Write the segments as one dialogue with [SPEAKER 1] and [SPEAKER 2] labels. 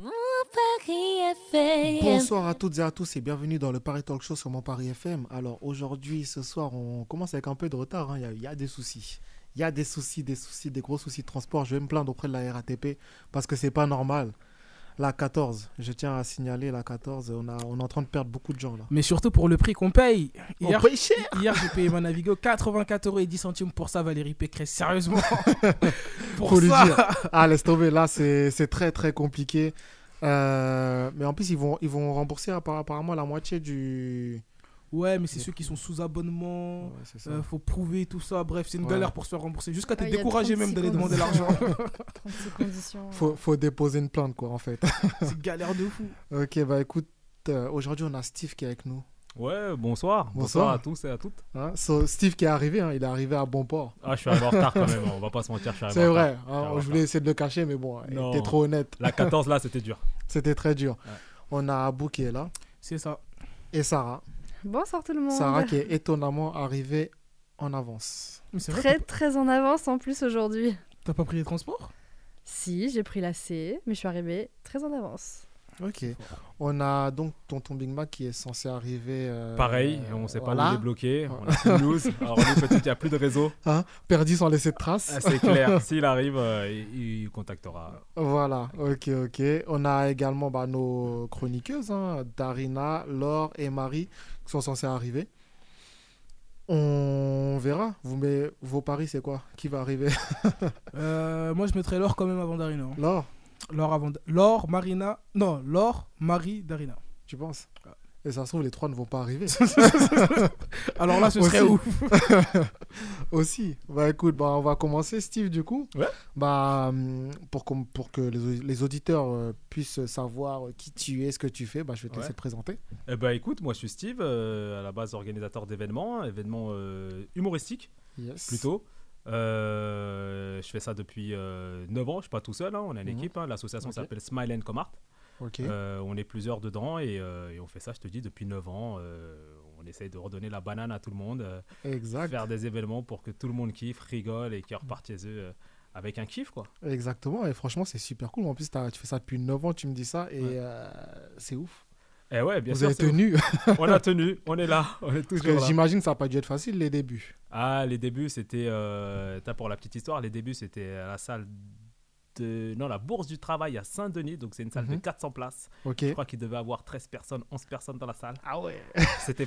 [SPEAKER 1] Mon Paris FM.
[SPEAKER 2] Bonsoir à toutes et à tous et bienvenue dans le Paris Talk Show sur mon Paris FM. Alors aujourd'hui, ce soir, on commence avec un peu de retard. hein. Il y a- il y, a des soucis. Il y a des soucis, des soucis, des gros soucis de transport. Je vais me plaindre auprès de la RATP parce que c'est pas normal. La 14, je tiens à signaler la 14, on, a, on est en train de perdre beaucoup de gens là.
[SPEAKER 3] Mais surtout pour le prix qu'on paye.
[SPEAKER 2] On
[SPEAKER 3] Hier,
[SPEAKER 2] paye cher.
[SPEAKER 3] hier, j'ai payé ma Navigo 84,10€ pour ça, Valérie Pécresse. Sérieusement. pour
[SPEAKER 2] Faut lui
[SPEAKER 3] ça.
[SPEAKER 2] dire. Ah, laisse tomber, là, c'est c'est très très compliqué. Euh, mais en plus, ils vont, ils vont rembourser appara- apparemment la moitié du.
[SPEAKER 3] Ouais, mais c'est ceux qui sont sous abonnement.
[SPEAKER 2] Ouais, c'est ça.
[SPEAKER 3] euh, faut prouver tout ça. Bref, c'est une
[SPEAKER 2] Ouais.
[SPEAKER 3] galère pour se faire rembourser. Jusqu'à te
[SPEAKER 4] Ah, il y a
[SPEAKER 3] décourager même
[SPEAKER 4] 36
[SPEAKER 3] d'aller demander
[SPEAKER 4] conditions.
[SPEAKER 3] l'argent.
[SPEAKER 4] 36 conditions.
[SPEAKER 2] Faut, faut déposer une plainte, quoi, en fait.
[SPEAKER 3] c'est galère de fou.
[SPEAKER 2] Ok, bah écoute, euh, aujourd'hui on a Steve qui est avec nous.
[SPEAKER 5] Ouais, bonsoir.
[SPEAKER 2] Bonsoir.
[SPEAKER 5] Bonsoir à tous et à toutes.
[SPEAKER 2] hein. So, Steve qui est arrivé, hein, il est arrivé à bon port.
[SPEAKER 5] Ah, je suis arrivé en retard quand même, hein, on va pas se mentir, je suis arrivé
[SPEAKER 2] C'est
[SPEAKER 5] en
[SPEAKER 2] vrai,
[SPEAKER 5] retard.
[SPEAKER 2] hein,
[SPEAKER 5] Ah, ouais,
[SPEAKER 2] je voulais essayer de le cacher, mais bon,
[SPEAKER 5] Non.
[SPEAKER 2] t'es trop honnête,
[SPEAKER 5] La 14 là, c'était dur.
[SPEAKER 2] c'était très dur.
[SPEAKER 5] Ouais.
[SPEAKER 2] On a Abou qui est là,
[SPEAKER 3] C'est ça.
[SPEAKER 2] et Sarah.
[SPEAKER 4] Bonsoir tout le monde.
[SPEAKER 2] Sarah qui est étonnamment arrivée en avance.
[SPEAKER 3] Mais c'est vrai,
[SPEAKER 4] Très
[SPEAKER 3] t'as pas-
[SPEAKER 4] très en avance en plus aujourd'hui.
[SPEAKER 3] t'as pas pris les transports
[SPEAKER 4] Si, j'ai pris la C, mais je suis arrivée très en avance.
[SPEAKER 2] Ok. On a donc Tonton Big Mac qui est censé arriver. euh,
[SPEAKER 5] Pareil, on sait pas
[SPEAKER 2] voilà.
[SPEAKER 5] où il est bloqué, on a plus de news. Alors lui, peut-être qu'il n'y a plus de réseau.
[SPEAKER 2] Hein, perdu sans laisser de traces.
[SPEAKER 5] Ah, C'est clair, s'il arrive, euh, il, il contactera.
[SPEAKER 2] Voilà, ok, ok. On a également bah, nos chroniqueuses, hein, Darina, Laure et Marie, qui sont censées arriver. On verra. Vous met... Vos paris, c'est quoi Qui va arriver
[SPEAKER 3] Euh, Moi, je mettrais l'or quand même avant Darina. hein.
[SPEAKER 2] Laure,
[SPEAKER 3] L'or avant. L'or, Marina. Non, l'or, Marie, Darina.
[SPEAKER 2] tu penses Et ça se trouve, les trois ne vont pas arriver.
[SPEAKER 3] Alors là, ce serait
[SPEAKER 2] Aussi.
[SPEAKER 3] ouf.
[SPEAKER 2] Aussi. Bah écoute, bah, on va commencer, Steve, du coup.
[SPEAKER 5] Ouais.
[SPEAKER 2] Bah, hum, pour, qu'on- pour que les, les auditeurs euh, puissent savoir qui tu es, ce que tu fais, bah, je vais te
[SPEAKER 5] Ouais.
[SPEAKER 2] laisser te présenter.
[SPEAKER 5] Eh ben écoute, moi je suis Steve, euh, à la base organisateur d'événements, événements euh, humoristiques
[SPEAKER 2] Yes.
[SPEAKER 5] plutôt. Euh, je fais ça depuis 9 ans, je suis pas tout seul, hein, on a une
[SPEAKER 2] Mhm.
[SPEAKER 5] équipe, hein, l'association
[SPEAKER 2] Ok.
[SPEAKER 5] s'appelle Smile and Comart.
[SPEAKER 2] Ok.
[SPEAKER 5] Euh, on est plusieurs dedans et, euh, et on fait ça, je te dis, depuis 9 ans. euh, on essaye de redonner la banane à tout le monde, euh,
[SPEAKER 2] exact.
[SPEAKER 5] faire des événements pour que tout le monde kiffe, rigole et qu'ils repartent chez eux euh, avec un kiff, quoi.
[SPEAKER 2] Exactement, et franchement, c'est super cool. En plus, t'as- tu fais ça depuis 9 ans, tu me dis ça, et
[SPEAKER 5] Ouais.
[SPEAKER 2] euh, c'est ouf.
[SPEAKER 5] Et ouais, bien
[SPEAKER 2] Vous
[SPEAKER 5] sûr.
[SPEAKER 2] avez
[SPEAKER 5] c'est-
[SPEAKER 2] tenu.
[SPEAKER 5] On a tenu, on est là, on est
[SPEAKER 2] Parce
[SPEAKER 5] toujours
[SPEAKER 2] que
[SPEAKER 5] là.
[SPEAKER 2] j'imagine que ça n'a pas dû être facile les débuts.
[SPEAKER 5] Ah, les débuts, c'était. euh, t'as pour la petite histoire, les débuts, c'était à la salle de. Non, la Bourse du Travail à Saint-Denis, donc c'est une salle de
[SPEAKER 2] Mhm.
[SPEAKER 5] 400 places.
[SPEAKER 2] Ok.
[SPEAKER 5] Je crois qu'il devait avoir 13 personnes, 11 personnes dans la salle.
[SPEAKER 2] Ah ouais.
[SPEAKER 5] C'était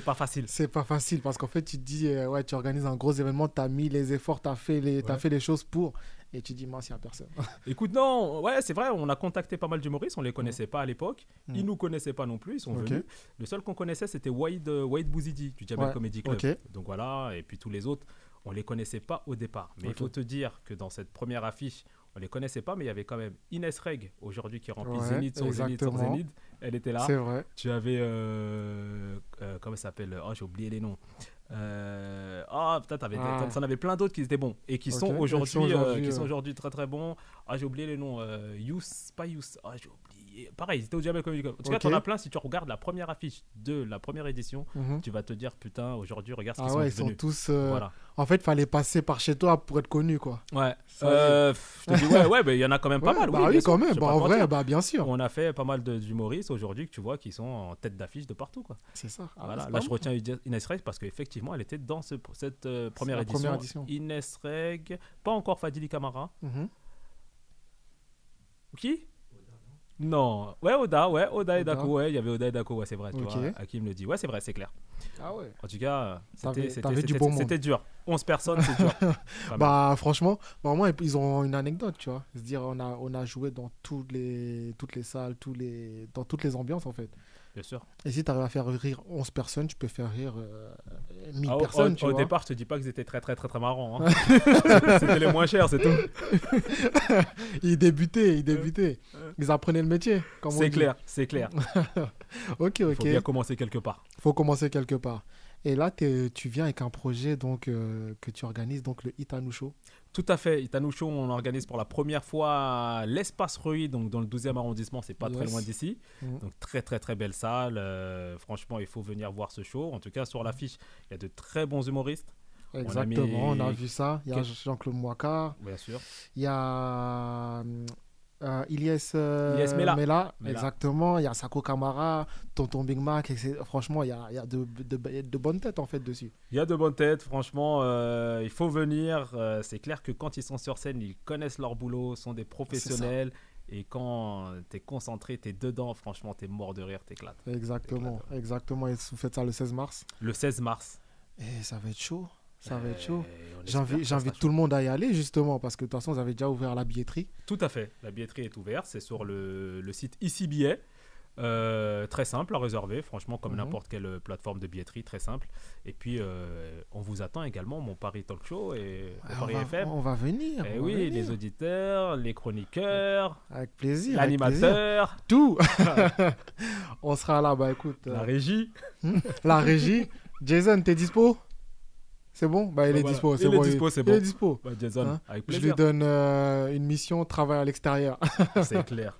[SPEAKER 5] pas facile.
[SPEAKER 2] C'est pas facile parce qu'en fait, tu te dis, euh, ouais, tu organises un gros événement, t'as mis les efforts, t'as fait, les- t'as
[SPEAKER 5] Ouais.
[SPEAKER 2] fait les choses pour, et tu dis, mince, il n'y a personne.
[SPEAKER 5] Écoute, non, ouais, c'est vrai, on a contacté pas mal d'humoristes, on les connaissait pas à l'époque,
[SPEAKER 2] Mm.
[SPEAKER 5] ils nous connaissaient pas non plus, ils sont
[SPEAKER 2] Ok.
[SPEAKER 5] venus. Le seul qu'on connaissait, c'était Wade, euh, Wade Bouzidi du Diabète
[SPEAKER 2] Ouais,
[SPEAKER 5] Comedy Club.
[SPEAKER 2] ok.
[SPEAKER 5] Donc voilà, et puis tous les autres, on les connaissait pas au départ. Mais il
[SPEAKER 2] Ok.
[SPEAKER 5] faut te dire que dans cette première affiche, on les connaissait pas, mais il y avait quand même Inès Reg, aujourd'hui qui remplit
[SPEAKER 2] Ouais,
[SPEAKER 5] Zénith sur Zénith sur
[SPEAKER 2] exactement.
[SPEAKER 5] Zénith. Elle était là.
[SPEAKER 2] C'est vrai.
[SPEAKER 5] Tu avais. euh, euh, comment ça s'appelle Oh, j'ai oublié les noms. Euh, ah, putain, t'avais,
[SPEAKER 2] Ah.
[SPEAKER 5] t'en avais plein d'autres qui étaient bons et qui
[SPEAKER 2] Ok,
[SPEAKER 5] sont
[SPEAKER 2] et qui
[SPEAKER 5] aujourd'hui,
[SPEAKER 2] sont
[SPEAKER 5] euh,
[SPEAKER 2] aujourd'hui,
[SPEAKER 5] qui sont
[SPEAKER 2] euh.
[SPEAKER 5] aujourd'hui très très bons. Ah, j'ai oublié les noms. Euh, Yous, pas Yous. Ah, j'ai oublié. Pareil, ils étaient au Jamel Comedy Club. En tout cas,
[SPEAKER 2] Ok.
[SPEAKER 5] t'en as plein. Si tu regardes la première affiche de la première édition,
[SPEAKER 2] Mhm.
[SPEAKER 5] tu vas te dire putain, aujourd'hui, regarde ce qu'ils
[SPEAKER 2] Ah ouais, ils
[SPEAKER 5] sont
[SPEAKER 2] sont
[SPEAKER 5] devenus.
[SPEAKER 2] tous. euh,
[SPEAKER 5] Voilà.
[SPEAKER 2] En fait, fallait passer par chez toi pour être connu, quoi.
[SPEAKER 5] Ouais.
[SPEAKER 2] Ça y est.
[SPEAKER 5] Euh, pff, je te dis, ouais, ouais, mais il y en a quand même pas
[SPEAKER 2] Ouais,
[SPEAKER 5] mal.
[SPEAKER 2] Bah
[SPEAKER 5] bien
[SPEAKER 2] oui,
[SPEAKER 5] sûr,
[SPEAKER 2] quand
[SPEAKER 5] je
[SPEAKER 2] même.
[SPEAKER 5] vais
[SPEAKER 2] Bah,
[SPEAKER 5] pas
[SPEAKER 2] en
[SPEAKER 5] te
[SPEAKER 2] vrai,
[SPEAKER 5] mentir.
[SPEAKER 2] bah bien sûr.
[SPEAKER 5] On a fait pas mal de- d'humoristes aujourd'hui que tu vois qui sont en tête d'affiche de partout. Quoi.
[SPEAKER 2] C'est ça. Ah,
[SPEAKER 5] Voilà,
[SPEAKER 2] c'est
[SPEAKER 5] là
[SPEAKER 2] pas
[SPEAKER 5] je
[SPEAKER 2] mal.
[SPEAKER 5] retiens Ines Reg parce qu'effectivement elle était dans ce- cette euh, première,
[SPEAKER 2] la
[SPEAKER 5] édition.
[SPEAKER 2] première édition.
[SPEAKER 5] Ines Reg, pas encore Fadili Camara.
[SPEAKER 2] Mhm.
[SPEAKER 5] Qui Non. Ouais, Oda, ouais, Oda et
[SPEAKER 2] Oda.
[SPEAKER 5] Dako, ouais, il y avait Oda et Dako, ouais, c'est vrai, tu
[SPEAKER 2] Ok.
[SPEAKER 5] vois. Hakim le dit, ouais, c'est vrai, c'est clair.
[SPEAKER 2] Ah ouais.
[SPEAKER 5] En tout cas, euh,
[SPEAKER 2] T'avais-
[SPEAKER 5] c'était- c'était
[SPEAKER 2] t'avais du
[SPEAKER 5] c'était-
[SPEAKER 2] beau monde.
[SPEAKER 5] c'était dur. 11 personnes, c'est dur. Pas
[SPEAKER 2] Bah franchement, bah, au moins ils ont une anecdote, tu vois. Se dire on a on a joué dans toutes les toutes les salles, tous les dans toutes les ambiances en fait.
[SPEAKER 5] bien sûr.
[SPEAKER 2] Et si tu arrives à faire rire 11 personnes, tu peux faire rire euh, 1000
[SPEAKER 5] Ah, au-
[SPEAKER 2] personnes,
[SPEAKER 5] au,
[SPEAKER 2] tu
[SPEAKER 5] au
[SPEAKER 2] vois.
[SPEAKER 5] départ, je te dis pas que c'était très très très très marrant. hein. c'était les moins chers, c'est tout.
[SPEAKER 2] Ils débutaient, ils débutaient.
[SPEAKER 5] ouais.
[SPEAKER 2] Ils apprenaient le métier. comme on
[SPEAKER 5] C'est
[SPEAKER 2] dit.
[SPEAKER 5] clair, c'est clair.
[SPEAKER 2] Ok, ok.
[SPEAKER 5] Faut bien commencer quelque part.
[SPEAKER 2] faut commencer quelque part. Et là, t'es- tu viens avec un projet donc, euh, que tu organises, donc le Itanu Show.
[SPEAKER 5] Tout à fait. Itanu Show, on organise pour la première fois à l'espace Reuilly, donc dans le 12e arrondissement, c'est pas très
[SPEAKER 2] Yes.
[SPEAKER 5] loin d'ici.
[SPEAKER 2] Mhm.
[SPEAKER 5] Donc très très très belle salle. Euh, franchement, il faut venir voir ce show. En tout cas, sur l'affiche, il y a de très bons humoristes,
[SPEAKER 2] Exactement, on
[SPEAKER 5] mis-
[SPEAKER 2] a vu ça. Il y a
[SPEAKER 5] Quel-
[SPEAKER 2] Jean-Claude Moicard,
[SPEAKER 5] bien sûr.
[SPEAKER 2] il y a hum, euh, Ilyes, euh,
[SPEAKER 5] Ilyes Mella. Mella.
[SPEAKER 2] exactement. Il y a Sako Kamara, Tonton Big Mac. et c'est- Franchement, il y a, il y a de, de- de- de bonnes têtes en fait dessus.
[SPEAKER 5] Il y a de bonnes têtes, franchement, euh, il faut venir. Euh, c'est clair que quand ils sont sur scène, ils connaissent leur boulot, sont des professionnels. Et quand t'es concentré, t'es dedans, franchement, t'es mort de rire, t'éclates.
[SPEAKER 2] Exactement, exactement. Et vous faites ça le 16 mars.
[SPEAKER 5] Le 16 mars.
[SPEAKER 2] Et Eh, ça va être chaud, ça va être
[SPEAKER 5] Euh,
[SPEAKER 2] chaud.
[SPEAKER 5] on espère que
[SPEAKER 2] J'invite
[SPEAKER 5] ça
[SPEAKER 2] j'invite
[SPEAKER 5] sera
[SPEAKER 2] tout le monde à y aller justement parce que de toute façon, vous avez déjà ouvert la billetterie.
[SPEAKER 5] Tout à fait. La billetterie est ouverte. C'est sur le, le site Ici Billets. Euh, très simple à réserver, franchement, comme
[SPEAKER 2] Mhm.
[SPEAKER 5] n'importe quelle euh, plateforme de billetterie, très simple. Et puis, euh, on vous attend également, mon Paris Talk Show et
[SPEAKER 2] Ah,
[SPEAKER 5] Paris
[SPEAKER 2] on, va,
[SPEAKER 5] FM.
[SPEAKER 2] on va venir.
[SPEAKER 5] Eh
[SPEAKER 2] on va
[SPEAKER 5] oui,
[SPEAKER 2] venir.
[SPEAKER 5] les auditeurs, les chroniqueurs,
[SPEAKER 2] Avec plaisir. avec plaisir.
[SPEAKER 5] l'animateur,
[SPEAKER 2] Tout. on sera là. Bah écoute, euh,
[SPEAKER 5] la régie.
[SPEAKER 2] la régie. Jason, t'es dispo C'est bon Bah il
[SPEAKER 5] Bah,
[SPEAKER 2] est
[SPEAKER 5] voilà.
[SPEAKER 2] dispo.
[SPEAKER 5] Il est
[SPEAKER 2] bon,
[SPEAKER 5] dispo, c'est
[SPEAKER 2] Il
[SPEAKER 5] bon.
[SPEAKER 2] est dispo.
[SPEAKER 5] Bah, Jason,
[SPEAKER 2] Hein
[SPEAKER 5] avec
[SPEAKER 2] Je lui
[SPEAKER 5] plaisir.
[SPEAKER 2] donne euh, une mission, travail à l'extérieur.
[SPEAKER 5] C'est clair.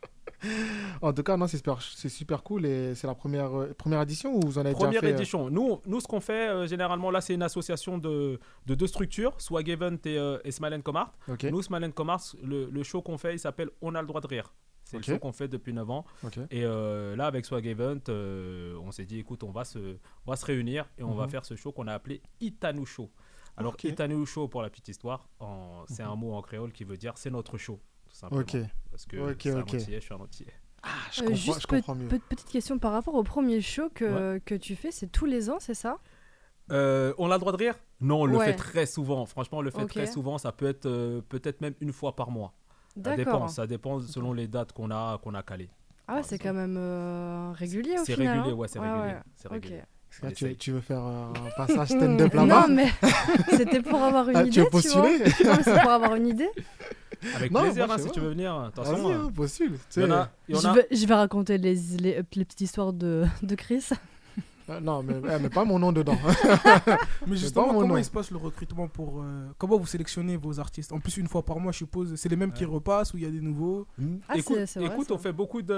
[SPEAKER 2] en tout cas, non, c'est super, c'est super cool et c'est la première, euh, première édition ou vous en avez
[SPEAKER 5] Première
[SPEAKER 2] déjà fait euh,
[SPEAKER 5] édition. Nous, on- nous ce qu'on fait euh, généralement, là, c'est une association de, de deux structures, Swagevent et, euh, et Smile and Comart.
[SPEAKER 2] Ok.
[SPEAKER 5] Nous, Smile and Comart, le, le show qu'on fait, il s'appelle On a le droit de rire. C'est
[SPEAKER 2] Ok.
[SPEAKER 5] le show qu'on fait depuis 9 ans.
[SPEAKER 2] ok.
[SPEAKER 5] Et euh, là, avec Swag Event, euh, on s'est dit, écoute, on va se, on va se réunir et on va
[SPEAKER 2] Mhm.
[SPEAKER 5] faire ce show qu'on a appelé Itanu Show. Alors,
[SPEAKER 2] Ok. Mhm.
[SPEAKER 5] Itanu Show, pour la petite histoire, en- c'est un mot en créole qui veut dire c'est notre show, tout simplement.
[SPEAKER 2] Ok.
[SPEAKER 5] Parce que
[SPEAKER 2] Ok,
[SPEAKER 5] c'est un
[SPEAKER 2] ok.
[SPEAKER 5] Antillais, je suis un Antillais.
[SPEAKER 2] Ah, je
[SPEAKER 4] Euh,
[SPEAKER 2] comprends,
[SPEAKER 4] juste
[SPEAKER 2] je comprends
[SPEAKER 4] pe-
[SPEAKER 2] mieux.
[SPEAKER 4] pe- petite question par rapport au premier show que, que tu fais, c'est tous les ans, c'est ça
[SPEAKER 5] Euh, on a le droit de rire Non, on le
[SPEAKER 4] Ouais.
[SPEAKER 5] fait très souvent. Franchement, on le fait
[SPEAKER 4] Ok.
[SPEAKER 5] très souvent. Ça peut être euh, peut-être même une fois par mois. Ça dépend.
[SPEAKER 4] D'accord.
[SPEAKER 5] Ça dépend selon les dates qu'on a, qu'on a calées.
[SPEAKER 4] Ah ouais, c'est quand même euh, régulier au
[SPEAKER 5] C'est
[SPEAKER 4] final.
[SPEAKER 5] régulier,
[SPEAKER 4] hein
[SPEAKER 5] ouais, c'est
[SPEAKER 4] Ouais,
[SPEAKER 5] régulier.
[SPEAKER 4] ouais.
[SPEAKER 5] C'est
[SPEAKER 4] Ok.
[SPEAKER 5] régulier.
[SPEAKER 2] Parce que là,
[SPEAKER 5] on
[SPEAKER 2] tu,
[SPEAKER 5] essaye.
[SPEAKER 2] tu veux faire euh, un passage stand-up là-bas
[SPEAKER 4] Non, mais c'était pour avoir une
[SPEAKER 2] Ah,
[SPEAKER 4] idée.
[SPEAKER 2] Tu veux
[SPEAKER 4] vois.
[SPEAKER 2] postuler
[SPEAKER 4] Non, mais c'est pour avoir une idée.
[SPEAKER 5] Avec
[SPEAKER 2] Non,
[SPEAKER 5] plaisir,
[SPEAKER 2] moi,
[SPEAKER 5] hein,
[SPEAKER 2] c'est
[SPEAKER 5] si
[SPEAKER 2] vrai.
[SPEAKER 5] tu veux venir. Attention.
[SPEAKER 2] Vas-y,
[SPEAKER 5] hein.
[SPEAKER 2] hein, postule. tu
[SPEAKER 5] Il y en
[SPEAKER 2] sais.
[SPEAKER 5] a- il y en
[SPEAKER 4] Je
[SPEAKER 5] a-
[SPEAKER 4] vais, je vais raconter les, les, les petites histoires de, de Chris.
[SPEAKER 2] Euh, Non, mais, eh, mais pas mon nom dedans.
[SPEAKER 3] Mais
[SPEAKER 2] pas
[SPEAKER 3] justement,
[SPEAKER 2] mon
[SPEAKER 3] comment
[SPEAKER 2] nom.
[SPEAKER 3] il se passe le recrutement pour. euh, comment vous sélectionnez vos artistes En plus, une fois par mois, je suppose, c'est les mêmes qui repassent ou il y a des nouveaux
[SPEAKER 2] Hmm.
[SPEAKER 4] Ah,
[SPEAKER 5] écoute,
[SPEAKER 4] c'est- c'est vrai,
[SPEAKER 5] écoute,
[SPEAKER 4] ça.
[SPEAKER 5] on fait beaucoup de,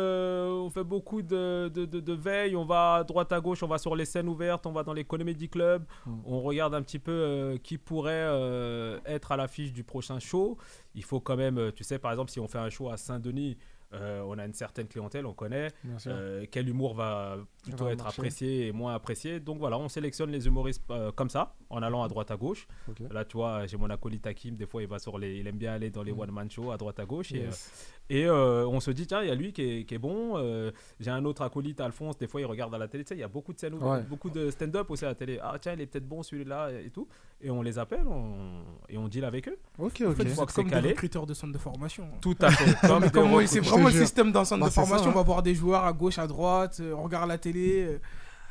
[SPEAKER 5] on fait beaucoup de, de, de- de veille. On va à droite à gauche, on va sur les scènes ouvertes, on va dans les comédie clubs.
[SPEAKER 2] Mm.
[SPEAKER 5] On regarde un petit peu euh, qui pourrait euh, être à l'affiche du prochain show. Il faut quand même, euh, tu sais, par exemple, si on fait un show à Saint-Denis, euh, on a une certaine clientèle, on connaît.
[SPEAKER 2] Bien sûr.
[SPEAKER 5] Euh, quel humour va plutôt
[SPEAKER 2] Va
[SPEAKER 5] être
[SPEAKER 2] marcher.
[SPEAKER 5] apprécié et moins apprécié. Donc voilà, on sélectionne les humoristes euh, comme ça, en allant à droite à gauche.
[SPEAKER 2] Ok.
[SPEAKER 5] Là, tu vois, j'ai mon acolyte Hakim, des fois il va sur les, il aime bien aller dans les one man show à droite à gauche. Et, euh,
[SPEAKER 2] Mm. Yes.
[SPEAKER 5] et euh, on se dit, tiens, il y a lui qui est, qui est bon. euh, J'ai un autre acolyte, Alphonse, des fois il regarde à la télé. Tu sais, il y a beaucoup de scènes, ouvertes,
[SPEAKER 2] Ouais.
[SPEAKER 5] beaucoup de stand-up aussi à la télé. Ah, tiens, il est peut-être bon celui-là et tout. Et on les appelle on- et on deal avec eux.
[SPEAKER 2] Ok,
[SPEAKER 3] En fait,
[SPEAKER 2] ok.
[SPEAKER 3] vous
[SPEAKER 5] Faut
[SPEAKER 3] êtes
[SPEAKER 5] que c'est
[SPEAKER 3] comme des
[SPEAKER 5] calé.
[SPEAKER 3] recruteurs de centre de formation. hein.
[SPEAKER 5] Tout à fait. hein. Comme des
[SPEAKER 3] Comment-
[SPEAKER 5] recruteurs.
[SPEAKER 3] c'est
[SPEAKER 2] je te
[SPEAKER 3] vraiment le
[SPEAKER 2] jure.
[SPEAKER 3] système d'un centre
[SPEAKER 2] Bah,
[SPEAKER 3] de
[SPEAKER 2] c'est ça,
[SPEAKER 3] formation.
[SPEAKER 2] hein.
[SPEAKER 3] On va voir des joueurs à gauche, à droite, euh, on regarde la télé euh,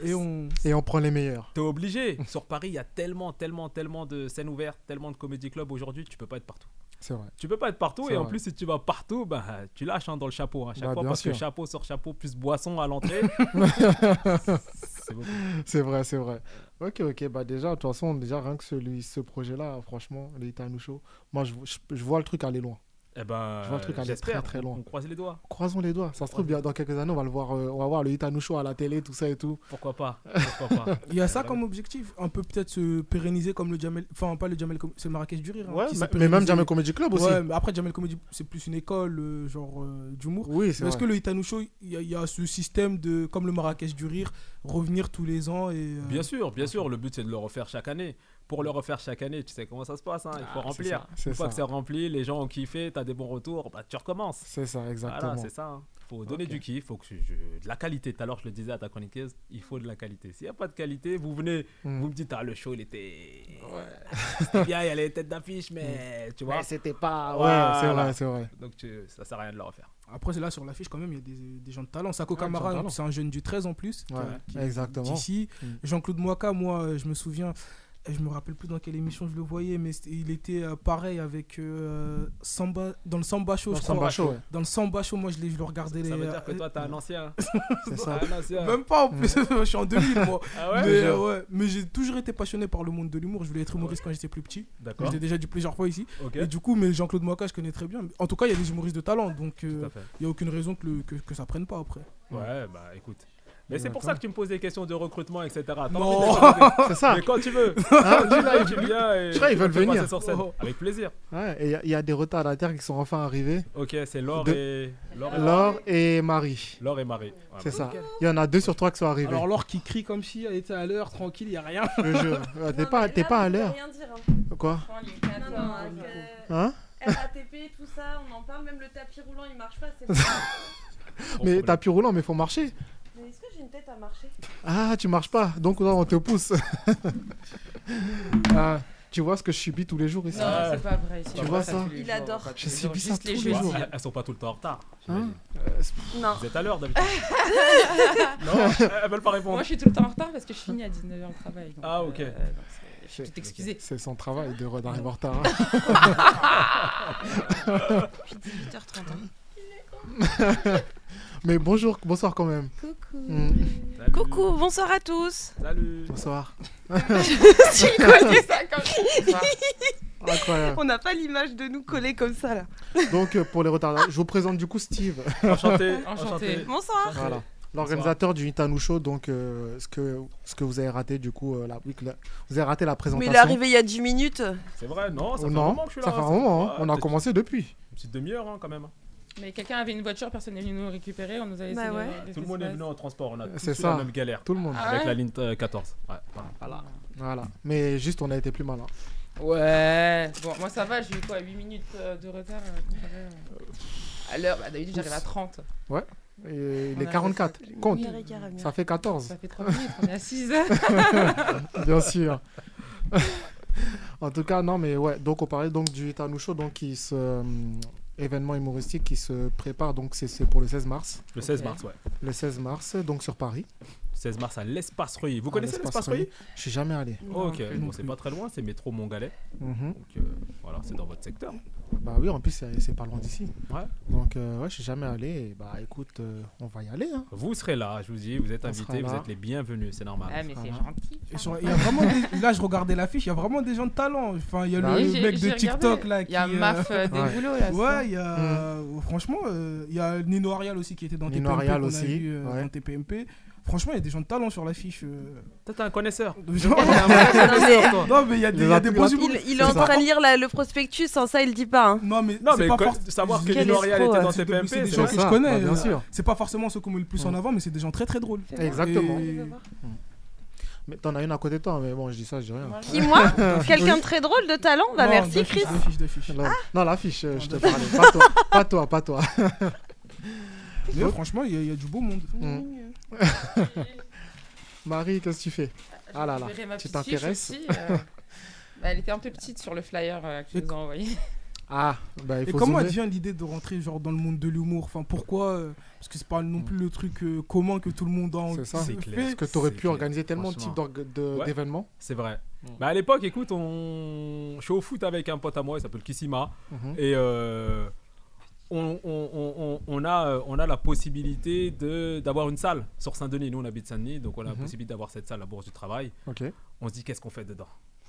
[SPEAKER 3] et on.
[SPEAKER 2] Et on prend les meilleurs.
[SPEAKER 5] T'es obligé. Sur Paris, il y a tellement, tellement, tellement de scènes ouvertes, tellement de comédie clubs aujourd'hui, tu peux pas être partout.
[SPEAKER 2] C'est vrai.
[SPEAKER 5] Tu peux pas être partout
[SPEAKER 2] C'est
[SPEAKER 5] et en
[SPEAKER 2] vrai.
[SPEAKER 5] plus si tu vas partout, bah, tu lâches hein, dans le chapeau à chaque
[SPEAKER 2] Bah,
[SPEAKER 5] fois
[SPEAKER 2] bien
[SPEAKER 5] parce
[SPEAKER 2] sûr.
[SPEAKER 5] que chapeau sur chapeau plus boisson à l'entrée. c'est beaucoup.
[SPEAKER 2] C'est vrai, c'est vrai. Ok, ok. Bah déjà, de toute façon, déjà rien que celui, ce projet-là, franchement, les Itanu Show, moi, je, je- je vois le truc aller loin.
[SPEAKER 5] Eh ben,
[SPEAKER 2] Je vois le truc aller très,
[SPEAKER 5] j'espère.
[SPEAKER 2] très loin.
[SPEAKER 5] On croise les doigts.
[SPEAKER 2] Croisons les doigts. Ça se trouve, bien, dans quelques années, on va le voir, euh, on va voir le Itanu Show à la télé, tout ça et tout.
[SPEAKER 5] Pourquoi pas Pourquoi pas
[SPEAKER 3] Il y a
[SPEAKER 2] Euh,
[SPEAKER 3] ça comme objectif, un peu peut-être se pérenniser comme le Jamel, enfin pas le Jamel, Com- c'est le Marrakech du rire. hein,
[SPEAKER 2] Ouais,
[SPEAKER 3] qui s'est
[SPEAKER 2] mais, mais
[SPEAKER 3] pérennisé.
[SPEAKER 2] même Jamais Comedy Club aussi.
[SPEAKER 3] Ouais, mais après Jamel Comedy, c'est plus une école, euh, genre euh, d'humour.
[SPEAKER 2] Oui,
[SPEAKER 3] Mais
[SPEAKER 2] c'est
[SPEAKER 3] Est-ce
[SPEAKER 2] vrai.
[SPEAKER 3] que le Itanu Show, il y, a- il y a ce système de, comme le Marrakech du rire, revenir tous les ans et. euh,
[SPEAKER 5] Bien sûr, bien sûr. Le but c'est de le refaire chaque année. pour le refaire chaque année, tu sais comment ça se passe, hein, il faut
[SPEAKER 2] Ah,
[SPEAKER 5] remplir.
[SPEAKER 2] C'est
[SPEAKER 5] Une fois
[SPEAKER 2] ça.
[SPEAKER 5] que c'est rempli, les gens ont kiffé, t'as des bons retours, bah tu recommences.
[SPEAKER 2] C'est ça, exactement.
[SPEAKER 5] Voilà, c'est ça. hein. Faut donner
[SPEAKER 2] Ok.
[SPEAKER 5] du kiff, faut que je- je- de la qualité. Tout à l'heure, je le disais à ta chroniqueuse, il faut de la qualité. S'il n'y a pas de qualité, vous venez,
[SPEAKER 2] Mm.
[SPEAKER 5] vous me dites, ah, le show, il était. C'était bien, il y a les têtes d'affiche, mais tu vois.
[SPEAKER 2] Hmm. c'était pas. Ouais,
[SPEAKER 5] Voilà.
[SPEAKER 2] c'est vrai, c'est vrai.
[SPEAKER 5] Donc, tu- ça sert à rien de le refaire.
[SPEAKER 3] Après, c'est là sur l'affiche, quand même, il y a des, des gens de talent. Sako
[SPEAKER 2] des gens de
[SPEAKER 3] Kamara,
[SPEAKER 2] talent.
[SPEAKER 3] c'est un jeune du 13 en plus. qui-
[SPEAKER 2] Ouais,
[SPEAKER 3] qui-
[SPEAKER 2] exactement.
[SPEAKER 3] d'ici.
[SPEAKER 2] Mm.
[SPEAKER 3] Jean-Claude Moaka, moi, euh, je me souviens, euh, je me rappelle plus dans quelle émission je le voyais, mais c'était- il était euh, pareil avec euh, Samba, dans le Samba Show,
[SPEAKER 2] Dans
[SPEAKER 3] je
[SPEAKER 2] le
[SPEAKER 3] crois.
[SPEAKER 2] Samba Show, ouais,
[SPEAKER 3] Dans le Samba Show, moi, je, l'ai- je le regardais.
[SPEAKER 5] Ça
[SPEAKER 3] les-
[SPEAKER 5] veut dire que toi, t'es un ancien.
[SPEAKER 2] c'est
[SPEAKER 5] T'es
[SPEAKER 2] ça. Mm.
[SPEAKER 5] un ancien.
[SPEAKER 3] Même pas, en plus, je suis en 2000, moi.
[SPEAKER 5] Ah
[SPEAKER 3] mais
[SPEAKER 5] ouais
[SPEAKER 3] euh, ouais, mais j'ai toujours été passionné par le monde de l'humour. Je voulais être humoriste quand j'étais plus petit.
[SPEAKER 5] D'accord.
[SPEAKER 3] J'étais déjà dû plusieurs fois ici.
[SPEAKER 5] Ok.
[SPEAKER 3] Et du coup, mais Jean-Claude Moaka, je connais très bien. En tout cas, il y a des humoristes de talent, donc euh,
[SPEAKER 5] Tout à fait.
[SPEAKER 3] il n'y a aucune raison que, le- que, que ça prenne pas après.
[SPEAKER 5] Ouais, bah écoute. Mais
[SPEAKER 2] Ouais,
[SPEAKER 5] c'est pour
[SPEAKER 2] attends.
[SPEAKER 5] ça que tu me poses des questions de recrutement, etc. T'as envie de
[SPEAKER 3] Non.
[SPEAKER 5] les poser.
[SPEAKER 2] C'est ça.
[SPEAKER 5] Mais quand tu veux.
[SPEAKER 2] Hein,
[SPEAKER 5] Tu
[SPEAKER 2] là,
[SPEAKER 5] tu viens Ah, et
[SPEAKER 2] je crois qu'ils
[SPEAKER 5] tu
[SPEAKER 2] veulent
[SPEAKER 5] me fais passer
[SPEAKER 2] venir.
[SPEAKER 5] sur scène.
[SPEAKER 3] Oh.
[SPEAKER 5] Avec plaisir.
[SPEAKER 2] Ouais, et il y a- il y, a des retards à la terre qui sont enfin arrivés.
[SPEAKER 5] Ok, c'est Laure
[SPEAKER 2] De-
[SPEAKER 5] et. Laure et,
[SPEAKER 2] Laure et Marie.
[SPEAKER 5] Laure et Marie. Ouais,
[SPEAKER 2] C'est
[SPEAKER 5] bah,
[SPEAKER 2] ça.
[SPEAKER 5] nickel.
[SPEAKER 2] Il y en a deux sur trois qui sont arrivés.
[SPEAKER 3] Alors, Laure qui crie comme si elle était à l'heure, tranquille, il n'y a rien.
[SPEAKER 2] Je te jure. Ouais, T'es pas, t'es pas à l'heure.
[SPEAKER 6] rien dire. hein.
[SPEAKER 2] Quoi
[SPEAKER 6] Non, non, avec, euh,
[SPEAKER 2] Hein
[SPEAKER 6] RATP, tout ça, on en parle, même le tapis roulant il marche pas. c'est bon.
[SPEAKER 5] Gros
[SPEAKER 2] Mais
[SPEAKER 5] problème.
[SPEAKER 2] tapis roulant, mais faut marcher.
[SPEAKER 6] Mais est-ce que j'ai une tête à marcher
[SPEAKER 2] Ah, tu marches pas. Donc, non, on te pousse. Ah, tu vois ce que je subis tous les jours ici
[SPEAKER 5] Ah.
[SPEAKER 7] Non, c'est pas vrai. c'est
[SPEAKER 5] Tu
[SPEAKER 7] pas
[SPEAKER 2] vois
[SPEAKER 7] vrai,
[SPEAKER 2] ça
[SPEAKER 7] pas tous les
[SPEAKER 6] Il
[SPEAKER 7] jours,
[SPEAKER 6] adore.
[SPEAKER 7] pas tous
[SPEAKER 2] Je
[SPEAKER 7] les
[SPEAKER 2] subis
[SPEAKER 7] jours,
[SPEAKER 2] ça
[SPEAKER 7] juste les
[SPEAKER 2] tous
[SPEAKER 5] Ouais,
[SPEAKER 2] les
[SPEAKER 7] jours.
[SPEAKER 2] jours.
[SPEAKER 5] Elles sont pas tout le temps en retard.
[SPEAKER 2] Hein
[SPEAKER 5] j'imagine.
[SPEAKER 2] Euh, c'est-
[SPEAKER 6] Non.
[SPEAKER 5] Vous êtes à l'heure d'habitude. non, elles veulent pas répondre.
[SPEAKER 7] Moi, je suis tout le temps en retard parce que je finis à 19h le travail. donc,
[SPEAKER 5] Ah, ok.
[SPEAKER 7] euh, donc c'est- je peux t'excuser.
[SPEAKER 2] C'est son travail de d'arriver en retard. hein.
[SPEAKER 7] 18h30.
[SPEAKER 2] hein. Mais bonjour, bonsoir quand même.
[SPEAKER 6] Coucou.
[SPEAKER 2] Mm.
[SPEAKER 5] Salut.
[SPEAKER 6] Coucou, bonsoir à tous.
[SPEAKER 5] Salut.
[SPEAKER 2] Bonsoir.
[SPEAKER 6] S'il connaît ça comme
[SPEAKER 2] Ah, Incroyable.
[SPEAKER 6] On n'a pas l'image de nous collés comme ça là.
[SPEAKER 2] Donc, euh, pour les retards, je vous présente du coup Steve.
[SPEAKER 5] Enchanté.
[SPEAKER 7] Enchanté.
[SPEAKER 6] Bonsoir.
[SPEAKER 2] Voilà. L'organisateur du Nitanu Show, donc euh, ce, que, ce que vous avez raté du coup, euh, la, oui, que la- vous avez raté la
[SPEAKER 6] Mais
[SPEAKER 2] présentation. Oh
[SPEAKER 6] il est arrivé il y a 10 minutes.
[SPEAKER 5] C'est vrai, non, ça fait
[SPEAKER 2] non,
[SPEAKER 5] un moment que je suis là.
[SPEAKER 2] ça fait un
[SPEAKER 5] hein,
[SPEAKER 2] moment, hein.
[SPEAKER 5] ouais,
[SPEAKER 2] on a
[SPEAKER 5] peut-être
[SPEAKER 2] commencé depuis.
[SPEAKER 5] Une petite demi-heure hein, quand même.
[SPEAKER 7] Mais quelqu'un avait une voiture, personne n'est venu nous récupérer. On nous a laissé.
[SPEAKER 6] Bah
[SPEAKER 7] des-
[SPEAKER 6] ouais.
[SPEAKER 7] des espèces
[SPEAKER 5] Tout le monde est
[SPEAKER 7] basses.
[SPEAKER 5] venu en transport, on a tous
[SPEAKER 2] C'est
[SPEAKER 5] eu
[SPEAKER 2] ça.
[SPEAKER 5] la même galère.
[SPEAKER 2] Tout le monde.
[SPEAKER 7] Ah
[SPEAKER 5] Avec
[SPEAKER 7] ouais
[SPEAKER 5] la ligne euh, 14. Ouais, voilà.
[SPEAKER 2] Voilà. Mais juste, on a été plus malin.
[SPEAKER 7] Ouais. Eh, Bon, moi, ça va, j'ai eu quoi 8 minutes euh, de retard euh, comparé, euh, À l'heure, bah, d'habitude, j'arrive à 30.
[SPEAKER 2] Et
[SPEAKER 7] On
[SPEAKER 2] les
[SPEAKER 7] a
[SPEAKER 2] 44, compte.
[SPEAKER 7] Oui.
[SPEAKER 2] Ça fait 14,
[SPEAKER 7] Ça fait 3 minutes, on est à 6 heures.
[SPEAKER 2] bien sûr. en tout cas, non, mais ouais. Donc, on parlait donc du Nitanu Show, donc qui se euh, événement humoristique qui se prépare. Donc, c'est- c'est pour le 16 mars.
[SPEAKER 5] Le 16 mars, ouais.
[SPEAKER 2] Le 16 mars, donc sur Paris.
[SPEAKER 5] 16 mars à l'Espace Reuilly. Vous
[SPEAKER 2] À
[SPEAKER 5] connaissez l'Espace
[SPEAKER 2] Reuilly.
[SPEAKER 5] Reuilly
[SPEAKER 2] Je suis jamais allé.
[SPEAKER 5] Oh, Ok,
[SPEAKER 7] Non,
[SPEAKER 5] bon, c'est pas très loin, c'est métro Montgalais.
[SPEAKER 2] Mhm.
[SPEAKER 5] Donc euh, voilà, c'est dans votre secteur.
[SPEAKER 2] Bah oui, en plus, c'est c'est pas loin d'ici.
[SPEAKER 5] Ouais.
[SPEAKER 2] Donc, euh, ouais, je suis jamais allé. Et bah écoute, euh, on va y aller. hein.
[SPEAKER 5] Vous serez là, je vous dis, vous êtes
[SPEAKER 2] On
[SPEAKER 5] invités,
[SPEAKER 2] sera
[SPEAKER 5] vous
[SPEAKER 2] là.
[SPEAKER 5] êtes les bienvenus, c'est normal.
[SPEAKER 7] Ah, mais c'est
[SPEAKER 2] Voilà.
[SPEAKER 7] gentil.
[SPEAKER 3] Et sur- il y a vraiment des- là, je regardais l'affiche, il y a vraiment des gens de talent. Enfin, il y a
[SPEAKER 2] Bah
[SPEAKER 3] le
[SPEAKER 7] Oui, j'ai-
[SPEAKER 3] mec de
[SPEAKER 7] j'ai
[SPEAKER 3] TikTok
[SPEAKER 7] regardé.
[SPEAKER 3] là qui.
[SPEAKER 7] Il y a
[SPEAKER 3] euh,
[SPEAKER 7] Maf euh, des
[SPEAKER 2] Ouais. Mm.
[SPEAKER 7] boulots là.
[SPEAKER 3] Ouais, il y a. Franchement, euh, il y a Nino Arial aussi qui était dans
[SPEAKER 2] Nino
[SPEAKER 3] TPMP.
[SPEAKER 2] Arial
[SPEAKER 3] qu'on a
[SPEAKER 2] aussi,
[SPEAKER 3] vu, euh,
[SPEAKER 2] ouais.
[SPEAKER 3] dans TPMP. Franchement, il y a des gens de talent sur l'affiche. euh,
[SPEAKER 5] Toi, t'es un connaisseur.
[SPEAKER 3] de gens-
[SPEAKER 6] Non, mais
[SPEAKER 3] non, mais il y a des, il y a des
[SPEAKER 2] Les
[SPEAKER 3] bons
[SPEAKER 2] applis-
[SPEAKER 3] humoristes.
[SPEAKER 6] il, il est en
[SPEAKER 2] C'est ça.
[SPEAKER 6] train de lire la- le prospectus, sans ça il dit pas. hein.
[SPEAKER 3] Non, mais,
[SPEAKER 5] Non,
[SPEAKER 3] c'est
[SPEAKER 5] mais
[SPEAKER 3] pas
[SPEAKER 5] co-
[SPEAKER 3] forcément
[SPEAKER 5] savoir que
[SPEAKER 6] Quel
[SPEAKER 5] L'Oréal
[SPEAKER 6] escroc,
[SPEAKER 5] était dans
[SPEAKER 6] ouais.
[SPEAKER 5] TPMP,
[SPEAKER 3] c'est des
[SPEAKER 5] c'est
[SPEAKER 3] gens
[SPEAKER 5] vrai.
[SPEAKER 3] que
[SPEAKER 2] ça,
[SPEAKER 3] je connais.
[SPEAKER 2] bah, bien
[SPEAKER 3] euh,
[SPEAKER 2] sûr.
[SPEAKER 3] C'est pas forcément ceux qu'on met le plus en avant, mais c'est des gens très très drôles.
[SPEAKER 2] Exactement. Mm.
[SPEAKER 3] Et-
[SPEAKER 2] Mais t'en as une à côté de toi, mais bon, je dis ça, je dis rien.
[SPEAKER 6] Qui moi Quelqu'un de très drôle de talent Bah
[SPEAKER 3] Non,
[SPEAKER 6] merci
[SPEAKER 3] d'affiche,
[SPEAKER 6] Chris.
[SPEAKER 3] d'affiche, d'affiche.
[SPEAKER 2] Là- non, l'affiche, euh,
[SPEAKER 3] Ah,
[SPEAKER 2] je te
[SPEAKER 3] d'accord.
[SPEAKER 2] parlais. Pas toi, pas toi, pas toi. oh.
[SPEAKER 3] Mais franchement, il y, a- il y a du beau monde.
[SPEAKER 2] Mm. Marie, qu'est-ce que tu fais Ah là là, tu t'intéresses
[SPEAKER 7] euh. Bah, Elle était un peu petite sur le flyer euh, que je
[SPEAKER 3] Et-
[SPEAKER 7] vous ai envoyé.
[SPEAKER 2] Ah, bah il
[SPEAKER 3] Et
[SPEAKER 2] faut
[SPEAKER 3] comment elle
[SPEAKER 2] zoomer.
[SPEAKER 3] vient l'idée de rentrer genre dans le monde de l'humour Enfin pourquoi euh, Parce que c'est pas non plus le truc euh, commun que tout le monde a en-
[SPEAKER 2] C'est ça.
[SPEAKER 5] C'est clair.
[SPEAKER 2] Parce que t'aurais
[SPEAKER 5] C'est
[SPEAKER 2] pu
[SPEAKER 5] clair,
[SPEAKER 2] organiser tellement de types
[SPEAKER 5] franchement.
[SPEAKER 2] d'org- de-
[SPEAKER 5] Ouais.
[SPEAKER 2] d'événements.
[SPEAKER 5] C'est vrai.
[SPEAKER 2] Mm.
[SPEAKER 5] Bah à l'époque, écoute, on... je suis au foot avec un pote à moi, il s'appelle Kissima.
[SPEAKER 2] Mhm.
[SPEAKER 5] Et euh, on, on- on- on- on a, euh, on a la possibilité de- d'avoir une salle sur Saint-Denis. Nous, on habite Saint-Denis, donc on a la
[SPEAKER 2] Mhm.
[SPEAKER 5] possibilité d'avoir cette salle à Bourse du Travail.
[SPEAKER 2] Ok.
[SPEAKER 5] On se dit, qu'est-ce qu'on fait dedans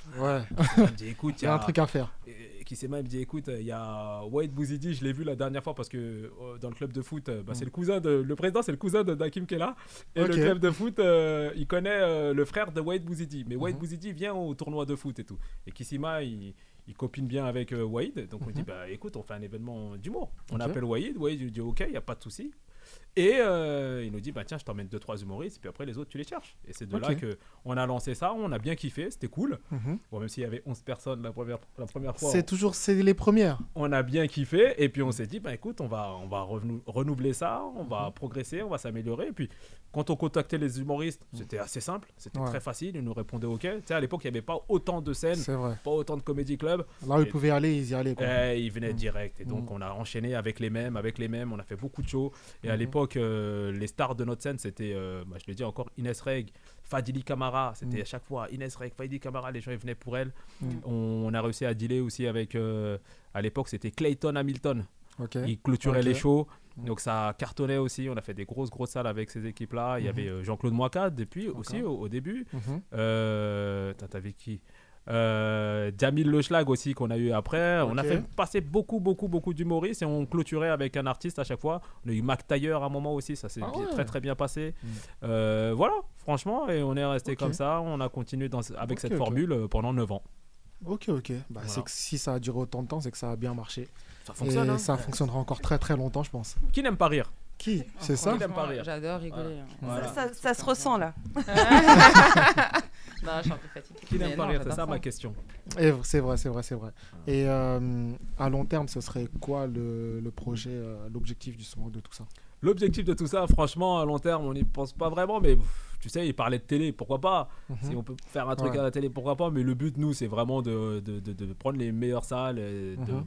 [SPEAKER 2] Ouais,
[SPEAKER 5] Il me dit, écoute,
[SPEAKER 2] il y a un truc à faire.
[SPEAKER 5] Et qui s'est même dit écoute il y a Wade Bouzidi je l'ai vu la dernière fois parce que euh, dans le club de foot
[SPEAKER 2] Mhm.
[SPEAKER 5] euh, bah, c'est le cousin de le président c'est le cousin de d'Hakim qui est là et
[SPEAKER 2] Ok.
[SPEAKER 5] le club de foot euh, il connaît euh, le frère de Wade Bouzidi mais Wade
[SPEAKER 2] Mhm.
[SPEAKER 5] Bouzidi vient au tournoi de foot et tout et Kissima il, il copine bien avec euh, Wade donc on dit bah écoute on fait un événement d'humour on
[SPEAKER 2] Mhm. Ok.
[SPEAKER 5] appelle Wade Wade il dit ok il n'y a pas de souci Et euh, il nous dit, bah tiens, je t'emmène deux, trois humoristes, puis après les autres, tu les cherches. Et c'est de là
[SPEAKER 2] Ok.
[SPEAKER 5] que on a lancé ça, on a bien kiffé, c'était cool.
[SPEAKER 2] Mhm.
[SPEAKER 5] Bon, même s'il y avait 11 personnes la première, la première fois,
[SPEAKER 2] C'est toujours c'est les premières.
[SPEAKER 5] on a bien kiffé. Et puis on s'est dit, bah écoute, on va, on va renou- renouveler ça, on
[SPEAKER 2] Mhm.
[SPEAKER 5] va progresser, on va s'améliorer. Et puis quand on contactait les humoristes, c'était assez simple, c'était
[SPEAKER 2] Mhm. Ouais.
[SPEAKER 5] très facile, ils nous répondaient ok. Tu sais, à l'époque, il n'y avait pas autant de scènes,
[SPEAKER 2] C'est vrai.
[SPEAKER 5] pas autant de comédie club.
[SPEAKER 2] Là où
[SPEAKER 5] Et-
[SPEAKER 2] ils pouvaient aller, ils y allaient. Quoi.
[SPEAKER 5] Eh, ils venaient
[SPEAKER 2] Mm.
[SPEAKER 5] direct. Et donc,
[SPEAKER 2] Mm.
[SPEAKER 5] on a enchaîné avec les mêmes, avec les mêmes. On a fait beaucoup de shows. Et à
[SPEAKER 2] Mhm.
[SPEAKER 5] l'époque, euh, les stars de notre scène, c'était, euh, bah, je le dis encore, Inès Reg, Fadili Camara. C'était
[SPEAKER 2] Mm.
[SPEAKER 5] à chaque fois Inès Reg, Fadili Camara. Les gens, ils venaient pour elle.
[SPEAKER 2] Mm.
[SPEAKER 5] On, on a réussi à dealer aussi avec, euh, à l'époque, c'était Clayton Hamilton.
[SPEAKER 2] Ok.
[SPEAKER 5] Il clôturait
[SPEAKER 2] Ok.
[SPEAKER 5] les shows.
[SPEAKER 2] Mm.
[SPEAKER 5] Donc, ça cartonnait aussi. On a fait des grosses, grosses salles avec ces équipes-là. Il y
[SPEAKER 2] Mhm.
[SPEAKER 5] avait euh, Jean-Claude Moicade, depuis aussi, au, au début.
[SPEAKER 2] Mhm.
[SPEAKER 5] Euh, attends, T'avais qui euh, Jamil Le Schlag aussi qu'on a eu après. On a
[SPEAKER 2] Ok.
[SPEAKER 5] fait passer beaucoup, beaucoup, beaucoup d'humoristes et on clôturait avec un artiste à chaque fois. On a eu Mac Taylor à un moment aussi, ça s'est
[SPEAKER 2] Ah
[SPEAKER 5] bien-
[SPEAKER 2] ouais.
[SPEAKER 5] très très bien passé.
[SPEAKER 2] Mm.
[SPEAKER 5] Euh, voilà, franchement, et on est resté
[SPEAKER 2] Ok.
[SPEAKER 5] comme ça. On a continué dans, avec
[SPEAKER 2] Ok,
[SPEAKER 5] cette
[SPEAKER 2] ok.
[SPEAKER 5] formule euh, pendant 9 ans.
[SPEAKER 2] Ok, ok. Bah,
[SPEAKER 5] Voilà.
[SPEAKER 2] c'est que si ça a duré autant de temps, c'est que ça a bien marché.
[SPEAKER 5] Ça fonctionne.
[SPEAKER 2] Et
[SPEAKER 5] hein.
[SPEAKER 2] ça fonctionnera encore très très longtemps, je pense.
[SPEAKER 5] Qui n'aime pas rire
[SPEAKER 2] Qui
[SPEAKER 8] Ah,
[SPEAKER 2] C'est ça
[SPEAKER 5] Il aime pas rire.
[SPEAKER 7] J'adore rigoler. hein.
[SPEAKER 2] Voilà.
[SPEAKER 8] Ça, ça- ça se ressent là.
[SPEAKER 7] non, je suis un peu fatiguée.
[SPEAKER 5] Qui n'aime
[SPEAKER 7] Mais
[SPEAKER 5] pas
[SPEAKER 7] non,
[SPEAKER 5] rire C'est ça
[SPEAKER 7] j'adore
[SPEAKER 5] ma question.
[SPEAKER 2] Et Eh, C'est vrai, c'est vrai, c'est vrai. Et euh, à long terme, ce serait quoi le, le projet, euh, l'objectif du soir de tout ça
[SPEAKER 5] L'objectif de tout ça, franchement, à long terme, on n'y pense pas vraiment, mais pff, tu sais, il parlait de télé, pourquoi pas Si on peut faire un truc
[SPEAKER 2] Mhm. Ouais.
[SPEAKER 5] à la télé, pourquoi pas Mais le but, nous, c'est vraiment de, de, de- de prendre les meilleures salles, et de,
[SPEAKER 2] Mhm.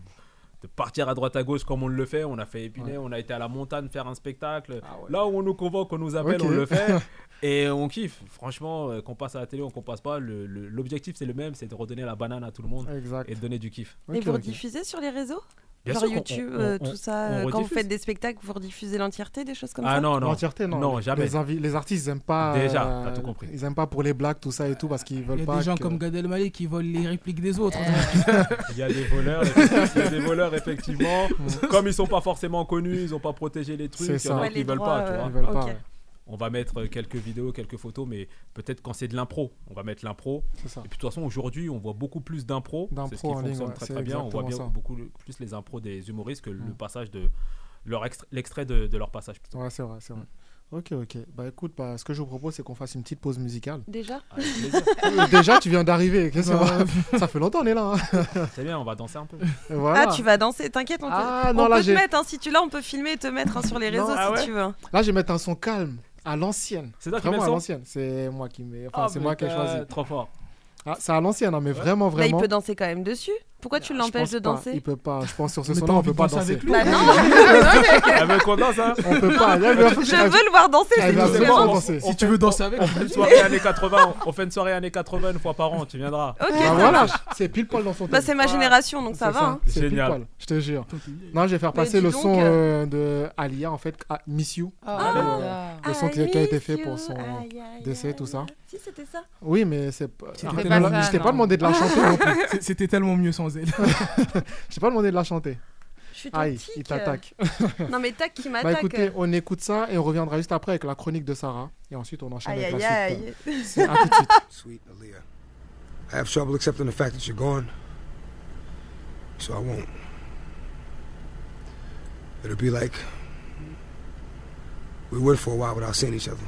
[SPEAKER 5] de partir à droite à gauche comme on le fait. On a fait Épinay, on a été à la montagne faire un spectacle. Là où on nous convoque, on nous appelle,
[SPEAKER 2] Ah Ok.
[SPEAKER 5] on le fait. Et on kiffe. Franchement, euh, qu'on passe à la télé ou qu'on passe pas, le- le- l'objectif, c'est le même c'est de redonner la banane à tout le monde
[SPEAKER 2] Exact.
[SPEAKER 5] et de donner du kiff.
[SPEAKER 8] Et
[SPEAKER 2] Ok,
[SPEAKER 8] vous
[SPEAKER 2] ok.
[SPEAKER 8] rediffusez sur les réseaux
[SPEAKER 5] Bien
[SPEAKER 8] Genre
[SPEAKER 5] sûr qu'on-
[SPEAKER 8] YouTube,
[SPEAKER 5] on-
[SPEAKER 8] euh,
[SPEAKER 5] on-
[SPEAKER 8] tout ça.
[SPEAKER 5] on
[SPEAKER 8] euh, quand vous
[SPEAKER 5] rediffuse.
[SPEAKER 8] faites des spectacles, vous rediffusez l'entièreté des choses comme
[SPEAKER 5] Ah
[SPEAKER 8] ça
[SPEAKER 5] non, non.
[SPEAKER 2] L'entièreté, non.
[SPEAKER 5] Non,
[SPEAKER 2] Les-
[SPEAKER 5] jamais.
[SPEAKER 2] Les, invi- les artistes, ils aiment pas. euh,
[SPEAKER 5] Déjà, t'as tout compris.
[SPEAKER 2] Ils aiment pas pour les blagues, tout ça et tout, parce qu'ils
[SPEAKER 3] Il
[SPEAKER 2] veulent
[SPEAKER 3] y
[SPEAKER 2] pas.
[SPEAKER 3] a des gens
[SPEAKER 2] que-
[SPEAKER 3] comme Gad Elmaleh qui volent les répliques des autres.
[SPEAKER 5] Il y a des voleurs, il y a des voleurs, effectivement. Comme ils sont pas forcément connus, ils ont pas protégé les trucs,
[SPEAKER 2] C'est
[SPEAKER 5] il y en
[SPEAKER 2] ça.
[SPEAKER 5] a
[SPEAKER 8] Ouais,
[SPEAKER 5] qui
[SPEAKER 8] les
[SPEAKER 5] veulent
[SPEAKER 8] droits,
[SPEAKER 5] pas, tu
[SPEAKER 8] euh,
[SPEAKER 5] vois.
[SPEAKER 2] Ils veulent pas,
[SPEAKER 8] Ok.
[SPEAKER 2] ouais.
[SPEAKER 5] On va mettre quelques vidéos, quelques photos, mais peut-être quand c'est de l'impro, on va mettre l'impro.
[SPEAKER 2] C'est ça.
[SPEAKER 5] Et puis de toute façon, aujourd'hui, on voit beaucoup plus d'impro. C'est ce
[SPEAKER 2] D'impro
[SPEAKER 5] qui
[SPEAKER 2] en ligne,
[SPEAKER 5] fonctionne
[SPEAKER 2] ouais,
[SPEAKER 5] très
[SPEAKER 2] c'est
[SPEAKER 5] très bien. On voit bien
[SPEAKER 2] exactement ça.
[SPEAKER 5] beaucoup le- plus les impros des humoristes que le
[SPEAKER 2] Mm.
[SPEAKER 5] passage de leur extra- l'extrait de, de leur passage. plutôt.
[SPEAKER 2] Ouais, c'est vrai, c'est vrai. Ok, ok. Bah écoute, bah, ce que je vous propose, c'est qu'on fasse une petite pause musicale.
[SPEAKER 8] Déjà
[SPEAKER 5] Avec plaisir.
[SPEAKER 2] Déjà, tu viens d'arriver. qu'est-ce que ça va Ça fait longtemps, on est là. hein.
[SPEAKER 5] c'est bien, on va danser un peu.
[SPEAKER 2] Et Voilà.
[SPEAKER 8] Ah, tu vas danser, t'inquiète, on, te-
[SPEAKER 2] Ah,
[SPEAKER 8] on
[SPEAKER 2] non, là,
[SPEAKER 8] peut te
[SPEAKER 2] j'ai-
[SPEAKER 8] mettre. hein, si tu l'as, on peut filmer et te mettre hein, sur les
[SPEAKER 2] Non.
[SPEAKER 8] réseaux
[SPEAKER 5] Ah
[SPEAKER 8] si
[SPEAKER 5] ouais
[SPEAKER 8] tu veux. hein.
[SPEAKER 2] Là, je vais mettre un son calme, à l'ancienne.
[SPEAKER 5] C'est toi qui mets
[SPEAKER 2] Vraiment
[SPEAKER 5] le
[SPEAKER 2] à
[SPEAKER 5] son
[SPEAKER 2] l'ancienne. C'est moi qui mets. Enfin,
[SPEAKER 5] Ah,
[SPEAKER 2] c'est
[SPEAKER 5] mais
[SPEAKER 2] moi qui ai
[SPEAKER 5] t'as-
[SPEAKER 2] choisi.
[SPEAKER 5] Trop fort.
[SPEAKER 2] Ah, c'est à l'ancienne, hein, mais vraiment,
[SPEAKER 8] Bah, il
[SPEAKER 2] vraiment.
[SPEAKER 8] peut danser quand même dessus. Pourquoi tu
[SPEAKER 2] Je
[SPEAKER 8] l'empêches
[SPEAKER 2] pense
[SPEAKER 8] de
[SPEAKER 2] pas,
[SPEAKER 8] danser
[SPEAKER 2] Il peut pas. Je pense sur ce
[SPEAKER 3] Mais
[SPEAKER 2] son
[SPEAKER 3] t'as
[SPEAKER 2] on
[SPEAKER 3] envie
[SPEAKER 2] peut
[SPEAKER 3] de
[SPEAKER 2] pas
[SPEAKER 3] danser
[SPEAKER 2] danser.
[SPEAKER 3] avec lui
[SPEAKER 8] Bah non,
[SPEAKER 5] Elle veut qu'on danse, hein
[SPEAKER 2] On peut pas. Elle veut- elle veut-
[SPEAKER 8] je veux le voir danser,
[SPEAKER 2] elle
[SPEAKER 8] c'est
[SPEAKER 2] veut
[SPEAKER 8] tout.
[SPEAKER 2] absolument
[SPEAKER 5] différent.
[SPEAKER 2] danser.
[SPEAKER 3] Si tu veux danser avec,
[SPEAKER 5] On fait une soirée années 80, on fait une soirée années 80 une fois par an, tu viendras.
[SPEAKER 8] Ok,
[SPEAKER 2] Ah,
[SPEAKER 8] ça
[SPEAKER 2] voilà,
[SPEAKER 8] marche.
[SPEAKER 2] c'est pile poil dans son
[SPEAKER 8] Bah,
[SPEAKER 2] thème.
[SPEAKER 8] c'est ma génération, donc ça
[SPEAKER 2] C'est
[SPEAKER 8] va. hein.
[SPEAKER 2] C'est pile
[SPEAKER 5] Génial.
[SPEAKER 2] poil, je te jure. Non, je vais faire
[SPEAKER 8] Mais
[SPEAKER 2] passer
[SPEAKER 8] dis
[SPEAKER 2] le
[SPEAKER 8] donc,
[SPEAKER 2] son
[SPEAKER 8] euh,
[SPEAKER 2] euh, de Alia, en fait, à Miss You.
[SPEAKER 7] Ah,
[SPEAKER 2] Euh,
[SPEAKER 7] là.
[SPEAKER 2] le son qui
[SPEAKER 8] I
[SPEAKER 2] qui a été
[SPEAKER 8] miss
[SPEAKER 2] fait
[SPEAKER 8] you,
[SPEAKER 2] pour son
[SPEAKER 8] aïe, aïe,
[SPEAKER 2] décès, tout ça.
[SPEAKER 8] aïe. Si, c'était ça.
[SPEAKER 2] Oui, mais c'est pas.
[SPEAKER 3] C'était
[SPEAKER 2] Arrête,
[SPEAKER 3] pas
[SPEAKER 2] de
[SPEAKER 3] ça,
[SPEAKER 2] la- je t'ai
[SPEAKER 7] non.
[SPEAKER 5] hein.
[SPEAKER 2] pas demandé de la chanter non plus.
[SPEAKER 3] C'est- C'était tellement mieux sans elle.
[SPEAKER 2] Je t'ai pas demandé de la chanter.
[SPEAKER 8] Je suis ton
[SPEAKER 2] Aïe,
[SPEAKER 8] tic,
[SPEAKER 2] il t'attaque.
[SPEAKER 8] euh. Non, mais tac qui
[SPEAKER 2] Bah
[SPEAKER 8] m'attaque.
[SPEAKER 2] écoutez, on écoute ça et on reviendra juste après avec la chronique de Sarah. Et ensuite, on enchaîne
[SPEAKER 8] Aïe, aïe,
[SPEAKER 2] avec la suite.
[SPEAKER 8] aïe.
[SPEAKER 2] euh, c'est- à tout de suite.
[SPEAKER 9] Sweet Aaliyah. I have trouble accepting the fact that you're gone. So I won't. It'll be like we went for a while without seeing each other.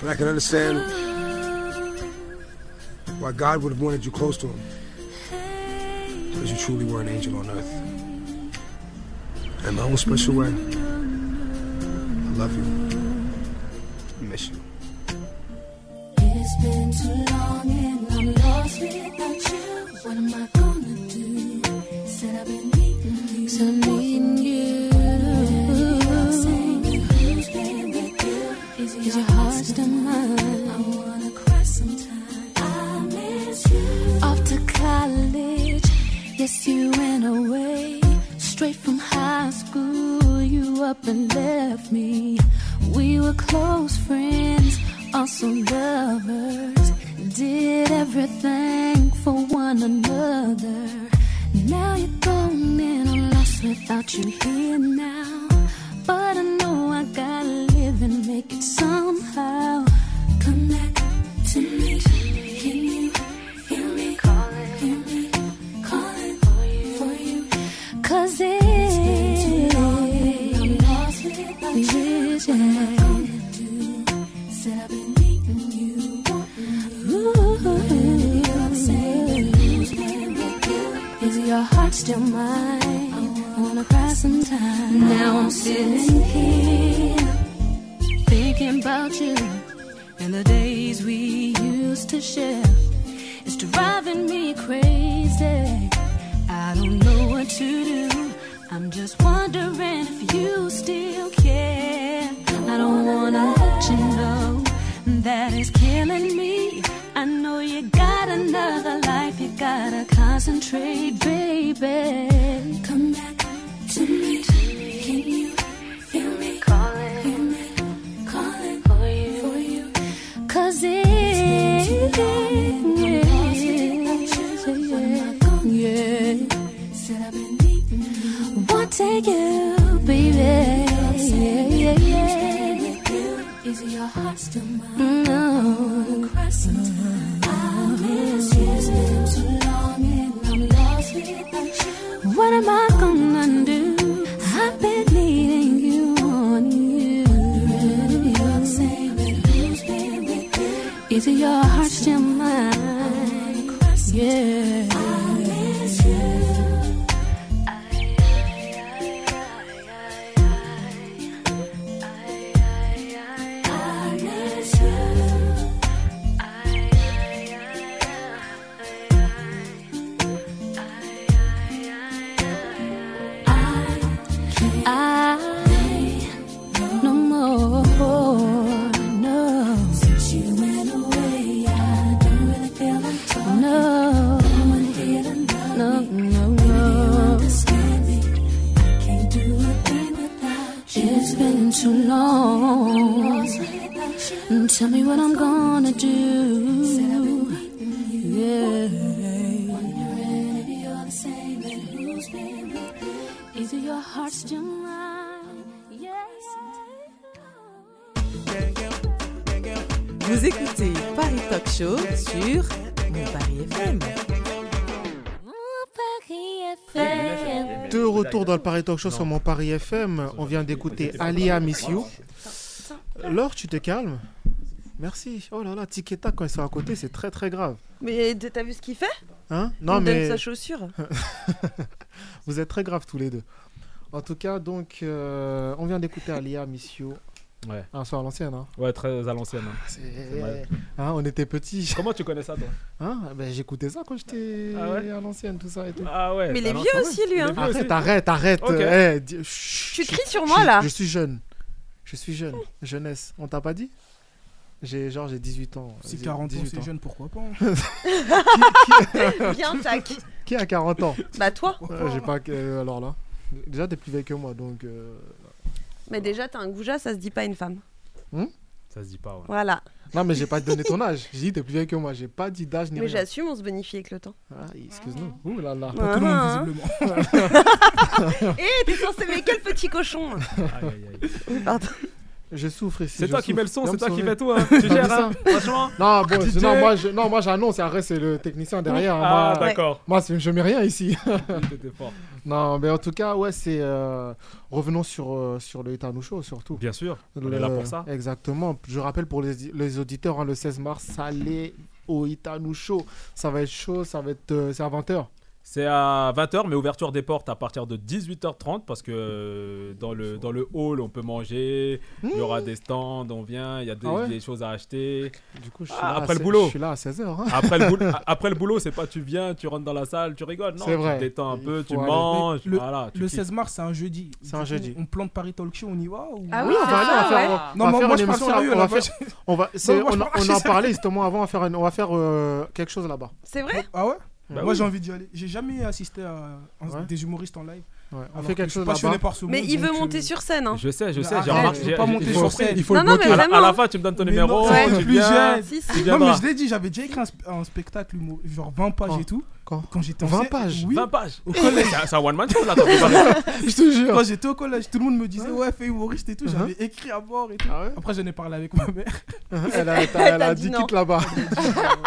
[SPEAKER 9] But I can understand why God would have wanted you close to him. Because you truly were an angel on earth. In my own special way, I love you. I miss you.
[SPEAKER 1] It's been too long and I'm lost without you. What am I gonna do? Said I've been needing you. So needing you. I'm saying, who's been with you? Is, it your heart still mine? I wanna cry sometime. I miss you. Off to college. Yes, you went away. Straight from high school, you up and left me. We were close friends, also lovers. Did everything for one another. Now you're gone and I'm lost without you here now. But I know I gotta live and make it somehow. Come back to me. Can you hear me? Hear me calling for you. Cause it's been too long still mine. I wanna cry sometime. Now I'm sitting here thinking about you and the days we used to share. It's driving me crazy. I don't know what to do. I'm just wondering if you still care. I don't wanna let you know that it's killing me. I know you got another life, you gotta concentrate, baby. Come back to me. Can you hear me calling? Hear me calling for you? For you. Cause it's What take you, baby? Yeah, yeah, yeah. Is your heart still mine? No. I miss you. It's been too long and I'm lost without you. What am I gonna do? I've been needing you on you. Is your heart still mine? Yeah. I no more, no. Since you went away, I don't really feel like talking. No, no one didn't love no, me. No, no, understand me. I can't do a thing without you. It's been too long. And Tell me what I'm gonna do. Yeah. Wondering if you're the same and who's been with you. Is it your heart still mine?
[SPEAKER 10] Vous écoutez Paris Talk Show sur Mon Paris FM.
[SPEAKER 2] De retour dans le Paris Talk Show sur mon Paris FM, on vient d'écouter Alia Miss You. Laure, tu te calmes Merci. Oh là là, Tic et Tac, quand ils sont à côté, c'est très très grave.
[SPEAKER 8] Mais t'as vu ce qu'il fait
[SPEAKER 2] Hein
[SPEAKER 8] Il
[SPEAKER 2] Non,
[SPEAKER 8] me
[SPEAKER 2] mais-
[SPEAKER 8] donne sa chaussure.
[SPEAKER 2] Vous êtes très graves tous les deux. En tout cas, donc, euh, on vient d'écouter Alia Miss You.
[SPEAKER 5] Ouais.
[SPEAKER 2] Un soir à l'ancienne, hein.
[SPEAKER 5] Ouais, très à l'ancienne. hein.
[SPEAKER 2] Ah, C'est
[SPEAKER 5] vrai.
[SPEAKER 2] Hein, on était petits.
[SPEAKER 5] Comment tu connais ça, toi
[SPEAKER 2] Hein ben, J'écoutais ça quand j'étais
[SPEAKER 5] Ah ouais
[SPEAKER 2] à l'ancienne, tout ça et tout.
[SPEAKER 5] Ah ouais.
[SPEAKER 8] Mais il est
[SPEAKER 5] t'as
[SPEAKER 8] vieux
[SPEAKER 5] l'ancienne.
[SPEAKER 8] aussi, lui,
[SPEAKER 5] Il est
[SPEAKER 8] hein.
[SPEAKER 5] vieux aussi.
[SPEAKER 2] Arrête, arrête, arrête.
[SPEAKER 5] Ok.
[SPEAKER 2] euh, eh, di- chut,
[SPEAKER 8] Tu
[SPEAKER 2] chut,
[SPEAKER 8] cries sur
[SPEAKER 2] je
[SPEAKER 8] moi,
[SPEAKER 2] suis-
[SPEAKER 8] là.
[SPEAKER 2] Je suis jeune. Je suis jeune. Jeunesse. On t'a pas dit J'ai genre j'ai 18 ans.
[SPEAKER 3] Si
[SPEAKER 2] J'ai
[SPEAKER 3] 40 ans,
[SPEAKER 2] 18
[SPEAKER 3] c'est jeune, pourquoi pas hein
[SPEAKER 8] Bien tac.
[SPEAKER 2] euh, Qui a 40 ans
[SPEAKER 8] Bah toi.
[SPEAKER 2] Euh, J'ai pas. euh, alors là. Déjà t'es plus vieille que moi donc. euh,
[SPEAKER 8] Mais déjà, t'as un goujat, ça se dit pas à une femme.
[SPEAKER 5] Ça se dit pas, ouais.
[SPEAKER 8] Voilà.
[SPEAKER 2] hmm? Non mais j'ai pas donné ton âge. J'ai dit t'es plus vieille que moi. J'ai pas dit d'âge ni
[SPEAKER 8] Mais
[SPEAKER 2] rien.
[SPEAKER 8] j'assume, on se bonifie avec le temps.
[SPEAKER 2] Ah, excuse-nous. Ouh là là.
[SPEAKER 8] Pas tout le monde,
[SPEAKER 2] visiblement.
[SPEAKER 8] Eh, t'es censé, mais quel petit cochon
[SPEAKER 2] Ah,
[SPEAKER 8] Pardon.
[SPEAKER 2] Je souffre ici.
[SPEAKER 5] C'est
[SPEAKER 2] je
[SPEAKER 5] toi qui
[SPEAKER 2] souffre.
[SPEAKER 5] mets le son,
[SPEAKER 2] Viens
[SPEAKER 5] c'est
[SPEAKER 2] me
[SPEAKER 5] toi qui
[SPEAKER 2] sauver.
[SPEAKER 5] fais tout, hein. Tu
[SPEAKER 2] Non, mais
[SPEAKER 5] gères,
[SPEAKER 2] ça-
[SPEAKER 5] hein, franchement.
[SPEAKER 2] Non, bon,
[SPEAKER 5] DJ.
[SPEAKER 2] non, moi, je- non, moi j'annonce, après c'est le technicien derrière. hein,
[SPEAKER 5] Ah,
[SPEAKER 2] moi-
[SPEAKER 5] d'accord.
[SPEAKER 2] Moi, c'est- je mets rien ici.
[SPEAKER 5] T'étais fort.
[SPEAKER 2] non, mais en tout cas, ouais, c'est. euh, Revenons sur, euh, sur le Eternal Show surtout.
[SPEAKER 5] Bien sûr, on est là pour ça.
[SPEAKER 2] Exactement. Je rappelle pour les, les auditeurs, hein, le 16 mars, allez au Itanu Show. Ça va être chaud, ça va être. euh, c'est à 20h.
[SPEAKER 5] C'est à 20h, mais ouverture des portes à partir de 18h30 parce que euh, dans le, dans le hall, on peut manger, il y aura des stands, on vient, il y a des,
[SPEAKER 2] Mmh. Ah ouais
[SPEAKER 5] des choses à acheter.
[SPEAKER 2] Du coup, je suis là
[SPEAKER 5] Ah,
[SPEAKER 2] à
[SPEAKER 5] après le
[SPEAKER 2] se-
[SPEAKER 5] boulot.
[SPEAKER 2] je suis là à 16 heures, hein.
[SPEAKER 5] Après le boulot, après le boulot, c'est pas tu viens, tu rentres dans la salle, tu rigoles. Non,
[SPEAKER 2] C'est vrai.
[SPEAKER 5] tu te détends un
[SPEAKER 2] Il
[SPEAKER 5] peu,
[SPEAKER 2] faut
[SPEAKER 5] tu
[SPEAKER 2] aller.
[SPEAKER 5] manges.
[SPEAKER 3] Le,
[SPEAKER 5] voilà, tu
[SPEAKER 3] le
[SPEAKER 5] kiffes.
[SPEAKER 3] 16 mars, c'est un jeudi.
[SPEAKER 2] C'est un
[SPEAKER 3] Du coup,
[SPEAKER 2] jeudi.
[SPEAKER 3] On plante Paris Talk Show, on y va ou-
[SPEAKER 2] Ah oui, on va aller, on va faire- on
[SPEAKER 3] Non,
[SPEAKER 2] va
[SPEAKER 3] mais moi
[SPEAKER 2] faire une
[SPEAKER 3] je parle
[SPEAKER 2] émission, là,
[SPEAKER 3] sérieux
[SPEAKER 2] on va
[SPEAKER 3] là.
[SPEAKER 2] faire- on va- c'est-
[SPEAKER 3] moi, je
[SPEAKER 2] on a-
[SPEAKER 3] parle
[SPEAKER 2] on en
[SPEAKER 3] sérieux.
[SPEAKER 2] parlait justement avant, on va faire, un- on va faire euh, quelque chose là-bas.
[SPEAKER 8] C'est vrai
[SPEAKER 3] Ah ouais
[SPEAKER 2] Bah
[SPEAKER 3] Moi
[SPEAKER 2] oui.
[SPEAKER 3] j'ai envie d'y aller. J'ai jamais assisté à un-
[SPEAKER 2] Ouais.
[SPEAKER 3] des humoristes en live.
[SPEAKER 2] Ouais, on
[SPEAKER 3] Alors
[SPEAKER 2] fait
[SPEAKER 3] que
[SPEAKER 2] quelque
[SPEAKER 3] je suis
[SPEAKER 2] chose
[SPEAKER 3] passionné
[SPEAKER 2] là-bas.
[SPEAKER 3] par ce
[SPEAKER 8] Mais
[SPEAKER 3] monde,
[SPEAKER 8] il veut
[SPEAKER 3] donc, euh,
[SPEAKER 8] monter sur scène. Hein.
[SPEAKER 5] Je sais, je
[SPEAKER 3] Mais
[SPEAKER 2] Ah,
[SPEAKER 5] sais,
[SPEAKER 3] arrête,
[SPEAKER 5] j'ai remarqué.
[SPEAKER 3] faut
[SPEAKER 5] j'ai-
[SPEAKER 3] pas
[SPEAKER 5] j'ai-
[SPEAKER 3] monter
[SPEAKER 5] il faut-
[SPEAKER 3] sur scène.
[SPEAKER 5] il faut
[SPEAKER 3] Non,
[SPEAKER 5] le
[SPEAKER 3] non,
[SPEAKER 5] bloquer.
[SPEAKER 3] mais
[SPEAKER 5] À la- à la
[SPEAKER 3] vraiment.
[SPEAKER 5] fin, tu me donnes ton
[SPEAKER 3] Mais
[SPEAKER 5] numéro.
[SPEAKER 3] non,
[SPEAKER 5] tu
[SPEAKER 3] plus
[SPEAKER 5] viens,
[SPEAKER 3] jeune.
[SPEAKER 5] tu
[SPEAKER 3] Non, mais
[SPEAKER 5] viendras.
[SPEAKER 3] je l'ai dit, j'avais déjà écrit un, sp- un spectacle, humour- genre 20 pages et tout.
[SPEAKER 2] Quand,
[SPEAKER 3] j'étais en
[SPEAKER 5] 20
[SPEAKER 3] C-
[SPEAKER 5] pages
[SPEAKER 3] oui,
[SPEAKER 5] 20 pages
[SPEAKER 3] Au collège.
[SPEAKER 5] C'est un- c'est un one-man show, là, t'en fais pas.
[SPEAKER 2] Je te jure.
[SPEAKER 3] Quand j'étais au collège, tout le monde me disait, ouais, fais humoriste et tout. J'avais
[SPEAKER 2] Mhm.
[SPEAKER 3] écrit à bord et tout. Après, j'en ai parlé avec ma mère.
[SPEAKER 2] Uh-huh. Elle a- elle a- elle a dit quitte là-bas.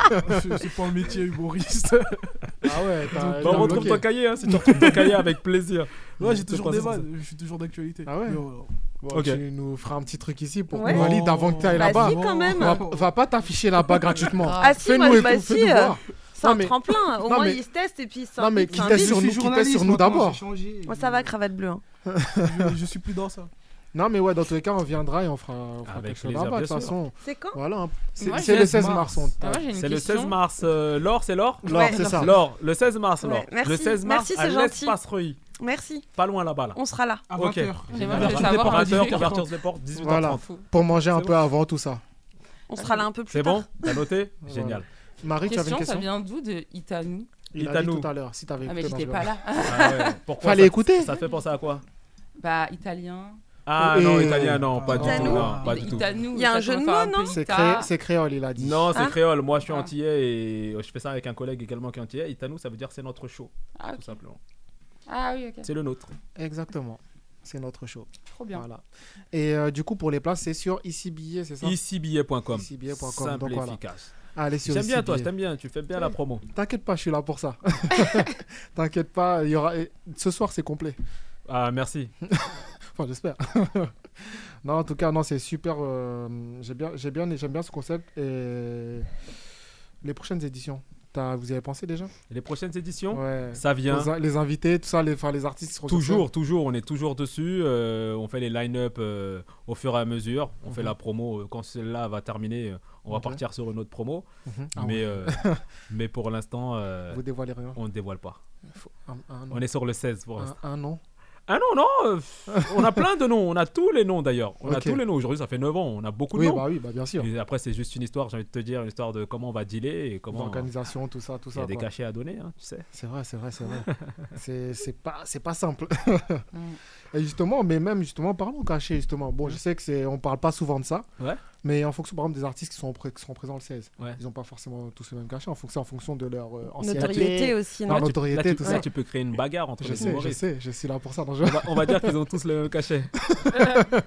[SPEAKER 3] C'est- C'est pas un métier humoriste.
[SPEAKER 2] Ah ouais, t'as-
[SPEAKER 3] Donc,
[SPEAKER 2] t'as
[SPEAKER 3] bah, on retrouve
[SPEAKER 2] bloqué.
[SPEAKER 3] ton cahier, hein, si tu retrouves ton cahier avec plaisir. Ouais, j'ai
[SPEAKER 2] C'est
[SPEAKER 3] toujours
[SPEAKER 2] pas
[SPEAKER 3] des
[SPEAKER 2] ça,
[SPEAKER 3] vannes, je suis toujours d'actualité.
[SPEAKER 2] Ah ouais
[SPEAKER 3] Mais voilà.
[SPEAKER 2] Bon,
[SPEAKER 3] Ok.
[SPEAKER 2] Tu nous feras un petit truc ici pour
[SPEAKER 3] Ouais.
[SPEAKER 2] qu'on valide avant que tu ailles
[SPEAKER 3] Bah
[SPEAKER 2] là-bas.
[SPEAKER 3] si, quand même.
[SPEAKER 2] Va, va pas t'afficher là-bas gratuitement.
[SPEAKER 3] Ah si,
[SPEAKER 2] Fais-nous
[SPEAKER 3] moi,
[SPEAKER 2] écou-
[SPEAKER 3] bah si,
[SPEAKER 2] fais-nous
[SPEAKER 3] euh,
[SPEAKER 2] voir.
[SPEAKER 8] C'est un tremplin. Au
[SPEAKER 2] Non,
[SPEAKER 8] moins,
[SPEAKER 2] mais-
[SPEAKER 8] ils se testent et puis ils se
[SPEAKER 2] Non, mais
[SPEAKER 8] ils
[SPEAKER 2] qui teste
[SPEAKER 8] s'invitent.
[SPEAKER 2] sur nous, qui teste sur nous d'abord.
[SPEAKER 8] Moi, ça va, cravate bleue. hein.
[SPEAKER 2] je,
[SPEAKER 3] suis plus dans ça.
[SPEAKER 2] Non, mais ouais, dans tous les cas, on viendra et on fera, on fera
[SPEAKER 5] Avec
[SPEAKER 2] quelque chose
[SPEAKER 5] plaisir,
[SPEAKER 2] là-bas de
[SPEAKER 5] bien
[SPEAKER 2] toute
[SPEAKER 5] sûr.
[SPEAKER 2] façon.
[SPEAKER 8] C'est quand
[SPEAKER 2] Voilà, hein. c'est
[SPEAKER 5] Moi,
[SPEAKER 2] c'est
[SPEAKER 5] j'ai-
[SPEAKER 2] le 16 mars. on-
[SPEAKER 8] Ah, moi, j'ai une
[SPEAKER 5] C'est le
[SPEAKER 8] question.
[SPEAKER 5] 16 mars. euh, Laure, c'est Laure
[SPEAKER 2] Laure, Ouais. c'est ça.
[SPEAKER 5] Laure, le 16 mars, Laure.
[SPEAKER 8] Ouais, merci.
[SPEAKER 5] Le 16 mars,
[SPEAKER 8] Merci,
[SPEAKER 5] à
[SPEAKER 8] c'est gentil.
[SPEAKER 5] l'espace Reuilly.
[SPEAKER 8] Merci.
[SPEAKER 5] Pas loin là-bas, là.
[SPEAKER 8] On sera là. À
[SPEAKER 5] Ok.
[SPEAKER 8] 20h. J'ai même
[SPEAKER 5] Ouverture
[SPEAKER 8] fait savoir
[SPEAKER 5] des
[SPEAKER 8] à
[SPEAKER 5] portes,
[SPEAKER 8] 18h30.
[SPEAKER 5] ouverture des portes, 18h30.
[SPEAKER 2] Voilà, pour manger un peu avant tout ça.
[SPEAKER 8] On sera là un peu plus
[SPEAKER 5] C'est
[SPEAKER 8] tard.
[SPEAKER 5] bon T'as noté
[SPEAKER 2] Voilà.
[SPEAKER 5] Génial.
[SPEAKER 2] Marie, tu avais une
[SPEAKER 7] Ça
[SPEAKER 2] question
[SPEAKER 7] vient d'où de Itanou
[SPEAKER 2] Il a dit Itanou. tout à l'heure, si t'avais
[SPEAKER 7] Ah, mais
[SPEAKER 2] écouté,
[SPEAKER 7] j'étais
[SPEAKER 2] non,
[SPEAKER 7] pas
[SPEAKER 2] je
[SPEAKER 7] là.
[SPEAKER 2] vois. Ah ouais, pourquoi Fallait ça- écouter.
[SPEAKER 5] ça te fait penser à quoi
[SPEAKER 7] Bah, italien.
[SPEAKER 5] Ah
[SPEAKER 2] Et-
[SPEAKER 5] non, italien, non, pas du tout.
[SPEAKER 7] Itanou.
[SPEAKER 5] non, pas du tout.
[SPEAKER 7] Itanou,
[SPEAKER 8] Il y a
[SPEAKER 7] ça
[SPEAKER 8] un jeu de
[SPEAKER 7] commence à
[SPEAKER 8] mots,
[SPEAKER 7] un peu
[SPEAKER 8] non
[SPEAKER 2] C'est
[SPEAKER 7] Ita.
[SPEAKER 2] créé- c'est créole, il a dit.
[SPEAKER 5] Non, c'est
[SPEAKER 8] Ah.
[SPEAKER 5] créole. Moi, je suis antillais et euh, je fais ça avec un collègue également qui est antillais. Itanou, ça veut dire c'est notre show.
[SPEAKER 7] Ah,
[SPEAKER 5] Tout simplement.
[SPEAKER 7] Ah oui, ok.
[SPEAKER 5] C'est le nôtre.
[SPEAKER 2] Exactement. C'est notre show.
[SPEAKER 7] Trop bien.
[SPEAKER 2] Voilà. Et euh, du coup, pour les places, c'est sur ici billets, c'est ça
[SPEAKER 5] icibillet.com.
[SPEAKER 2] icibillet.com,
[SPEAKER 5] Simple
[SPEAKER 2] donc
[SPEAKER 5] et
[SPEAKER 2] voilà.
[SPEAKER 5] efficace.
[SPEAKER 2] Allez sur
[SPEAKER 5] J'aime bien,
[SPEAKER 2] ici
[SPEAKER 5] toi, je
[SPEAKER 2] billets.
[SPEAKER 5] t'aime bien. Tu fais bien la promo.
[SPEAKER 2] T'inquiète pas, je suis là pour ça. T'inquiète pas, il y aura. et Ce soir, c'est complet.
[SPEAKER 5] Ah, merci.
[SPEAKER 2] Enfin, j'espère. non, en tout cas, non, c'est super. euh, j'ai bien, j'ai bien, j'aime bien ce concept et les prochaines éditions. t'as- vous y avez pensé déjà
[SPEAKER 5] Les prochaines éditions,
[SPEAKER 2] Ouais.
[SPEAKER 5] ça vient.
[SPEAKER 2] Les, in- les invités, tout ça, les, enfin, les artistes. qui seront sur
[SPEAKER 5] Toujours,
[SPEAKER 2] scène.
[SPEAKER 5] toujours, on est toujours dessus. euh, on fait les line-up euh, au fur et à mesure. On fait
[SPEAKER 2] Mhm.
[SPEAKER 5] la promo. euh, Quand celle-là va terminer, euh, on va
[SPEAKER 2] Ok.
[SPEAKER 5] partir sur une autre promo.
[SPEAKER 2] Mhm. Ah
[SPEAKER 5] mais,
[SPEAKER 2] ouais.
[SPEAKER 5] euh, mais pour l'instant, euh,
[SPEAKER 2] Vous dévoilez rien.
[SPEAKER 5] on ne dévoile pas.
[SPEAKER 2] un- un an.
[SPEAKER 5] on est sur le 16 pour l'instant.
[SPEAKER 2] Un, un nom.
[SPEAKER 5] Ah non, non, euh, pff, on a plein de noms, on a tous les noms d'ailleurs. On a
[SPEAKER 2] Ok.
[SPEAKER 5] tous les noms. Aujourd'hui, ça fait 9 ans, on a beaucoup de
[SPEAKER 2] Oui,
[SPEAKER 5] noms.
[SPEAKER 2] bah oui, bah bien sûr.
[SPEAKER 5] Et après, c'est juste une histoire, j'ai envie de te dire, une histoire de comment on va dealer et comment.
[SPEAKER 2] L'organisation, tout ça, tout
[SPEAKER 5] Il y
[SPEAKER 2] ça.
[SPEAKER 5] a des
[SPEAKER 2] quoi.
[SPEAKER 5] cachets à donner, hein, tu sais.
[SPEAKER 2] C'est vrai, c'est vrai, c'est vrai. c'est, c'est pas, c'est pas simple. Et justement, mais même justement, parlons cachet justement. Bon, je sais que c'est, on parle pas souvent de ça.
[SPEAKER 5] Ouais.
[SPEAKER 2] Mais en fonction, par exemple, des artistes qui sont, pré- qui sont présents le 16,
[SPEAKER 5] Ouais.
[SPEAKER 2] ils n'ont pas forcément tous le même cachet. En fonction, en fonction de leur euh, ancienneté,
[SPEAKER 8] Notoriété aussi, non
[SPEAKER 2] leur
[SPEAKER 8] Là, tu-
[SPEAKER 2] notoriété,
[SPEAKER 5] Là, tu,
[SPEAKER 2] tout
[SPEAKER 5] là,
[SPEAKER 2] ça.
[SPEAKER 5] tu peux créer une bagarre entre
[SPEAKER 2] je
[SPEAKER 5] les
[SPEAKER 2] sais, je
[SPEAKER 5] humoristes.
[SPEAKER 2] sais, je suis là pour ça. non, je-
[SPEAKER 5] On va, on va dire qu'ils ont tous le même cachet.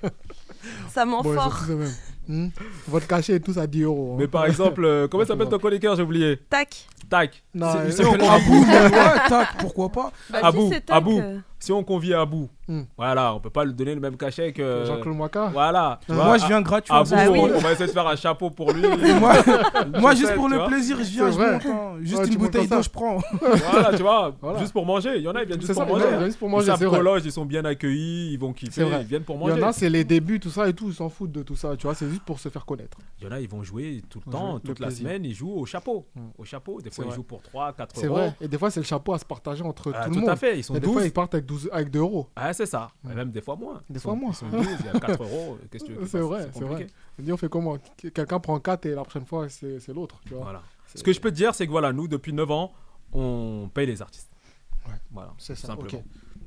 [SPEAKER 8] Ça m'en
[SPEAKER 2] Bon, ils ont
[SPEAKER 8] fort.
[SPEAKER 2] tous le même. Hmm Votre cachet et tout à 10 euros. hein.
[SPEAKER 5] Mais par exemple, euh, comment s'appelle ton chroniqueur J'ai oublié.
[SPEAKER 8] Tac.
[SPEAKER 5] Tac.
[SPEAKER 2] Non,
[SPEAKER 5] Si-
[SPEAKER 2] euh,
[SPEAKER 5] si on
[SPEAKER 2] il s'appelle
[SPEAKER 5] convie-
[SPEAKER 2] Abou, mais ouais,
[SPEAKER 3] tac, pourquoi pas
[SPEAKER 2] Bah si,
[SPEAKER 5] Abou,
[SPEAKER 2] c'est tac,
[SPEAKER 5] Abou.
[SPEAKER 2] euh.
[SPEAKER 5] Si on convie Abou,
[SPEAKER 2] Hmm.
[SPEAKER 5] voilà, on peut pas lui donner le même cachet que.
[SPEAKER 2] Jean-Claude Moaka
[SPEAKER 5] Voilà. tu
[SPEAKER 3] Euh,
[SPEAKER 5] vois,
[SPEAKER 3] moi, je
[SPEAKER 5] à-
[SPEAKER 3] viens gratuit,
[SPEAKER 5] Abou,
[SPEAKER 3] ça, oui.
[SPEAKER 5] on, on va essayer de faire un chapeau pour lui.
[SPEAKER 3] moi, moi,
[SPEAKER 5] Une chaussette,
[SPEAKER 3] juste pour
[SPEAKER 5] tu
[SPEAKER 3] le
[SPEAKER 5] vois.
[SPEAKER 3] plaisir, je viens, je monte. hein. Juste une bouteille d'eau, je prends.
[SPEAKER 5] voilà, tu vois,
[SPEAKER 3] Voilà.
[SPEAKER 5] juste pour manger. Il y en a, ils viennent juste
[SPEAKER 3] C'est
[SPEAKER 5] pour
[SPEAKER 3] ça, il y en a,
[SPEAKER 5] manger.
[SPEAKER 3] ils viennent juste pour manger,
[SPEAKER 5] Ils savent
[SPEAKER 2] c'est vrai.
[SPEAKER 5] qu'au loge, ils sont bien accueillis, ils vont
[SPEAKER 2] C'est
[SPEAKER 5] kiffer,
[SPEAKER 2] vrai.
[SPEAKER 5] ils viennent pour
[SPEAKER 2] Il
[SPEAKER 5] manger.
[SPEAKER 2] y en a, c'est les débuts, tout ça et tout. Ils s'en foutent de tout ça, tu vois. C'est juste pour se faire connaître.
[SPEAKER 5] Il y en a, ils vont jouer tout le
[SPEAKER 2] Ils vont
[SPEAKER 5] temps,
[SPEAKER 2] jouer,
[SPEAKER 5] toute
[SPEAKER 2] le
[SPEAKER 5] la
[SPEAKER 2] plaisir.
[SPEAKER 5] semaine, ils jouent au chapeau.
[SPEAKER 3] Mm.
[SPEAKER 5] Au chapeau, des
[SPEAKER 2] C'est
[SPEAKER 5] fois, ils
[SPEAKER 2] vrai.
[SPEAKER 5] jouent pour 3, 4 euros.
[SPEAKER 2] C'est vrai. Et des fois, c'est le chapeau à se partager entre
[SPEAKER 5] Ah,
[SPEAKER 2] tout le
[SPEAKER 5] tout à
[SPEAKER 2] monde.
[SPEAKER 5] fait, ils sont
[SPEAKER 2] et des fois,
[SPEAKER 5] 12.
[SPEAKER 2] ils partent avec, 12, avec 2 euros.
[SPEAKER 5] Ah, c'est ça. Et Même des fois moins.
[SPEAKER 2] Des
[SPEAKER 5] Ils
[SPEAKER 2] fois
[SPEAKER 5] sont-
[SPEAKER 2] moins.
[SPEAKER 5] Ils sont 12, il y a 4 euros. Qu'est-ce que tu veux que
[SPEAKER 2] C'est
[SPEAKER 5] fasse
[SPEAKER 2] vrai, c'est vrai.
[SPEAKER 5] compliqué.
[SPEAKER 2] On dit, on fait comment Quelqu'un prend 4 et la prochaine fois, c'est c'est l'autre. tu vois.
[SPEAKER 5] Voilà.
[SPEAKER 2] C'est-
[SPEAKER 5] Ce que je peux te dire, c'est que voilà, nous, depuis 9 ans, on paye les artistes. Voilà,
[SPEAKER 2] C'est ça,
[SPEAKER 5] simplement.
[SPEAKER 2] ok.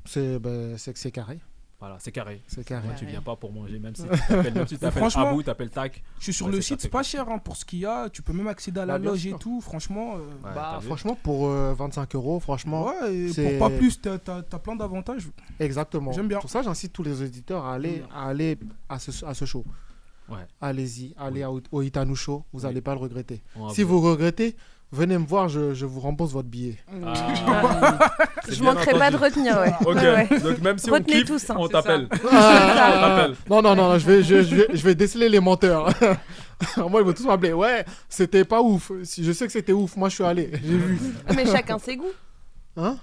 [SPEAKER 2] C'est ben, c'est que c'est carré.
[SPEAKER 5] Voilà, c'est carré.
[SPEAKER 2] C'est carré.
[SPEAKER 5] Tu
[SPEAKER 2] Carré.
[SPEAKER 5] viens pas pour manger, même si tu t'appelles, même si tu t'appelles
[SPEAKER 3] Franchement,
[SPEAKER 5] Abou, t'appelles Tac.
[SPEAKER 3] Je suis sur
[SPEAKER 5] Ouais,
[SPEAKER 3] le
[SPEAKER 5] c'est ça,
[SPEAKER 3] site, c'est pas cher hein, pour ce qu'il y a. Tu peux même accéder à la
[SPEAKER 2] Bah, bien
[SPEAKER 3] loge
[SPEAKER 2] sûr.
[SPEAKER 3] et tout. Franchement, euh,
[SPEAKER 2] Bah, franchement, pour euh, 25 euros, franchement.
[SPEAKER 3] et
[SPEAKER 2] c'est-
[SPEAKER 3] pour pas plus, t'as t'as- t'as plein d'avantages.
[SPEAKER 2] Exactement.
[SPEAKER 3] J'aime bien.
[SPEAKER 2] Pour ça, j'incite tous les auditeurs à aller à, aller à, ce, à ce show.
[SPEAKER 5] Ouais.
[SPEAKER 2] Allez-y, allez à- au Itanou Show, vous n'allez pas le regretter.
[SPEAKER 5] On va
[SPEAKER 2] si
[SPEAKER 5] vous-
[SPEAKER 2] vous regrettez, venez me voir, je, je vous rembourse votre billet.
[SPEAKER 5] Ah. C'est
[SPEAKER 8] Je
[SPEAKER 5] bien
[SPEAKER 8] manquerai pas
[SPEAKER 5] entendu.
[SPEAKER 8] de retenir, ouais.
[SPEAKER 5] Ok,
[SPEAKER 8] Ouais, ouais.
[SPEAKER 5] donc même si
[SPEAKER 8] Retenez
[SPEAKER 5] on kiffe,
[SPEAKER 8] tous, hein.
[SPEAKER 5] on
[SPEAKER 8] C'est ça.
[SPEAKER 5] t'appelle.
[SPEAKER 2] Ah,
[SPEAKER 8] C'est
[SPEAKER 5] On
[SPEAKER 8] ça.
[SPEAKER 5] t'appelle.
[SPEAKER 2] non, non, non, non, je vais, je, je vais, je vais déceler les menteurs. moi, ils vont tous m'appeler. Ouais, c'était pas ouf. Si- Je sais que c'était ouf. Moi, je suis allé. J'ai vu.
[SPEAKER 8] Ah, Mais chacun ses goûts.
[SPEAKER 2] Hein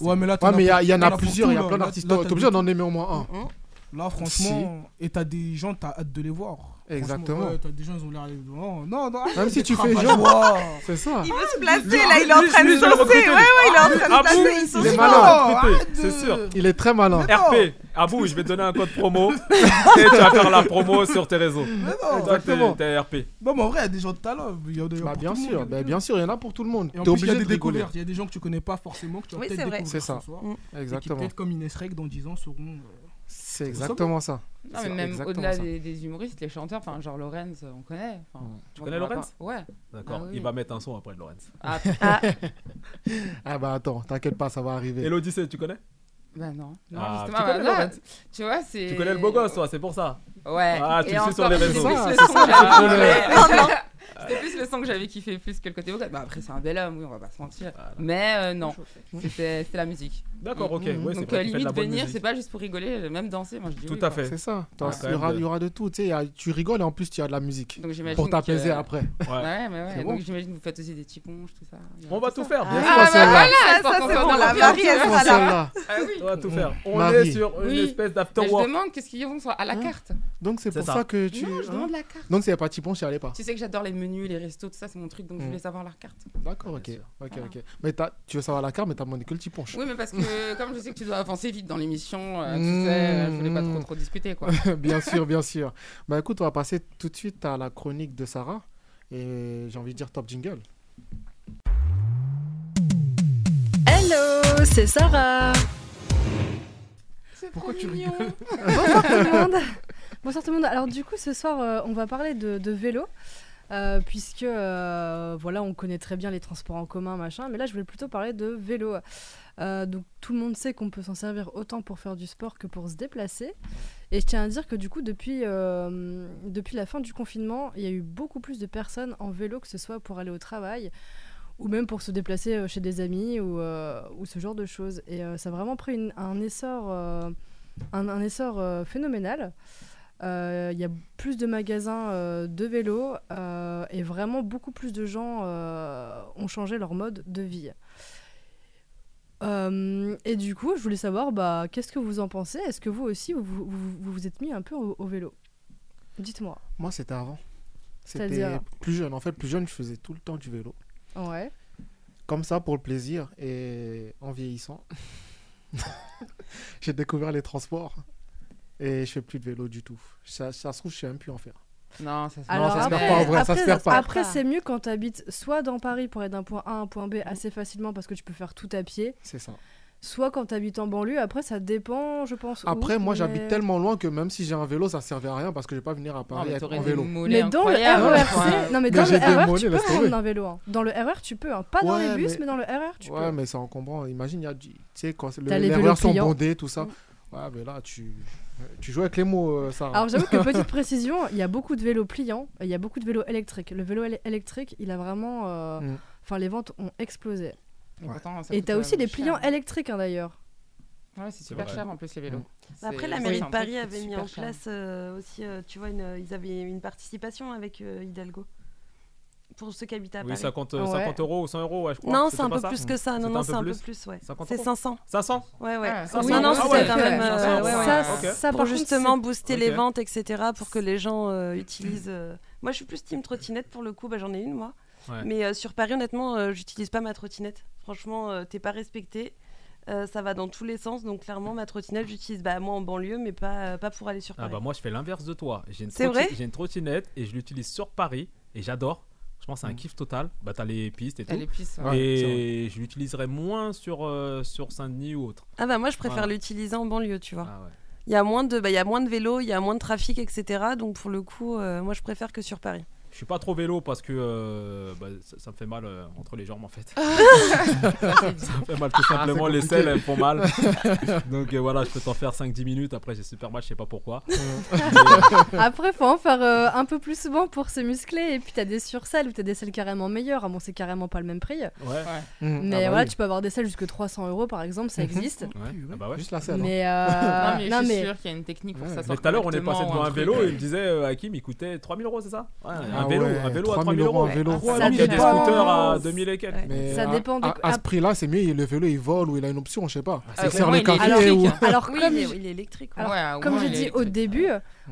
[SPEAKER 3] Ouais, mais là, t'en
[SPEAKER 2] Ouais, mais il y, a-
[SPEAKER 3] pour-
[SPEAKER 2] il y en
[SPEAKER 3] t'en
[SPEAKER 2] a
[SPEAKER 3] pour
[SPEAKER 2] plusieurs.
[SPEAKER 3] tout,
[SPEAKER 2] Il y a
[SPEAKER 3] là.
[SPEAKER 2] plein
[SPEAKER 3] Là,
[SPEAKER 2] d'artistes. T'es
[SPEAKER 3] là, t'as
[SPEAKER 2] obligé
[SPEAKER 3] du-
[SPEAKER 2] d'en aimer au moins un.
[SPEAKER 3] Là, franchement, et t'as des gens, t'as hâte de les voir. Franchement,
[SPEAKER 2] Exactement.
[SPEAKER 3] ouais, t'as des gens, ils ont l'air. Non, non, Ah, non.
[SPEAKER 2] Même si
[SPEAKER 3] des
[SPEAKER 2] tu fais
[SPEAKER 3] travailleurs.
[SPEAKER 2] genre, c'est ça.
[SPEAKER 8] Il veut se
[SPEAKER 3] lui-
[SPEAKER 8] placer, là, il est en
[SPEAKER 3] lui-
[SPEAKER 8] train de
[SPEAKER 3] lui,
[SPEAKER 8] se
[SPEAKER 3] je vais le
[SPEAKER 8] placer.
[SPEAKER 3] recruter,
[SPEAKER 8] Ouais,
[SPEAKER 3] lui.
[SPEAKER 8] ouais, il est en train
[SPEAKER 5] Ah,
[SPEAKER 8] de se placer. Ils sont
[SPEAKER 5] il est
[SPEAKER 8] sûrs.
[SPEAKER 5] malin,
[SPEAKER 8] Oh,
[SPEAKER 5] recruté, c'est sûr.
[SPEAKER 2] Il est très malin.
[SPEAKER 5] RP, Abou, je vais te donner un code promo et tu vas faire la promo sur tes réseaux.
[SPEAKER 3] non,
[SPEAKER 5] Toi, t'es-
[SPEAKER 3] exactement.
[SPEAKER 5] T'es RP.
[SPEAKER 3] Non, mais en vrai, il y a des gens de talent. Il y en a- il y en a
[SPEAKER 2] Bah,
[SPEAKER 3] pour
[SPEAKER 2] bien
[SPEAKER 3] tout le
[SPEAKER 2] sûr,
[SPEAKER 3] monde.
[SPEAKER 2] bah, bien sûr, il y en a pour tout le monde.
[SPEAKER 3] Et en plus, il y
[SPEAKER 2] T'es obligé
[SPEAKER 3] a des
[SPEAKER 2] de rigoler.
[SPEAKER 3] découvertes. Il y a des gens que tu connais pas forcément que tu vas
[SPEAKER 8] Oui,
[SPEAKER 3] peut-être
[SPEAKER 8] c'est vrai.
[SPEAKER 3] découvrir
[SPEAKER 2] C'est
[SPEAKER 3] ce
[SPEAKER 2] ça.
[SPEAKER 3] soir.
[SPEAKER 2] Mm.
[SPEAKER 3] Et qui,
[SPEAKER 2] Exactement.
[SPEAKER 3] peut-être comme Ines Reg, dans 10 ans, seront. euh,
[SPEAKER 2] C'est
[SPEAKER 3] au sommet.
[SPEAKER 2] exactement ça.
[SPEAKER 7] Non, mais
[SPEAKER 2] Ah, C'est
[SPEAKER 7] même
[SPEAKER 2] exactement
[SPEAKER 7] au-delà
[SPEAKER 2] ça.
[SPEAKER 7] des, des humoristes, les chanteurs, enfin, genre Lorenz, on connaît. enfin, moi,
[SPEAKER 5] Mmh. Tu
[SPEAKER 7] je
[SPEAKER 5] connais
[SPEAKER 7] vois pas.
[SPEAKER 5] Lorenz
[SPEAKER 7] Ouais.
[SPEAKER 5] Mm. D'accord,
[SPEAKER 7] Ah oui.
[SPEAKER 5] il va mettre un son après Lorenz.
[SPEAKER 7] Ah,
[SPEAKER 2] Ah bah attends, t'inquiète pas, ça va arriver.
[SPEAKER 5] Et l'Odyssée, tu connais
[SPEAKER 7] Bah non. Non,
[SPEAKER 5] Ah,
[SPEAKER 7] justement,
[SPEAKER 5] tu
[SPEAKER 7] bah
[SPEAKER 5] connais
[SPEAKER 7] non,
[SPEAKER 5] Lorenz
[SPEAKER 7] tu vois, c'est.
[SPEAKER 5] Tu connais le beau gosse, toi, c'est pour ça.
[SPEAKER 7] Ouais.
[SPEAKER 5] Ah, tu
[SPEAKER 7] Et
[SPEAKER 5] le suis sur les
[SPEAKER 7] encore, j'ai
[SPEAKER 5] réseaux.
[SPEAKER 7] vu ce son, j'ai adoré.
[SPEAKER 5] Ah,
[SPEAKER 7] Non, non. C'était plus le son que j'avais kiffé plus que le côté vocal. Bah, après, c'est un bel homme, oui, on va pas se mentir. Mais euh, non, c'était c'était la musique.
[SPEAKER 5] Ah, D'accord, ok, ouais, c'est
[SPEAKER 7] Donc,
[SPEAKER 5] vrai
[SPEAKER 7] euh,
[SPEAKER 5] qu'il fait de la
[SPEAKER 7] limite,
[SPEAKER 5] bonne
[SPEAKER 7] venir,
[SPEAKER 5] musique.
[SPEAKER 7] c'est pas juste pour rigoler, j'aime même danser. Moi, je dis
[SPEAKER 5] Tout
[SPEAKER 7] oui,
[SPEAKER 5] à
[SPEAKER 7] quoi.
[SPEAKER 5] fait.
[SPEAKER 2] C'est ça.
[SPEAKER 7] Ouais.
[SPEAKER 5] Ah,
[SPEAKER 2] T'as- il, y aura, il y aura de tout. Tu sais, il y a- tu rigoles et en plus, tu as de la musique.
[SPEAKER 7] Donc, j'imagine
[SPEAKER 2] pour t'apaiser
[SPEAKER 7] que-
[SPEAKER 2] après.
[SPEAKER 7] Ouais, ouais, ouais.
[SPEAKER 2] C'est
[SPEAKER 7] Donc,
[SPEAKER 2] bon.
[SPEAKER 7] j'imagine que vous faites aussi des tiponges, tout ça. Il y aura
[SPEAKER 5] On va tout faire, bien
[SPEAKER 7] Ah,
[SPEAKER 5] sûr.
[SPEAKER 7] bah voilà,
[SPEAKER 5] Ça,
[SPEAKER 7] je pense
[SPEAKER 5] ça,
[SPEAKER 7] qu'on
[SPEAKER 5] c'est
[SPEAKER 7] va
[SPEAKER 5] bon,
[SPEAKER 7] dans
[SPEAKER 5] la
[SPEAKER 7] le
[SPEAKER 5] Marie,
[SPEAKER 7] futur.
[SPEAKER 5] elle sera là.
[SPEAKER 7] Ah oui.
[SPEAKER 5] On va tout faire. On
[SPEAKER 2] Marie. Ah.
[SPEAKER 5] est sur une
[SPEAKER 7] Oui.
[SPEAKER 5] espèce
[SPEAKER 7] Mais
[SPEAKER 5] d'after
[SPEAKER 7] Je
[SPEAKER 5] work.
[SPEAKER 7] demande qu'est-ce qu'ils vont sur- à la carte.
[SPEAKER 2] Donc, c'est
[SPEAKER 5] C'est
[SPEAKER 2] pour
[SPEAKER 5] ça.
[SPEAKER 2] ça. que tu.
[SPEAKER 7] Non, je
[SPEAKER 2] hein
[SPEAKER 7] demande la carte.
[SPEAKER 2] Donc, s'il n'y a pas de typon, je n'y allais pas.
[SPEAKER 7] Tu sais que j'adore les menus, les restos, tout ça, c'est mon truc, donc je
[SPEAKER 2] Mm.
[SPEAKER 7] voulais savoir leur carte.
[SPEAKER 2] D'accord, ok. Ok, ok. Mais t'as- tu veux savoir la carte, mais t'as demandé que le typon.
[SPEAKER 7] Oui, mais parce que comme je sais que tu dois avancer vite dans l'émission, euh, tu
[SPEAKER 2] Mmh,
[SPEAKER 7] sais, je voulais pas trop
[SPEAKER 2] mmh.
[SPEAKER 7] trop discuter quoi.
[SPEAKER 2] bien sûr, bien sûr. Bah écoute, on va passer tout de suite à la chronique de Sarah. Et j'ai envie de dire top jingle.
[SPEAKER 4] Hello, c'est Sarah.
[SPEAKER 2] Pourquoi tu rigoles
[SPEAKER 4] Bonsoir tout le monde. Bonsoir tout le monde. Alors du coup, ce soir, euh, on va parler de, de vélo. euh, puisque euh, voilà, on connaît très bien les transports en commun, machin, mais là je voulais plutôt parler de vélo. Euh, donc tout le monde sait qu'on peut s'en servir autant pour faire du sport que pour se déplacer. Et je tiens à dire que du coup, depuis, euh, depuis la fin du confinement, il y a eu beaucoup plus de personnes en vélo, que ce soit pour aller au travail ou même pour se déplacer euh, chez des amis ou, euh, ou ce genre de choses. Et euh, ça a vraiment pris une- un essor, euh, un, un essor euh, phénoménal. Euh, Il y a plus de magasins euh, de vélos euh, et vraiment beaucoup plus de gens euh, ont changé leur mode de vie. Euh, et du coup, je voulais savoir, bah, qu'est-ce que vous en pensez Est-ce que vous aussi, vous vous, vous vous êtes mis un peu au, au vélo Dites-moi.
[SPEAKER 2] Moi, c'était avant. C'était
[SPEAKER 4] C'est-à-dire
[SPEAKER 2] plus jeune. En fait, plus jeune, je faisais tout le temps du vélo.
[SPEAKER 4] Ouais.
[SPEAKER 2] Comme ça, pour le plaisir. Et en vieillissant, j'ai découvert les transports. Et je fais plus de vélo du tout. Ça, ça se trouve, je sais même plus en faire.
[SPEAKER 7] Non, ça se
[SPEAKER 2] non, ça se perd pas en vrai, ça se perd pas.
[SPEAKER 4] après, c'est mieux quand tu habites soit dans Paris pour être d'un point A à un point B assez facilement parce que tu peux faire tout à pied,
[SPEAKER 2] C'est ça.
[SPEAKER 4] soit quand tu habites en banlieue. Après, ça dépend, je pense. où,
[SPEAKER 2] Après, moi,
[SPEAKER 4] mais-
[SPEAKER 2] j'habite tellement loin que même si j'ai un vélo, ça servait à rien parce que je vais pas venir à Paris
[SPEAKER 7] Ah, mais
[SPEAKER 2] être
[SPEAKER 7] t'aurais
[SPEAKER 2] en
[SPEAKER 7] des
[SPEAKER 2] vélo.
[SPEAKER 7] mollets
[SPEAKER 4] Mais dans le
[SPEAKER 7] incroyables,
[SPEAKER 4] RERC,
[SPEAKER 7] enfin.
[SPEAKER 4] non mais
[SPEAKER 2] Mais
[SPEAKER 4] dans
[SPEAKER 2] j'ai
[SPEAKER 4] le
[SPEAKER 2] des
[SPEAKER 4] RER,
[SPEAKER 2] mollets,
[SPEAKER 4] tu peux
[SPEAKER 2] laisse tomber.
[SPEAKER 4] prendre un vélo. hein. Dans le RER, tu peux. hein. Pas dans les
[SPEAKER 2] Ouais,
[SPEAKER 4] bus,
[SPEAKER 2] mais-
[SPEAKER 4] mais dans le RER, tu
[SPEAKER 2] ouais,
[SPEAKER 4] peux.
[SPEAKER 2] mais c'est encombrant. Imagine, il y a du- tu sais, quand c'est- le-
[SPEAKER 4] T'as les
[SPEAKER 2] les
[SPEAKER 4] vélos
[SPEAKER 2] erreurs sont
[SPEAKER 4] pliants. Mm.
[SPEAKER 2] bondées, tout ça. Ouais, mais là, tu, tu joues avec les mots, euh, Sarah.
[SPEAKER 4] Alors j'avoue que petite précision, il y a beaucoup de vélos pliants, et il y a beaucoup de vélos électriques. Le vélo éle- électrique, il a vraiment, euh,
[SPEAKER 2] Mm.
[SPEAKER 4] enfin les ventes ont explosé.
[SPEAKER 7] Mais pourtant, ça
[SPEAKER 4] Et
[SPEAKER 7] coûte
[SPEAKER 4] t'as
[SPEAKER 7] quand
[SPEAKER 4] aussi
[SPEAKER 7] même
[SPEAKER 4] les
[SPEAKER 7] cher.
[SPEAKER 4] pliants électriques hein, d'ailleurs.
[SPEAKER 7] Ouais, c'est super
[SPEAKER 4] vrai.
[SPEAKER 7] cher en plus les
[SPEAKER 5] Mm.
[SPEAKER 7] vélos.
[SPEAKER 8] Bah Après,
[SPEAKER 7] C'est-
[SPEAKER 8] la
[SPEAKER 7] c'est
[SPEAKER 8] mairie
[SPEAKER 7] un
[SPEAKER 8] de
[SPEAKER 7] truc
[SPEAKER 8] Paris
[SPEAKER 7] qui
[SPEAKER 8] avait
[SPEAKER 7] coûte
[SPEAKER 8] mis
[SPEAKER 7] super
[SPEAKER 8] en
[SPEAKER 7] cher.
[SPEAKER 8] place euh, aussi, euh, tu vois, une- ils avaient une participation avec euh, Hidalgo. Pour ceux qui habitent à
[SPEAKER 5] Ah, Oui,
[SPEAKER 8] Paris.
[SPEAKER 5] 50, 50 euros ou 100 euros, ouais, je crois.
[SPEAKER 8] Non,
[SPEAKER 5] C'était
[SPEAKER 8] c'est un
[SPEAKER 5] pas
[SPEAKER 8] peu plus que ça. Non,
[SPEAKER 5] C'était
[SPEAKER 8] non,
[SPEAKER 5] un
[SPEAKER 8] c'est un peu
[SPEAKER 5] plus.
[SPEAKER 8] plus, ouais.
[SPEAKER 5] 50
[SPEAKER 8] C'est
[SPEAKER 5] euros
[SPEAKER 8] 500.
[SPEAKER 5] 500
[SPEAKER 8] Ouais, ouais.
[SPEAKER 5] Ah, 500,
[SPEAKER 8] non, non,
[SPEAKER 5] ah
[SPEAKER 8] c'était
[SPEAKER 5] ouais.
[SPEAKER 8] quand même. euh,
[SPEAKER 5] 500,
[SPEAKER 8] ouais, ouais,
[SPEAKER 5] ça,
[SPEAKER 8] ouais.
[SPEAKER 5] ok.
[SPEAKER 4] ça,
[SPEAKER 8] pour
[SPEAKER 4] par contre,
[SPEAKER 8] justement
[SPEAKER 4] c'est-
[SPEAKER 8] booster
[SPEAKER 4] Ok.
[SPEAKER 8] les ventes, etc. Pour que les gens euh, utilisent. euh, Moi, je suis plus team trottinette pour le coup. Bah, J'en ai une, moi.
[SPEAKER 4] Ouais.
[SPEAKER 8] Mais euh, sur Paris, honnêtement, euh, j'utilise pas ma trottinette. Franchement, euh, t'es pas respecté. Euh, ça va dans tous les sens. Donc, clairement, ma trottinette, j'utilise bah, moi en banlieue, mais pas, pas pour aller sur
[SPEAKER 5] Ah
[SPEAKER 8] Paris.
[SPEAKER 5] bah moi je fais l'inverse de toi. J'ai une,
[SPEAKER 8] C'est
[SPEAKER 5] trotti-
[SPEAKER 8] vrai
[SPEAKER 5] j'ai une trottinette et je l'utilise sur Paris et j'adore. Je pense que c'est un kiff total. Bah t'as les pistes et
[SPEAKER 8] T'as
[SPEAKER 5] tout.
[SPEAKER 8] les pistes, Mm. ouais.
[SPEAKER 5] Et je l'utiliserai moins sur, euh, sur Saint-Denis ou autre.
[SPEAKER 8] Ah bah moi je préfère
[SPEAKER 5] Voilà.
[SPEAKER 8] l'utiliser en banlieue, tu vois.
[SPEAKER 5] Ah ouais.
[SPEAKER 8] Il y a moins de bah, il y a moins de vélos, il y a moins de trafic, etc. Donc pour le coup, euh, moi je préfère que sur Paris.
[SPEAKER 5] Je suis pas trop vélo parce que euh, bah, ça, ça me fait mal euh, entre les jambes en fait. ça me fait mal tout
[SPEAKER 8] Ah, c'est
[SPEAKER 5] simplement, les
[SPEAKER 8] compliqué.
[SPEAKER 5] selles elles me font mal. Donc euh, voilà, je peux t'en faire 5-10 minutes, après j'ai super mal, je sais pas pourquoi. Mais- euh,
[SPEAKER 4] Après, faut en faire euh, un peu plus souvent pour se muscler. Et puis, t'as des sursales ou t'as des selles carrément meilleures. Ah bon, c'est carrément pas le même prix.
[SPEAKER 5] Mm.
[SPEAKER 4] Mais
[SPEAKER 5] Ah bah
[SPEAKER 4] voilà,
[SPEAKER 5] oui.
[SPEAKER 4] tu peux avoir des selles jusque 300 euros par exemple, ça existe.
[SPEAKER 5] Ouais. Ah bah ouais. Juste la
[SPEAKER 4] selle, hein. Mais, euh,
[SPEAKER 7] Non, mais
[SPEAKER 4] non,
[SPEAKER 7] je suis
[SPEAKER 4] mais-
[SPEAKER 7] sûre qu'il y a une technique pour que ça
[SPEAKER 5] Mais
[SPEAKER 7] sorte
[SPEAKER 5] tout à l'heure, on est
[SPEAKER 7] correctement
[SPEAKER 5] passé devant
[SPEAKER 7] ou
[SPEAKER 5] un
[SPEAKER 7] truc,
[SPEAKER 5] vélo
[SPEAKER 7] ouais.
[SPEAKER 5] et il me disait euh, Hakim, il coûtait 3000 euros, c'est ça ouais, Un
[SPEAKER 2] Ah
[SPEAKER 5] vélo,
[SPEAKER 2] ouais,
[SPEAKER 5] un vélo à
[SPEAKER 2] 3000
[SPEAKER 5] 3000
[SPEAKER 2] euros,
[SPEAKER 5] euros.
[SPEAKER 2] un vélo.
[SPEAKER 5] Ah,
[SPEAKER 2] Ça
[SPEAKER 5] alors qu'il y a des
[SPEAKER 2] dépend.
[SPEAKER 5] scooters à 2000 et quelques.
[SPEAKER 2] Mais euh,
[SPEAKER 4] Ça
[SPEAKER 2] à,
[SPEAKER 4] dépend des-
[SPEAKER 2] à- à ce prix-là, c'est mieux, le vélo il vole ou il a une option, je sais pas. Euh,
[SPEAKER 4] Ah,
[SPEAKER 2] Il
[SPEAKER 4] au
[SPEAKER 2] sert
[SPEAKER 4] moins,
[SPEAKER 2] le
[SPEAKER 4] il est
[SPEAKER 2] café ou.
[SPEAKER 4] électrique. Alors,
[SPEAKER 8] Oui, il
[SPEAKER 4] comme
[SPEAKER 8] est-
[SPEAKER 4] je-
[SPEAKER 8] il est électrique,
[SPEAKER 4] alors,
[SPEAKER 8] ouais. Ouais, au
[SPEAKER 4] comme
[SPEAKER 8] moins,
[SPEAKER 4] j'ai
[SPEAKER 8] il est
[SPEAKER 4] dit au
[SPEAKER 8] électrique,
[SPEAKER 4] début,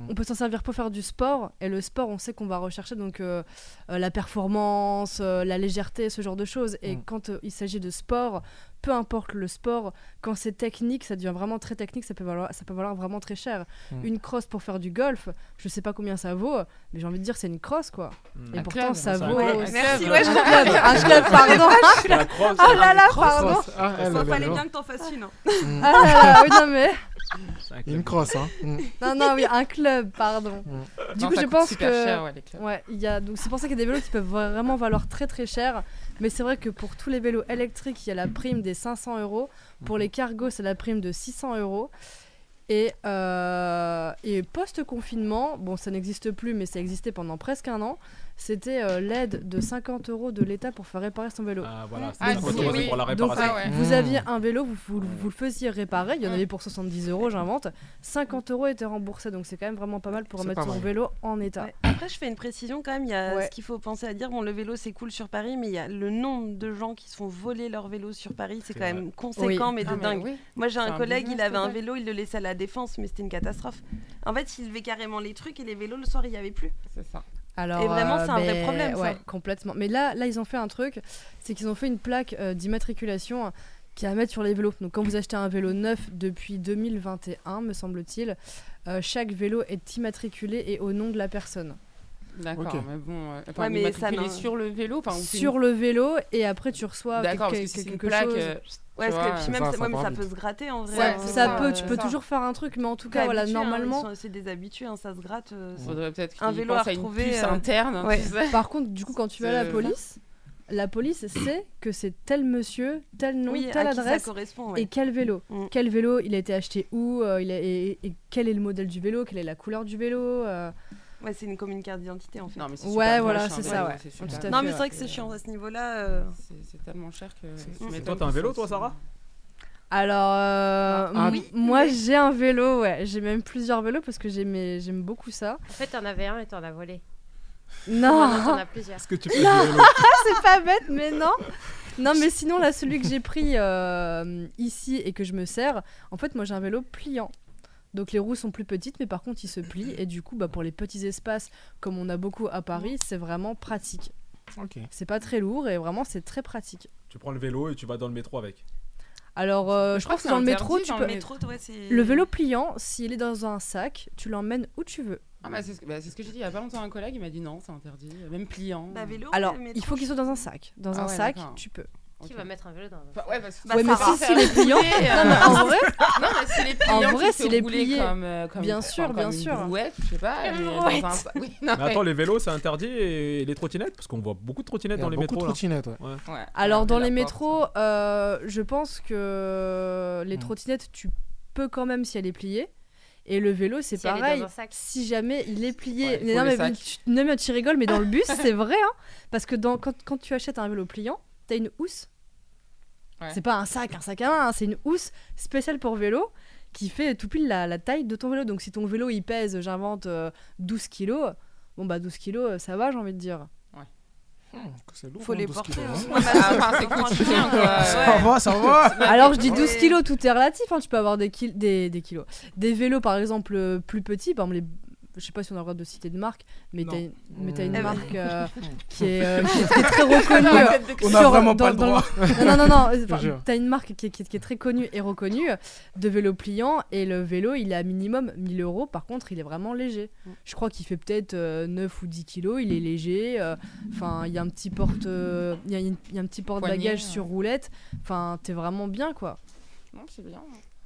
[SPEAKER 4] on peut s'en servir pour faire du sport. Et le sport, on sait qu'on va rechercher donc euh, euh, la performance, euh, la légèreté, ce genre de choses. Et quand euh, il s'agit de sport, peu importe le sport, quand c'est technique, ça devient vraiment très technique, ça peut valoir, ça peut valoir vraiment très cher.
[SPEAKER 11] Mm.
[SPEAKER 4] Une crosse pour faire du golf, je sais pas combien ça vaut, mais j'ai envie de dire c'est une crosse quoi.
[SPEAKER 11] Mm.
[SPEAKER 4] Et
[SPEAKER 11] Un
[SPEAKER 4] pourtant
[SPEAKER 11] club,
[SPEAKER 4] ça
[SPEAKER 11] c'est un
[SPEAKER 4] vaut.
[SPEAKER 11] club.
[SPEAKER 4] aussi-
[SPEAKER 11] Merci,
[SPEAKER 4] Un
[SPEAKER 11] ouais, je
[SPEAKER 4] club,
[SPEAKER 11] comprends.
[SPEAKER 4] un club, pardon.
[SPEAKER 11] Je suis là, crosse,
[SPEAKER 4] Oh là là,
[SPEAKER 11] crosse.
[SPEAKER 4] pardon.
[SPEAKER 2] Ah, elle, elle, elle,
[SPEAKER 8] que t'en fasses une.
[SPEAKER 5] Mm.
[SPEAKER 4] Ah là là, oui, non mais.
[SPEAKER 2] Une crosse, hein. Mm.
[SPEAKER 4] Non, non, oui, un club, pardon.
[SPEAKER 2] Mm.
[SPEAKER 4] Du
[SPEAKER 2] Non,
[SPEAKER 4] coup,
[SPEAKER 2] ça
[SPEAKER 4] je
[SPEAKER 2] coûte
[SPEAKER 4] pense
[SPEAKER 2] super
[SPEAKER 4] que.
[SPEAKER 2] cher, ouais, les clubs.
[SPEAKER 4] Ouais, il y a... donc c'est pour ça qu'il y a des vélos qui peuvent vraiment valoir très très cher. Mais c'est vrai que pour tous les vélos électriques, il y a la prime des 500 euros.
[SPEAKER 5] Mm.
[SPEAKER 4] Pour les cargos, c'est la prime de 600 euros. Et, euh, et post-confinement, bon, ça n'existe plus, mais ça existait pendant presque un an. c'était euh, l'aide de 50 euros de l'État pour faire réparer son vélo.
[SPEAKER 5] Ah, voilà, c'était Ah, la si, autorisée oui. pour la
[SPEAKER 4] Donc,
[SPEAKER 5] réparation. Ah, ouais.
[SPEAKER 4] vous
[SPEAKER 5] Mm.
[SPEAKER 4] aviez un vélo, vous, vous, vous le faisiez réparer, il
[SPEAKER 8] Mm.
[SPEAKER 4] y en avait pour 70 euros, j'invente. 50 euros étaient remboursés, donc c'est quand même vraiment pas mal pour
[SPEAKER 8] C'est
[SPEAKER 4] remettre
[SPEAKER 8] pas
[SPEAKER 4] son
[SPEAKER 8] mal.
[SPEAKER 4] vélo en état.
[SPEAKER 8] Ouais. Après, je fais une précision quand même. Il y a
[SPEAKER 4] Ouais.
[SPEAKER 8] ce qu'il faut penser à dire. Bon, le vélo, c'est cool sur Paris, mais il y a le nombre de gens qui se font voler leur vélo sur Paris. C'est
[SPEAKER 4] C'est
[SPEAKER 8] quand
[SPEAKER 4] vrai.
[SPEAKER 8] même conséquent,
[SPEAKER 4] Oui.
[SPEAKER 8] mais de
[SPEAKER 4] Ah, mais
[SPEAKER 8] dingue.
[SPEAKER 4] oui.
[SPEAKER 8] Moi, j'ai
[SPEAKER 4] C'est
[SPEAKER 8] un
[SPEAKER 4] un
[SPEAKER 8] collègue, il
[SPEAKER 4] business
[SPEAKER 8] avait un
[SPEAKER 4] total.
[SPEAKER 8] vélo, il le laissait à la défense, mais c'était une catastrophe. En fait, il levait carrément les trucs et les vélos, le soir, il n'y avait plus.
[SPEAKER 7] C'est ça.
[SPEAKER 4] Alors,
[SPEAKER 8] et vraiment,
[SPEAKER 4] euh,
[SPEAKER 8] c'est un vrai
[SPEAKER 4] mais-
[SPEAKER 8] problème, ça.
[SPEAKER 4] ouais, complètement. Mais là, là, ils ont fait un truc, c'est qu'ils ont fait une plaque euh, d'immatriculation qui est à mettre sur les vélos. Donc, quand vous achetez un vélo neuf depuis 2021, me semble-t-il, euh, chaque vélo est immatriculé et au nom de la personne.
[SPEAKER 7] D'accord,
[SPEAKER 4] Ok.
[SPEAKER 7] mais bon, euh,
[SPEAKER 4] Ouais,
[SPEAKER 7] enfin,
[SPEAKER 4] mais
[SPEAKER 7] mais
[SPEAKER 4] ça, non.
[SPEAKER 7] sur le vélo, enfin, ou c'est
[SPEAKER 4] sur
[SPEAKER 7] une-
[SPEAKER 4] le vélo et après tu reçois
[SPEAKER 7] D'accord,
[SPEAKER 4] quel-
[SPEAKER 7] parce que si c'est
[SPEAKER 4] quelque
[SPEAKER 7] une plaque,
[SPEAKER 4] chose.
[SPEAKER 7] euh,
[SPEAKER 8] Ouais, parce
[SPEAKER 7] Ouais,
[SPEAKER 8] que puis
[SPEAKER 7] ça,
[SPEAKER 8] même, ça,
[SPEAKER 7] ça
[SPEAKER 8] ouais, mais
[SPEAKER 7] part
[SPEAKER 8] ça
[SPEAKER 7] vite.
[SPEAKER 8] peut se gratter en vrai.
[SPEAKER 4] Ouais,
[SPEAKER 8] hein.
[SPEAKER 4] ça, peut, tu peux toujours faire un truc, mais en tout
[SPEAKER 8] T'es
[SPEAKER 4] cas, voilà,
[SPEAKER 8] habitué, hein,
[SPEAKER 4] normalement.
[SPEAKER 8] ils sont assez déshabitués, hein, ça se gratte. euh,
[SPEAKER 7] Faudrait peut-être
[SPEAKER 8] un
[SPEAKER 7] qu'ils
[SPEAKER 8] vélo à
[SPEAKER 7] pensent à une
[SPEAKER 8] retrouver euh,
[SPEAKER 7] puce interne, hein,
[SPEAKER 4] ouais.
[SPEAKER 7] tu sais.
[SPEAKER 4] Par contre, du coup, quand tu vas à la
[SPEAKER 7] C'est-
[SPEAKER 4] police, la police sait que c'est tel monsieur, tel nom,
[SPEAKER 8] Oui,
[SPEAKER 4] telle
[SPEAKER 8] à qui ça
[SPEAKER 4] adresse
[SPEAKER 8] correspond, ouais.
[SPEAKER 4] et quel vélo.
[SPEAKER 8] Mm.
[SPEAKER 4] Quel vélo il a été acheté où euh, il a- et, et quel est le modèle du vélo, quelle est la couleur du vélo. euh.
[SPEAKER 8] Ouais, c'est une, comme une carte d'identité en fait.
[SPEAKER 4] Non, mais c'est Ouais, super voilà, moche, hein, c'est ça, vraiment, ouais. c'est super. Tout à
[SPEAKER 8] Non,
[SPEAKER 4] fait,
[SPEAKER 8] mais c'est
[SPEAKER 4] ouais.
[SPEAKER 8] vrai que c'est chiant à ce niveau-là. euh.
[SPEAKER 7] C'est tellement cher que.
[SPEAKER 8] Mm.
[SPEAKER 7] Mais
[SPEAKER 5] Toi, t'as un vélo, toi, Sarah
[SPEAKER 4] Alors, euh,
[SPEAKER 11] Ah,
[SPEAKER 4] m-
[SPEAKER 11] oui,
[SPEAKER 4] moi j'ai un vélo, ouais. J'ai même plusieurs vélos parce que j'aime j'aime beaucoup ça.
[SPEAKER 11] En fait, t'en avais un et t'en as volé.
[SPEAKER 4] Non.
[SPEAKER 11] Non, t'en as plusieurs. Est-ce que tu fais du
[SPEAKER 4] Non,
[SPEAKER 11] vélo
[SPEAKER 4] c'est pas bête, mais non. Non, mais sinon là, celui que j'ai pris euh, ici et que je me sers, en fait, moi j'ai un vélo pliant. Donc les roues sont plus petites, mais par contre, il se plie et du coup, bah, pour les petits espaces comme on a beaucoup à Paris, c'est vraiment pratique.
[SPEAKER 2] Ok.
[SPEAKER 4] C'est pas très lourd et vraiment c'est très pratique.
[SPEAKER 5] Tu prends le vélo et tu vas dans le métro avec.
[SPEAKER 4] Alors, euh,
[SPEAKER 5] Je
[SPEAKER 4] je
[SPEAKER 5] crois
[SPEAKER 4] crois
[SPEAKER 5] que
[SPEAKER 4] que
[SPEAKER 5] c'est
[SPEAKER 4] dans le métro,
[SPEAKER 5] interdit
[SPEAKER 4] tu
[SPEAKER 5] dans
[SPEAKER 4] peux.
[SPEAKER 5] le métro,
[SPEAKER 8] toi, c'est-
[SPEAKER 4] le vélo pliant, s'il est dans un sac, tu l'emmènes où tu veux.
[SPEAKER 7] Ah, bah, c'est ce que, bah, c'est ce que j'ai dit il y a pas longtemps à un collègue, il m'a dit non, c'est interdit, même pliant.
[SPEAKER 4] Alors, il faut qu'il soit dans un sac. Dans
[SPEAKER 7] Ah
[SPEAKER 4] un
[SPEAKER 7] ouais,
[SPEAKER 4] sac,
[SPEAKER 7] d'accord. Bah,
[SPEAKER 4] tu peux.
[SPEAKER 11] Qui va mettre un vélo dans un
[SPEAKER 7] ouais, parce
[SPEAKER 4] ouais, mais si, s'il est pliant. Non, mais en vrai,
[SPEAKER 7] euh, non, mais s'il est pliant,
[SPEAKER 4] en
[SPEAKER 7] tu
[SPEAKER 4] vrai,
[SPEAKER 7] le
[SPEAKER 4] s'il
[SPEAKER 7] fais
[SPEAKER 4] est
[SPEAKER 7] rouler
[SPEAKER 4] plié,
[SPEAKER 7] comme, euh, comme-
[SPEAKER 4] bien
[SPEAKER 7] enfin,
[SPEAKER 4] sûr,
[SPEAKER 7] comme
[SPEAKER 4] bien
[SPEAKER 7] une
[SPEAKER 4] sûr.
[SPEAKER 7] brouette, je sais pas.
[SPEAKER 4] Une
[SPEAKER 7] mais dans
[SPEAKER 4] brouette.
[SPEAKER 7] un- oui,
[SPEAKER 5] Mais
[SPEAKER 7] non,
[SPEAKER 5] attends,
[SPEAKER 7] mais-
[SPEAKER 5] les vélos, c'est interdit et et les trottinettes Parce qu'on voit beaucoup de trottinettes
[SPEAKER 2] Il y a
[SPEAKER 5] dans les
[SPEAKER 2] beaucoup de
[SPEAKER 5] métros. là.
[SPEAKER 2] trottinettes, ouais.
[SPEAKER 7] Ouais.
[SPEAKER 4] Alors,
[SPEAKER 5] Ouais,
[SPEAKER 4] dans
[SPEAKER 5] mais
[SPEAKER 4] les
[SPEAKER 5] la porte,
[SPEAKER 4] métros, euh, je pense que les
[SPEAKER 11] Hmm.
[SPEAKER 5] Mm.
[SPEAKER 4] trottinettes, tu peux quand même si elle est pliée. Et le vélo, c'est
[SPEAKER 11] Si elle est dans
[SPEAKER 4] pareil.
[SPEAKER 11] un sac.
[SPEAKER 4] Si jamais il est plié.
[SPEAKER 11] Ouais, il
[SPEAKER 4] mais
[SPEAKER 11] faut
[SPEAKER 4] non,
[SPEAKER 11] le
[SPEAKER 4] mais,
[SPEAKER 11] sac.
[SPEAKER 4] tu, non, mais tu rigoles, mais dans le bus, c'est vrai. hein, parce que dans, quand, quand tu achètes un vélo pliant, t'as une housse.
[SPEAKER 7] Ouais.
[SPEAKER 4] C'est pas un sac, un sac à main. hein, c'est une housse spéciale pour vélo qui fait tout pile la, la taille de ton vélo. Donc, si ton vélo, il pèse, j'invente euh, 12 kilos. Bon, bah 12 kilos, euh, ça va, j'ai envie de dire.
[SPEAKER 3] Ah,
[SPEAKER 8] Faut les porter. hein. euh,
[SPEAKER 3] Ça va, ça va.
[SPEAKER 4] Alors je dis 12 kilos, tout est relatif. hein, Tu peux avoir des, kil- des, des kilos. Des vélos, par exemple, euh, plus petits. Par exemple, les... Je sais pas si on a le droit de citer de marque, mais t'as une- mais t'as une
[SPEAKER 11] Eh ben.
[SPEAKER 4] marque euh, qui, est, euh, qui est- qui est très reconnue.
[SPEAKER 3] On a
[SPEAKER 4] euh, sur-
[SPEAKER 3] vraiment pas le
[SPEAKER 4] dans- dans-
[SPEAKER 3] droit.
[SPEAKER 4] Non, non, non. non, euh,
[SPEAKER 3] Je
[SPEAKER 4] enfin,
[SPEAKER 3] jure.
[SPEAKER 4] t'as une marque qui est, qui est- qui est très connue et reconnue de vélo pliant. Et le vélo, il est à minimum 1000 euros. Par contre, il est vraiment léger.
[SPEAKER 7] Mm.
[SPEAKER 4] Je crois qu'il fait peut-être euh, 9 ou 10 kilos. Il est léger. euh, Enfin, il y a un petit porte, euh, il y a une- il y a un petit porte-bagages
[SPEAKER 7] Poignée,
[SPEAKER 4] sur roulette. Enfin, t'es vraiment bien, quoi.
[SPEAKER 7] Non, c'est bien.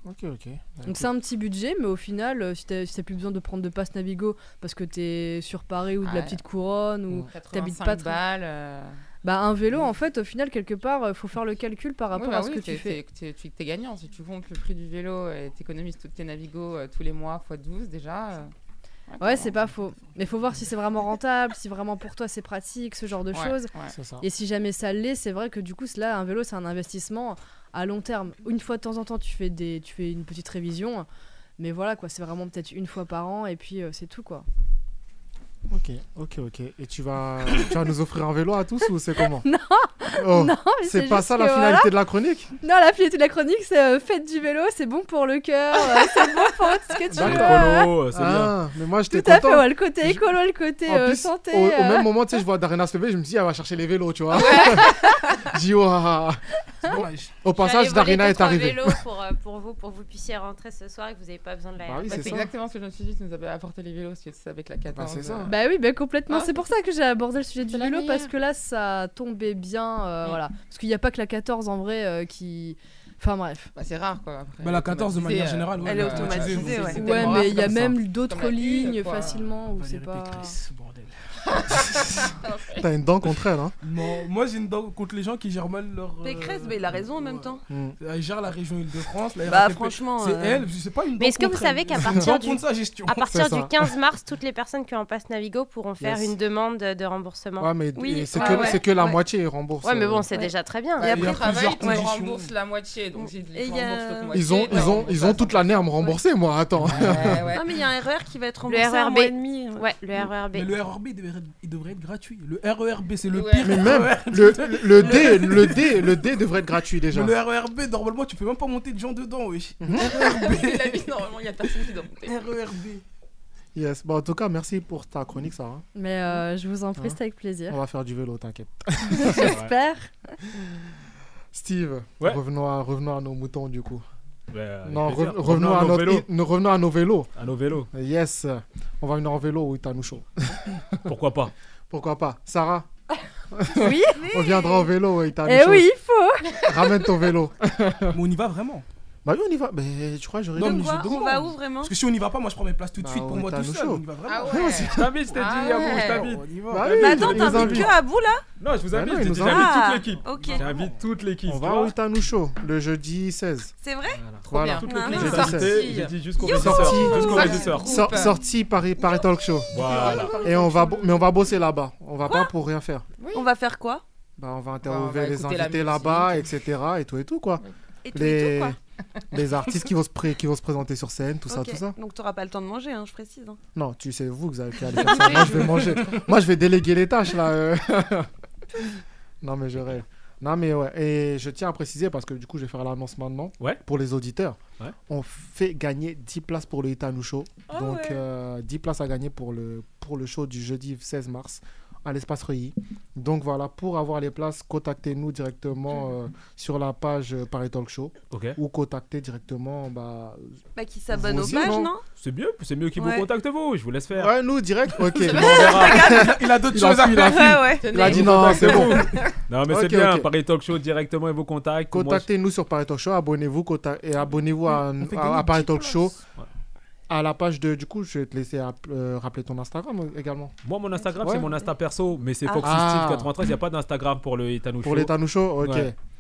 [SPEAKER 2] Ok, ok.
[SPEAKER 4] Donc c'est un petit budget, mais au final, euh, si t'as si t'as plus besoin de prendre de passe Navigo parce que t'es sur Paris ou de la
[SPEAKER 7] Ouais.
[SPEAKER 4] petite couronne ou
[SPEAKER 7] Ouais.
[SPEAKER 4] t'habites pas
[SPEAKER 7] 85
[SPEAKER 4] très-
[SPEAKER 7] balles, euh.
[SPEAKER 4] Bah un vélo, en fait, au final, quelque part, euh, faut faire le calcul par rapport
[SPEAKER 7] Oui, bah
[SPEAKER 4] à ce
[SPEAKER 7] oui,
[SPEAKER 4] que tu
[SPEAKER 7] t'es-
[SPEAKER 4] fais.
[SPEAKER 7] t'es- t'es- T'es gagnant. Si tu comptes le prix du vélo euh, et t'économises toutes tes navigos euh, tous les mois x 12 déjà. euh,
[SPEAKER 4] Ouais, c'est pas faux. Mais faut voir si c'est vraiment rentable, si vraiment pour toi c'est pratique, ce genre de
[SPEAKER 7] Ouais,
[SPEAKER 4] choses.
[SPEAKER 7] ouais. C'est ça.
[SPEAKER 4] Et si jamais ça l'est, c'est vrai que du coup, là, un vélo, c'est un investissement à long terme. Une fois de temps en temps, tu fais, des... tu fais une petite révision. Mais voilà, quoi, c'est vraiment peut-être une fois par an et puis euh, c'est tout, quoi.
[SPEAKER 2] Ok, ok, ok. Et tu vas, tu vas nous offrir un vélo à tous ou c'est comment
[SPEAKER 4] Non,
[SPEAKER 2] Oh,
[SPEAKER 4] non, mais
[SPEAKER 2] c'est
[SPEAKER 4] c'est
[SPEAKER 2] pas
[SPEAKER 4] juste
[SPEAKER 2] ça la
[SPEAKER 4] que
[SPEAKER 2] finalité
[SPEAKER 4] voilà.
[SPEAKER 2] de la chronique.
[SPEAKER 4] Non, la finalité de la chronique, c'est euh, faites du vélo, c'est bon pour le cœur, euh, c'est bon pour tout ce que tu veux.
[SPEAKER 3] euh,
[SPEAKER 5] Écolo, c'est
[SPEAKER 2] Ah,
[SPEAKER 5] bien.
[SPEAKER 2] Mais moi, j'étais
[SPEAKER 4] Tout à
[SPEAKER 2] content.
[SPEAKER 4] fait, ouais, le côté écolo, le côté
[SPEAKER 2] En
[SPEAKER 4] euh,
[SPEAKER 2] plus,
[SPEAKER 4] santé.
[SPEAKER 2] Au, au
[SPEAKER 4] euh.
[SPEAKER 2] même moment, tu sais, je vois Darina se lever, je me dis, elle va chercher les vélos, tu vois. J'ai dit, Ouah. Au passage, Darina est arrivée.
[SPEAKER 11] vélo pour, euh, pour vous, pour que vous puissiez rentrer ce soir et que vous n'ayez pas besoin de la
[SPEAKER 2] Bah oui,
[SPEAKER 7] Bah,
[SPEAKER 11] RATP.
[SPEAKER 7] c'est exactement ce que je me suis dit. Tu nous avais apporté les vélos, parce que c'est avec la
[SPEAKER 3] Ah,
[SPEAKER 7] 14.
[SPEAKER 2] c'est ça.
[SPEAKER 7] euh,
[SPEAKER 4] Bah oui, bah complètement.
[SPEAKER 7] Ah.
[SPEAKER 4] c'est pour ça que j'ai abordé le sujet du
[SPEAKER 7] la
[SPEAKER 4] vélo
[SPEAKER 7] meilleure.
[SPEAKER 4] parce que là, ça tombait bien. euh,
[SPEAKER 7] Mm.
[SPEAKER 4] Voilà. Parce qu'il n'y a pas que la 14 en vrai euh, qui. Enfin bref.
[SPEAKER 7] Bah, c'est rare quoi. Après, euh,
[SPEAKER 3] Bah, la 14 de manière générale, ouais, Elle est elle est automatisée, automatisée, ouais.
[SPEAKER 4] Ouais,
[SPEAKER 3] c'est tellement
[SPEAKER 4] mais
[SPEAKER 3] rare
[SPEAKER 4] il y a
[SPEAKER 3] comme ça.
[SPEAKER 4] même d'autres
[SPEAKER 7] Comme la une,
[SPEAKER 4] lignes
[SPEAKER 7] quoi.
[SPEAKER 4] facilement où c'est pas.
[SPEAKER 2] T'as une dent contre elle, hein
[SPEAKER 3] Non, moi j'ai une dent contre les gens qui gèrent mal leur. euh,
[SPEAKER 8] T'es crève, mais il a raison en même temps.
[SPEAKER 2] Mm.
[SPEAKER 3] Elle gère la région Île-de-France. la
[SPEAKER 8] Bah,
[SPEAKER 3] RATP.
[SPEAKER 8] franchement,
[SPEAKER 3] C'est
[SPEAKER 8] euh,
[SPEAKER 3] elle, c'est pas une dent
[SPEAKER 11] Mais est-ce que vous
[SPEAKER 3] contre elle.
[SPEAKER 11] savez qu'à
[SPEAKER 3] C'est une
[SPEAKER 11] partir,
[SPEAKER 3] dent
[SPEAKER 11] du...
[SPEAKER 3] contre sa gestion.
[SPEAKER 11] à partir
[SPEAKER 2] C'est
[SPEAKER 11] du
[SPEAKER 2] ça.
[SPEAKER 11] 15 mars, toutes les personnes qui ont un pass Navigo pourront faire
[SPEAKER 2] Yes.
[SPEAKER 11] une demande de remboursement
[SPEAKER 2] Ouais, mais et c'est que, c'est que la moitié rembourse.
[SPEAKER 11] Ouais, mais
[SPEAKER 2] euh,
[SPEAKER 11] bon, c'est déjà très bien.
[SPEAKER 7] Et après, travail,
[SPEAKER 11] plusieurs
[SPEAKER 7] on
[SPEAKER 11] conditions.
[SPEAKER 7] rembourse la moitié. Donc, ils
[SPEAKER 8] Et il y a-
[SPEAKER 7] remboursent
[SPEAKER 2] Ils ont, ils ont, ils ont toute l'année à me rembourser, moi. Attends.
[SPEAKER 8] Ah, mais il y a un RER qui va être
[SPEAKER 11] Le
[SPEAKER 8] remboursé
[SPEAKER 4] E
[SPEAKER 8] un
[SPEAKER 11] RERB.
[SPEAKER 8] mois et demi.
[SPEAKER 11] Ouais, le RERB.
[SPEAKER 3] Mais
[SPEAKER 2] E
[SPEAKER 3] le RERB, il devrait, il devrait être gratuit. Le E RERB, c'est le
[SPEAKER 8] Ouais.
[SPEAKER 3] pire.
[SPEAKER 2] Mais même
[SPEAKER 3] RER.
[SPEAKER 2] le, le D, le D, le D devrait être gratuit déjà. Mhm.
[SPEAKER 3] Mais le E RERB, normalement, tu peux même pas monter de gens dedans, oui. E
[SPEAKER 7] la vie, normalement, il y a personne qui doit monter.
[SPEAKER 3] RERB.
[SPEAKER 2] Yes. Bon, en tout cas, merci pour ta chronique, Sarah.
[SPEAKER 4] Mais euh, je vous en prie,
[SPEAKER 2] Hein
[SPEAKER 4] c'est avec plaisir.
[SPEAKER 2] On va faire du vélo, t'inquiète.
[SPEAKER 4] J'espère.
[SPEAKER 2] Steve,
[SPEAKER 5] Ouais. Bah,
[SPEAKER 2] revenons, à, revenons à nos moutons du coup.
[SPEAKER 5] Ouais, avec
[SPEAKER 2] non,
[SPEAKER 5] plaisir.
[SPEAKER 2] re- revenons, à
[SPEAKER 5] nos
[SPEAKER 2] notre-
[SPEAKER 5] vélos.
[SPEAKER 2] nous revenons à nos vélos.
[SPEAKER 5] À nos vélos.
[SPEAKER 2] Yes, on va venir en vélo ou t'as nous chaud.
[SPEAKER 5] Pourquoi pas
[SPEAKER 2] Pourquoi pas Sarah
[SPEAKER 4] Oui
[SPEAKER 2] On viendra en vélo et t'as
[SPEAKER 4] Eh oui, il faut.
[SPEAKER 2] Ramène ton vélo.
[SPEAKER 3] Mais on y va vraiment
[SPEAKER 2] Bah oui, on y va. Mais tu crois que j'aurais
[SPEAKER 3] Non,
[SPEAKER 2] dit-
[SPEAKER 3] mais je demande. Parce que si on y va pas, moi je prends mes places tout de
[SPEAKER 2] Bah
[SPEAKER 3] suite pour
[SPEAKER 2] ouais,
[SPEAKER 3] moi
[SPEAKER 2] t'as
[SPEAKER 3] tout
[SPEAKER 2] le
[SPEAKER 3] seul.
[SPEAKER 2] show.
[SPEAKER 3] On y va vraiment.
[SPEAKER 2] Ah ouais.
[SPEAKER 5] Je t'invite, je t'ai dit, Yabou, je t'invite.
[SPEAKER 2] Bah oui,
[SPEAKER 8] mais attends,
[SPEAKER 2] je les
[SPEAKER 8] t'invites
[SPEAKER 2] invite.
[SPEAKER 8] que
[SPEAKER 3] Ah,
[SPEAKER 8] Abou là
[SPEAKER 5] Non, je vous
[SPEAKER 2] Bah non,
[SPEAKER 5] invite,
[SPEAKER 2] il nous
[SPEAKER 5] j'invite
[SPEAKER 8] invite.
[SPEAKER 5] toute l'équipe.
[SPEAKER 8] Ah, ok.
[SPEAKER 5] J'invite toute l'équipe.
[SPEAKER 2] On
[SPEAKER 5] tu
[SPEAKER 2] va
[SPEAKER 5] vois.
[SPEAKER 2] au Tanoucho le jeudi 16.
[SPEAKER 8] C'est vrai
[SPEAKER 5] Trop bien. Toutes les Ah, clés, sortie. j'ai dit, j'ai dit jusqu'au
[SPEAKER 2] Youhou
[SPEAKER 5] régisseur,
[SPEAKER 2] Sortie-
[SPEAKER 5] jusqu'au régisseur.
[SPEAKER 2] Sor- Sortie Paris, Paris Talk Show.
[SPEAKER 5] Voilà.
[SPEAKER 2] Et on va, bo- mais on va bosser là-bas. On va
[SPEAKER 8] Quoi
[SPEAKER 2] pas pour rien faire.
[SPEAKER 8] On va faire quoi
[SPEAKER 2] Bah, on va interviewer les
[SPEAKER 8] écouter la
[SPEAKER 2] invités là-bas, etc. Et tout et tout quoi.
[SPEAKER 8] Et tout et tout,
[SPEAKER 2] les artistes qui vont, se pré- qui vont se présenter sur scène, tout ça,
[SPEAKER 8] Ok,
[SPEAKER 2] tout ça.
[SPEAKER 8] Donc t'auras pas le temps de manger, hein, je précise. hein.
[SPEAKER 2] Non, tu sais, vous, que vous avez qu'à aller faire ça. Moi, je vais manger. Moi, je vais déléguer les tâches, là. euh. non, mais je rêve. Non, mais ouais. Et je tiens à préciser, parce que du coup, je vais faire l'annonce maintenant.
[SPEAKER 5] Ouais.
[SPEAKER 2] Pour les auditeurs.
[SPEAKER 5] Ouais.
[SPEAKER 2] On fait gagner 10 places pour le Itanu Show.
[SPEAKER 5] Ah
[SPEAKER 2] Donc,
[SPEAKER 5] ouais.
[SPEAKER 2] euh, 10 places à gagner pour le, pour le show du jeudi 16 mars à l'espace Reuilly. Donc voilà, pour avoir les places, contactez-nous directement euh, sur la page euh, Paris Talk Show
[SPEAKER 5] Ok.
[SPEAKER 2] ou contactez directement bah,
[SPEAKER 8] Bah, qui s'abonne
[SPEAKER 2] Vous
[SPEAKER 8] aux
[SPEAKER 2] aussi,
[SPEAKER 8] pages,
[SPEAKER 2] non
[SPEAKER 8] non
[SPEAKER 5] C'est mieux, c'est mieux qu'ils
[SPEAKER 8] Ouais.
[SPEAKER 5] vous contactent vous, je vous laisse faire.
[SPEAKER 2] Ouais, nous, direct Ok,
[SPEAKER 5] C'est
[SPEAKER 2] bon,
[SPEAKER 5] bon,
[SPEAKER 2] on verra.
[SPEAKER 5] regarde. Il a d'autres
[SPEAKER 2] Il a
[SPEAKER 5] choses à
[SPEAKER 2] fui, il a
[SPEAKER 5] faire.
[SPEAKER 2] fui. Ouais, ouais. Il a dit non, c'est bon.
[SPEAKER 5] Non, mais
[SPEAKER 2] Ok,
[SPEAKER 5] c'est bien,
[SPEAKER 2] ok.
[SPEAKER 5] Paris Talk Show directement et vos contacts. Moi,
[SPEAKER 2] Contactez-nous sur Paris Talk Show, abonnez-vous contact- et abonnez-vous à,
[SPEAKER 5] On fait
[SPEAKER 2] à-
[SPEAKER 5] gagner
[SPEAKER 2] à Paris
[SPEAKER 5] 10
[SPEAKER 2] Talk
[SPEAKER 5] places.
[SPEAKER 2] Show. À la page de. Du coup, je vais te laisser app- euh, rappeler ton Instagram également.
[SPEAKER 5] Moi, mon Instagram,
[SPEAKER 2] Ouais.
[SPEAKER 5] c'est mon Insta perso, mais c'est
[SPEAKER 2] Ah.
[SPEAKER 5] FoxySteve93. Il n'y a pas d'Instagram pour le Itanou
[SPEAKER 2] Pour le Itanou Show, ok.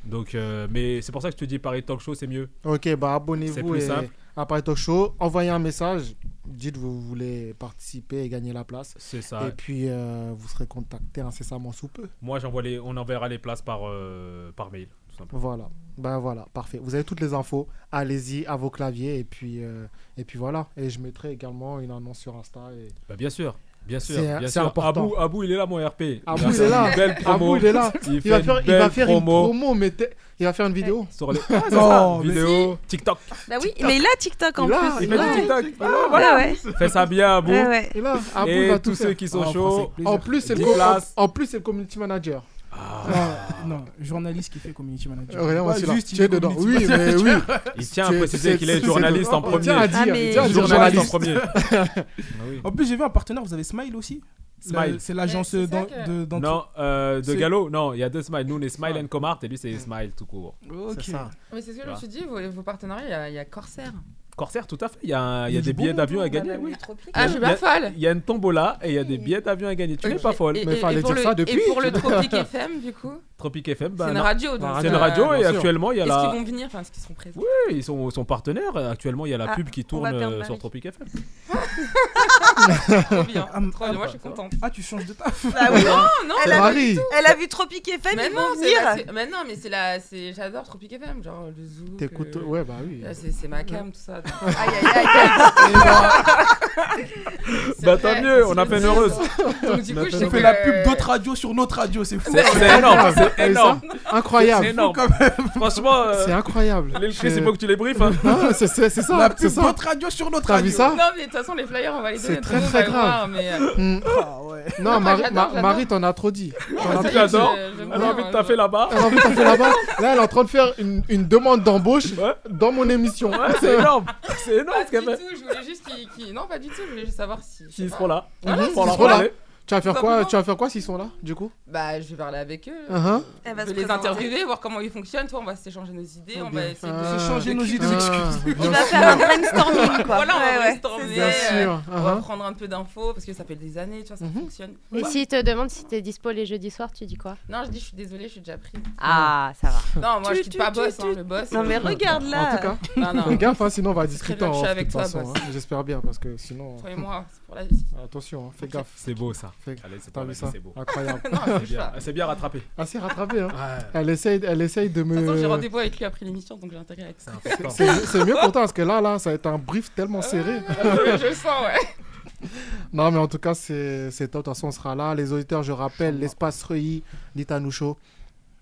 [SPEAKER 5] Donc, euh, mais c'est pour ça que je te dis Paris Talk Show, c'est mieux.
[SPEAKER 2] Ok, bah
[SPEAKER 5] C'est
[SPEAKER 2] abonnez-vous
[SPEAKER 5] plus
[SPEAKER 2] et-
[SPEAKER 5] simple.
[SPEAKER 2] à Paris Talk Show. Envoyez un message. Dites vous voulez participer et gagner la place.
[SPEAKER 5] C'est ça.
[SPEAKER 2] Et puis, euh, vous serez contacté incessamment sous peu.
[SPEAKER 5] Moi, j'envoie les, on enverra les places par, euh, par mail, tout simplement.
[SPEAKER 2] Voilà. Ben voilà, parfait. Vous avez toutes les infos. Allez-y à vos claviers. Et puis, euh, et puis voilà. Et je mettrai également une annonce sur Insta. Et...
[SPEAKER 5] Bah, bien sûr. Bien sûr,
[SPEAKER 2] C'est-
[SPEAKER 5] bien
[SPEAKER 2] c'est
[SPEAKER 5] sûr.
[SPEAKER 2] important.
[SPEAKER 5] Abou, Abou, il est là, mon RP.
[SPEAKER 2] Abou,
[SPEAKER 5] va
[SPEAKER 2] il
[SPEAKER 5] faire
[SPEAKER 2] est
[SPEAKER 5] une
[SPEAKER 2] là.
[SPEAKER 5] belle promo.
[SPEAKER 2] Abou, il est là.
[SPEAKER 5] Il,
[SPEAKER 2] Il va
[SPEAKER 5] fait
[SPEAKER 2] faire,
[SPEAKER 5] une
[SPEAKER 2] il va
[SPEAKER 5] belle
[SPEAKER 2] faire
[SPEAKER 5] promo.
[SPEAKER 2] une promo, mais t'es- il va faire une vidéo.
[SPEAKER 5] Sur les...
[SPEAKER 2] Non, mais
[SPEAKER 5] vidéo, TikTok.
[SPEAKER 8] Bah oui, mais il a TikTok en
[SPEAKER 2] Il a,
[SPEAKER 8] plus.
[SPEAKER 2] il a
[SPEAKER 8] Ouais.
[SPEAKER 2] TikTok.
[SPEAKER 8] Ah,
[SPEAKER 2] voilà.
[SPEAKER 8] ouais.
[SPEAKER 5] Fais ça bien, Abou.
[SPEAKER 8] Ouais, ouais.
[SPEAKER 2] Et là, Abou
[SPEAKER 5] Et
[SPEAKER 2] va
[SPEAKER 5] tous
[SPEAKER 2] tout
[SPEAKER 5] ceux
[SPEAKER 2] faire.
[SPEAKER 5] qui sont
[SPEAKER 2] Ah, en
[SPEAKER 5] chauds,
[SPEAKER 2] français, plaisir. En plus, c'est le,
[SPEAKER 5] dix
[SPEAKER 2] co-
[SPEAKER 5] places. Ah.
[SPEAKER 2] en, en plus, c'est le community manager.
[SPEAKER 3] Non, journaliste qui fait community manager.
[SPEAKER 2] Rien,
[SPEAKER 3] Pas
[SPEAKER 2] celui-là.
[SPEAKER 3] juste, il
[SPEAKER 2] Tu es
[SPEAKER 3] est
[SPEAKER 2] dedans. Oui,
[SPEAKER 3] community
[SPEAKER 2] mais
[SPEAKER 3] manager.
[SPEAKER 2] oui.
[SPEAKER 5] Il tient à
[SPEAKER 2] Tu es-
[SPEAKER 5] préciser
[SPEAKER 2] c'est-
[SPEAKER 5] qu'il est
[SPEAKER 2] c'est-
[SPEAKER 5] journaliste
[SPEAKER 2] c'est-
[SPEAKER 5] en
[SPEAKER 2] on
[SPEAKER 5] premier.
[SPEAKER 2] tient à dire,
[SPEAKER 5] Ah,
[SPEAKER 2] il
[SPEAKER 5] mais-
[SPEAKER 2] tient à dire
[SPEAKER 5] Journaliste en
[SPEAKER 2] journaliste.
[SPEAKER 5] premier. Ah oui.
[SPEAKER 3] En plus, j'ai vu un partenaire, vous avez Smile aussi
[SPEAKER 5] Smile.
[SPEAKER 3] La- C'est l'agence
[SPEAKER 5] Ouais, c'est
[SPEAKER 3] d'en-
[SPEAKER 5] ça
[SPEAKER 3] de- d'entre-
[SPEAKER 5] Non, euh, de
[SPEAKER 3] C'est-
[SPEAKER 5] Gallo, non, il y a deux smiles. Nous, on est Smile and Comart et lui, c'est Smile tout court.
[SPEAKER 3] Ok.
[SPEAKER 5] C'est
[SPEAKER 2] Ah.
[SPEAKER 5] ça.
[SPEAKER 7] Mais c'est ce que je
[SPEAKER 5] Voilà.
[SPEAKER 7] me suis dit, vos, vos partenariats, il y a- il y, a Corsair.
[SPEAKER 5] Corsair, tout à fait. Il y a, un- il y a
[SPEAKER 3] du
[SPEAKER 5] des
[SPEAKER 3] bon
[SPEAKER 5] billets
[SPEAKER 3] monde,
[SPEAKER 5] d'avion à
[SPEAKER 3] madame
[SPEAKER 5] gagner.
[SPEAKER 3] la
[SPEAKER 5] oui.
[SPEAKER 7] tropique. Ah, je
[SPEAKER 5] Il y a-
[SPEAKER 7] m'affale.
[SPEAKER 5] Il y a une tombola et il y a des billets d'avion à gagner. Tu n'es pas folle.
[SPEAKER 7] Et- et- et pour le- Et pour le Tropic FM, du coup
[SPEAKER 5] Tropic FM, bah,
[SPEAKER 7] C'est une
[SPEAKER 5] non.
[SPEAKER 7] radio. donc,
[SPEAKER 5] C'est une
[SPEAKER 7] euh,
[SPEAKER 5] radio et
[SPEAKER 7] bien sûr.
[SPEAKER 5] actuellement, il y a
[SPEAKER 7] Est-ce
[SPEAKER 5] la.
[SPEAKER 7] qu'ils vont venir Enfin, est-ce qu'ils seront présents
[SPEAKER 5] Oui, ils sont, sont partenaires. Actuellement, il y a la
[SPEAKER 7] Ah,
[SPEAKER 5] pub qui
[SPEAKER 7] on
[SPEAKER 5] tourne
[SPEAKER 7] va perdre
[SPEAKER 5] euh, sur
[SPEAKER 7] Marie.
[SPEAKER 5] Tropic FM.
[SPEAKER 7] Trop bien.
[SPEAKER 3] Ah,
[SPEAKER 7] Trop bien, Oh, moi je suis contente.
[SPEAKER 3] Ah, tu changes de taf.
[SPEAKER 8] Ah oui.
[SPEAKER 7] Non, non,
[SPEAKER 8] elle
[SPEAKER 7] pas
[SPEAKER 8] a,
[SPEAKER 7] du
[SPEAKER 8] vu,
[SPEAKER 7] tout.
[SPEAKER 8] elle a vu Tropic FM,
[SPEAKER 7] Mais
[SPEAKER 8] ils
[SPEAKER 7] non,
[SPEAKER 8] vont
[SPEAKER 7] c'est la-
[SPEAKER 8] venir.
[SPEAKER 7] c'est- mais non, mais c'est la. c'est- J'adore Tropic FM, genre le euh. zoo.
[SPEAKER 2] T'écoutes- ouais, bah oui.
[SPEAKER 7] C'est c'est ma cam, tout ça.
[SPEAKER 8] Aïe, aïe, aïe.
[SPEAKER 2] ben,
[SPEAKER 7] C'est
[SPEAKER 5] Bah
[SPEAKER 7] vrai,
[SPEAKER 5] tant mieux,
[SPEAKER 7] c'est
[SPEAKER 5] on a
[SPEAKER 7] le
[SPEAKER 5] fait une
[SPEAKER 7] zoo.
[SPEAKER 5] heureuse.
[SPEAKER 7] Donc, du coup, je
[SPEAKER 3] On
[SPEAKER 7] sais
[SPEAKER 3] fait
[SPEAKER 7] que-
[SPEAKER 3] la pub d'autres radios sur notre radio, c'est fou.
[SPEAKER 7] C'est-
[SPEAKER 5] C'est énorme, c'est
[SPEAKER 2] Et ça,
[SPEAKER 5] énorme.
[SPEAKER 2] incroyable.
[SPEAKER 5] C'est énorme. Franchement, euh,
[SPEAKER 2] C'est incroyable.
[SPEAKER 5] les- Chris,
[SPEAKER 2] Je-
[SPEAKER 5] il faut que tu les briefes, hein.
[SPEAKER 2] Ah, c'est- c'est c'est ça.
[SPEAKER 3] La
[SPEAKER 2] c'est
[SPEAKER 3] pub
[SPEAKER 2] ça.
[SPEAKER 3] d'autres radios sur notre
[SPEAKER 2] T'as vu
[SPEAKER 3] radio.
[SPEAKER 2] ça
[SPEAKER 7] Non, mais de toute façon, les flyers, on va les donner.
[SPEAKER 2] C'est très
[SPEAKER 7] tout le monde
[SPEAKER 2] très
[SPEAKER 7] va le voir,
[SPEAKER 2] grave.
[SPEAKER 7] mais, euh,
[SPEAKER 2] Mm. Non,
[SPEAKER 7] Non, moi,
[SPEAKER 2] Marie,
[SPEAKER 7] j'adore,
[SPEAKER 2] Ma-
[SPEAKER 7] j'adore.
[SPEAKER 2] Marie, t'en as trop dit. T'en as trop
[SPEAKER 5] Ah, J'adore.
[SPEAKER 2] dit.
[SPEAKER 5] On a envie de taffer là-bas.
[SPEAKER 2] Elle a envie de taper là-bas. Là, elle est en train de faire une, une demande d'embauche dans mon émission.
[SPEAKER 5] Ouais, c'est énorme. C'est énorme ce qu'elle
[SPEAKER 7] Pas
[SPEAKER 5] fait.
[SPEAKER 7] du tout, je voulais juste qu'ils. qu'ils- Non, pas du tout, je voulais juste savoir si. je sais
[SPEAKER 5] S'ils
[SPEAKER 7] pas.
[SPEAKER 5] seront là.
[SPEAKER 7] Voilà,
[SPEAKER 2] Mhm.
[SPEAKER 7] si
[SPEAKER 2] Ils
[SPEAKER 7] ils
[SPEAKER 2] seront
[SPEAKER 7] seront
[SPEAKER 2] là.
[SPEAKER 7] là.
[SPEAKER 2] Tu vas faire quoi
[SPEAKER 7] Simplement.
[SPEAKER 2] Tu vas faire quoi s'ils sont là, du coup
[SPEAKER 7] Bah, je vais parler avec eux.
[SPEAKER 2] Uh-huh.
[SPEAKER 8] Elle va
[SPEAKER 7] je
[SPEAKER 8] se
[SPEAKER 7] vais les
[SPEAKER 8] présenter.
[SPEAKER 7] interviewer, voir comment ils fonctionnent. Toi, on va s'échanger nos idées, on va
[SPEAKER 2] Ah, putain.
[SPEAKER 7] essayer de de- de-
[SPEAKER 2] Ah, bien
[SPEAKER 7] Tu vas
[SPEAKER 2] sûr.
[SPEAKER 7] faire un brainstorming, quoi. Voilà, on va
[SPEAKER 8] Ouais, ouais.
[SPEAKER 7] brainstormer. tomber.
[SPEAKER 2] Bien sûr,
[SPEAKER 7] On va
[SPEAKER 2] uh-huh.
[SPEAKER 7] prendre un peu d'infos parce que ça fait des années, tu vois, ça fonctionne.
[SPEAKER 11] Et s'ils te demandent si t'es dispo les jeudis soirs, tu dis quoi
[SPEAKER 7] Non, je dis, je suis désolée, je suis déjà pris.
[SPEAKER 11] Ah, ça va.
[SPEAKER 7] Non, moi,
[SPEAKER 11] Tu,
[SPEAKER 7] je quitte
[SPEAKER 11] tu,
[SPEAKER 7] pas
[SPEAKER 11] tu,
[SPEAKER 7] boss,
[SPEAKER 11] tu.
[SPEAKER 7] hein, le boss.
[SPEAKER 11] Non, mais
[SPEAKER 7] euh,
[SPEAKER 11] regarde, là.
[SPEAKER 2] En tout cas,
[SPEAKER 7] Non, non.
[SPEAKER 2] fais gaffe, hein, sinon on va discuter
[SPEAKER 7] bien que
[SPEAKER 2] en
[SPEAKER 7] je suis
[SPEAKER 2] off, de
[SPEAKER 7] avec
[SPEAKER 2] toute
[SPEAKER 7] toi,
[SPEAKER 2] façon,
[SPEAKER 7] boss.
[SPEAKER 2] hein. J'espère bien parce que sinon. euh,
[SPEAKER 7] Toi et moi, c'est pour la vie.
[SPEAKER 2] Attention, hein, fais gaffe.
[SPEAKER 5] C'est beau ça.
[SPEAKER 2] Fais-
[SPEAKER 5] Allez, c'est
[SPEAKER 2] T'as
[SPEAKER 5] pour
[SPEAKER 2] vu
[SPEAKER 5] la vie,
[SPEAKER 2] ça Ah,
[SPEAKER 5] c'est beau.
[SPEAKER 2] Incroyable.
[SPEAKER 5] Non, Ah, c'est bien. C'est bien rattrapé.
[SPEAKER 2] Assez rattrapé. Hein.
[SPEAKER 5] Ouais.
[SPEAKER 2] Elle, essaye, elle essaye de me.
[SPEAKER 7] De toute façon, j'ai rendez-vous avec lui après l'émission, donc j'ai intérêt à être ça.
[SPEAKER 2] C'est- c'est- C'est mieux pour toi parce que là, là, ça va être un brief tellement serré.
[SPEAKER 7] je le sens, ouais.
[SPEAKER 2] Non, mais en tout cas, c'est c'est top. De toute façon, on sera là. Les auditeurs, je rappelle, l'espace Reuilly d'Itanou Show,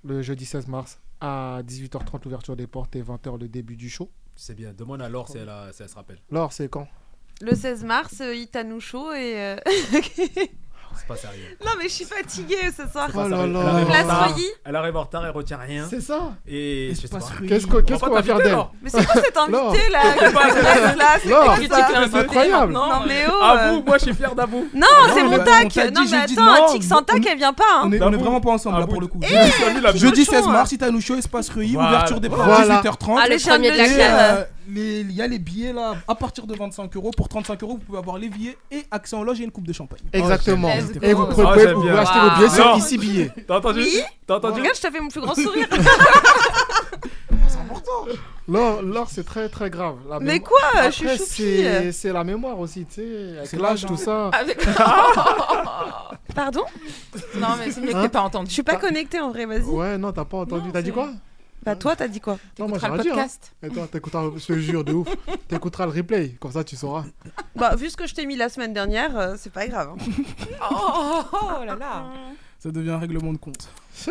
[SPEAKER 2] le jeudi 16 mars à 18h30, l'ouverture des portes et 20h, le début du show.
[SPEAKER 5] C'est bien. Demande à Laure si elle, a- si elle se rappelle.
[SPEAKER 2] Laure, c'est quand
[SPEAKER 8] Le 16 mars, euh, Itanou Show et. euh,
[SPEAKER 5] C'est pas sérieux.
[SPEAKER 8] non, mais je suis fatiguée ce soir.
[SPEAKER 5] C'est pas
[SPEAKER 7] Oh
[SPEAKER 5] sérieux. Elle arrive en
[SPEAKER 8] Place
[SPEAKER 5] retard,
[SPEAKER 8] Reuilly.
[SPEAKER 5] Elle arrive en retard, elle retient rien.
[SPEAKER 2] Oh C'est ça.
[SPEAKER 5] Et je sais pas.
[SPEAKER 2] Qu'est-ce qu'on qu'est-ce
[SPEAKER 5] On
[SPEAKER 2] qu'on va faire
[SPEAKER 5] t'inviter,
[SPEAKER 2] d'elle
[SPEAKER 5] Laure.
[SPEAKER 8] Mais c'est quoi cet
[SPEAKER 2] Laure.
[SPEAKER 8] invité là qui reste là C'est
[SPEAKER 2] Laure,
[SPEAKER 8] quoi ça
[SPEAKER 2] c'est incroyable.
[SPEAKER 8] Non, mais oh
[SPEAKER 5] À
[SPEAKER 8] euh,
[SPEAKER 5] vous, moi je suis fier d'avou.
[SPEAKER 8] Non,
[SPEAKER 3] non,
[SPEAKER 8] c'est
[SPEAKER 3] mais
[SPEAKER 8] mon
[SPEAKER 3] on
[SPEAKER 8] tac
[SPEAKER 3] t'a
[SPEAKER 8] Non,
[SPEAKER 3] dit,
[SPEAKER 8] mais
[SPEAKER 3] j'ai dit
[SPEAKER 8] attends,
[SPEAKER 3] non,
[SPEAKER 8] un tic sans tac, elle vient pas hein.
[SPEAKER 3] On est, on est vraiment pas ensemble là pour le Ah, Eh, coup. Jeudi, jeudi 16 mars, si t'as nous chaud, espace Reuilly,
[SPEAKER 5] Voilà.
[SPEAKER 3] ouverture des portes
[SPEAKER 2] Voilà.
[SPEAKER 3] 18h30.
[SPEAKER 8] Ah, le premier de la
[SPEAKER 3] Et,
[SPEAKER 8] classe.
[SPEAKER 3] euh, les- Il y a les billets là, à partir de 25 euros. Pour 35 euros, vous pouvez avoir les billets et accès en loge et une coupe de champagne.
[SPEAKER 2] Exactement.
[SPEAKER 8] Let's go.
[SPEAKER 2] Et vous pouvez,
[SPEAKER 5] Ah,
[SPEAKER 2] vous
[SPEAKER 5] j'aime
[SPEAKER 2] pouvez
[SPEAKER 5] bien.
[SPEAKER 2] acheter vos billets sur
[SPEAKER 5] Laure.
[SPEAKER 2] ici billets.
[SPEAKER 5] T'as entendu
[SPEAKER 8] Oui
[SPEAKER 5] T'as entendu
[SPEAKER 8] Regarde, je t'avais mon plus grand sourire.
[SPEAKER 2] Laure, Laure, c'est très très grave. La
[SPEAKER 8] Mais
[SPEAKER 2] mémo-
[SPEAKER 8] quoi
[SPEAKER 2] Après,
[SPEAKER 8] Je suis choupi.
[SPEAKER 2] c'est- C'est la mémoire aussi, tu sais. Avec
[SPEAKER 3] C'est
[SPEAKER 2] l'âge,
[SPEAKER 3] l'âge,
[SPEAKER 2] tout
[SPEAKER 3] hein.
[SPEAKER 2] ça.
[SPEAKER 8] Ah,
[SPEAKER 7] Avec-
[SPEAKER 8] Pardon
[SPEAKER 7] Non, mais c'est mieux que t'aies pas entendu.
[SPEAKER 8] Je suis pas connectée en vrai, vas-y.
[SPEAKER 2] Ouais, non, t'as pas entendu. T'as dit quoi
[SPEAKER 8] Bah, toi, t'as dit quoi
[SPEAKER 2] Non, moi
[SPEAKER 7] T'écouteras
[SPEAKER 2] j'aurais
[SPEAKER 7] le
[SPEAKER 2] dit. Hein.
[SPEAKER 7] podcast.
[SPEAKER 2] Attends, t'écouteras, je te jure de ouf. T'écouteras le replay, comme ça tu sauras.
[SPEAKER 8] Bah, vu ce que je t'ai mis la semaine dernière, euh, c'est pas grave. hein.
[SPEAKER 7] Oh, oh, oh là là.
[SPEAKER 3] Ça devient un règlement de compte.
[SPEAKER 2] Ah,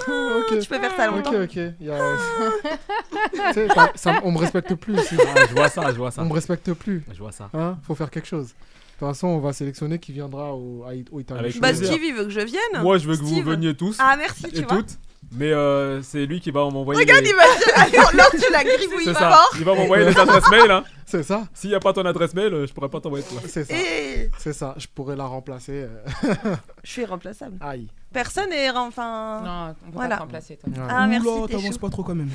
[SPEAKER 2] ok.
[SPEAKER 8] Tu peux faire ça
[SPEAKER 2] Ok,
[SPEAKER 8] longtemps.
[SPEAKER 2] ok. Il y a- Tu sais, t'as- ça- on me respecte plus ici.
[SPEAKER 5] Ah, Je vois ça, je vois ça.
[SPEAKER 2] On me respecte plus.
[SPEAKER 5] Je vois ça.
[SPEAKER 2] Hein Faut faire quelque chose. De toute façon, on va sélectionner qui viendra au, à- au Italian
[SPEAKER 5] Avec
[SPEAKER 2] Show.
[SPEAKER 8] Bah,
[SPEAKER 5] plaisir.
[SPEAKER 8] Steve, il veut que je vienne.
[SPEAKER 5] Moi je veux que vous
[SPEAKER 8] Steve.
[SPEAKER 5] veniez tous
[SPEAKER 8] Ah, merci, tu
[SPEAKER 5] et
[SPEAKER 8] vois.
[SPEAKER 5] toutes. Mais euh, c'est lui qui va m'envoyer.
[SPEAKER 8] Regarde,
[SPEAKER 5] les-
[SPEAKER 8] il va dire. Allez, on- Laure, tu la gribouilles
[SPEAKER 5] C'est
[SPEAKER 8] pas
[SPEAKER 5] ça.
[SPEAKER 8] mort.
[SPEAKER 5] Il va m'envoyer les adresses mail. Hein.
[SPEAKER 2] C'est ça,
[SPEAKER 5] S'il n'y a pas ton adresse mail, euh, je pourrais pas t'envoyer de place.
[SPEAKER 2] c'est ça,
[SPEAKER 8] Et
[SPEAKER 2] c'est ça. Je pourrais la remplacer. euh,
[SPEAKER 8] je suis remplaçable.
[SPEAKER 2] Aïe.
[SPEAKER 8] Personne est. Enfin.
[SPEAKER 7] Non, on peut
[SPEAKER 8] Voilà.
[SPEAKER 7] pas te remplacer, toi.
[SPEAKER 2] Ouais.
[SPEAKER 8] Ah, merci,
[SPEAKER 3] Oula,
[SPEAKER 8] t'es
[SPEAKER 3] t'avances
[SPEAKER 8] chaud.
[SPEAKER 3] pas trop quand même.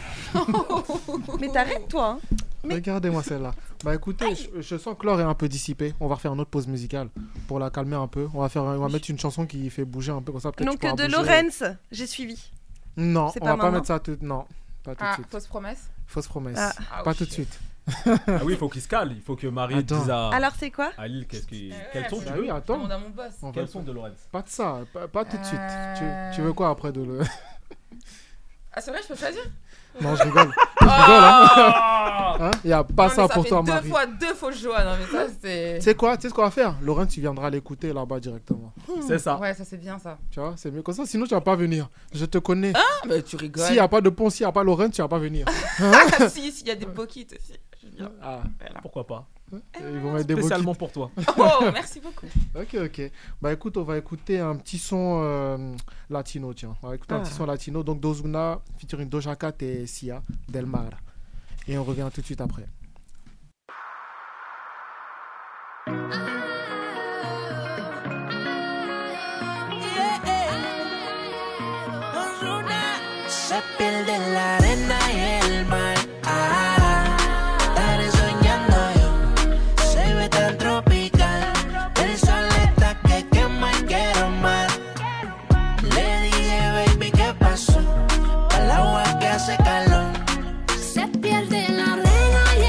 [SPEAKER 8] Mais t'arrêtes, toi. hein.
[SPEAKER 2] Regardez-moi celle-là. Bah écoutez, je, je sens que Laure est un peu dissipée. On va refaire une autre pause musicale pour la calmer un peu. On va faire, on va mettre une chanson qui fait bouger un peu comme ça. peut-être
[SPEAKER 8] Donc,
[SPEAKER 2] tu pourras
[SPEAKER 8] de
[SPEAKER 2] bouger.
[SPEAKER 8] Lorenz, j'ai suivi.
[SPEAKER 2] Non,
[SPEAKER 8] C'est
[SPEAKER 2] on
[SPEAKER 8] pas
[SPEAKER 2] va pas
[SPEAKER 8] maintenant
[SPEAKER 2] mettre ça tout. Non, pas tout de
[SPEAKER 7] Ah,
[SPEAKER 2] suite.
[SPEAKER 7] fausse promesse.
[SPEAKER 2] Fausse promesse.
[SPEAKER 8] Ah.
[SPEAKER 7] Ah,
[SPEAKER 2] pas
[SPEAKER 7] oui.
[SPEAKER 2] tout de suite.
[SPEAKER 5] Ah oui, il faut qu'il se cale. Il faut que Marie
[SPEAKER 2] Attends.
[SPEAKER 5] dise à,
[SPEAKER 8] Alors, c'est quoi Euh,
[SPEAKER 5] à Lille qu'est-ce qui...
[SPEAKER 7] ouais,
[SPEAKER 5] quel son
[SPEAKER 7] c'est
[SPEAKER 5] tu
[SPEAKER 2] Ah
[SPEAKER 5] veux.
[SPEAKER 2] oui,
[SPEAKER 7] Je demande
[SPEAKER 2] attends.
[SPEAKER 7] à mon boss.
[SPEAKER 2] On va-
[SPEAKER 5] Quel son de Lorenz
[SPEAKER 2] Pas de ça, pas, pas tout de suite. Tu,
[SPEAKER 7] Euh.
[SPEAKER 2] tu veux quoi après de le.
[SPEAKER 7] Ah, c'est vrai, je peux choisir
[SPEAKER 2] Non, je rigole.
[SPEAKER 7] Ah
[SPEAKER 2] Hein Il y a pas
[SPEAKER 7] Non, mais
[SPEAKER 2] ça pour
[SPEAKER 7] fait
[SPEAKER 2] toi,
[SPEAKER 7] deux
[SPEAKER 2] Marie.
[SPEAKER 7] fois deux fausses joies. Non, mais ça,
[SPEAKER 8] Euh.
[SPEAKER 7] c'est.
[SPEAKER 2] Tu sais quoi, tu sais ce qu'on va faire Laurent, tu viendras l'écouter là-bas directement.
[SPEAKER 5] Hmm. C'est ça.
[SPEAKER 7] Ouais, ça, c'est bien ça.
[SPEAKER 2] Tu vois, c'est mieux comme ça. Sinon, tu vas pas venir. Je te connais.
[SPEAKER 7] Ah, mais tu rigoles.
[SPEAKER 2] S'il n'y a pas de pont, s'il n'y a pas Laurent, tu vas pas venir.
[SPEAKER 7] Ah, si, s'il y a des pockets aussi. Je viens.
[SPEAKER 2] Hein Ah,
[SPEAKER 5] Pourquoi pas
[SPEAKER 2] ils vont mettre des beaux
[SPEAKER 5] Spécialement pour toi.
[SPEAKER 7] Oh, merci beaucoup.
[SPEAKER 2] Ok, ok. Bah écoute, on va écouter un petit son euh, latino, tiens. On va écouter
[SPEAKER 7] Ah.
[SPEAKER 2] un petit son latino. Donc Dozuna, featuring Doja Cat et Sia Del Mar. Et on revient tout de suite après.
[SPEAKER 12] Se pierde en la arena y el mar. Ah, estaré soñando yo. Se ve tan tropical. El sol está que quema y quiero más. Le dije, baby, ¿qué pasó? Al agua que hace calor.
[SPEAKER 1] Se pierde en la arena y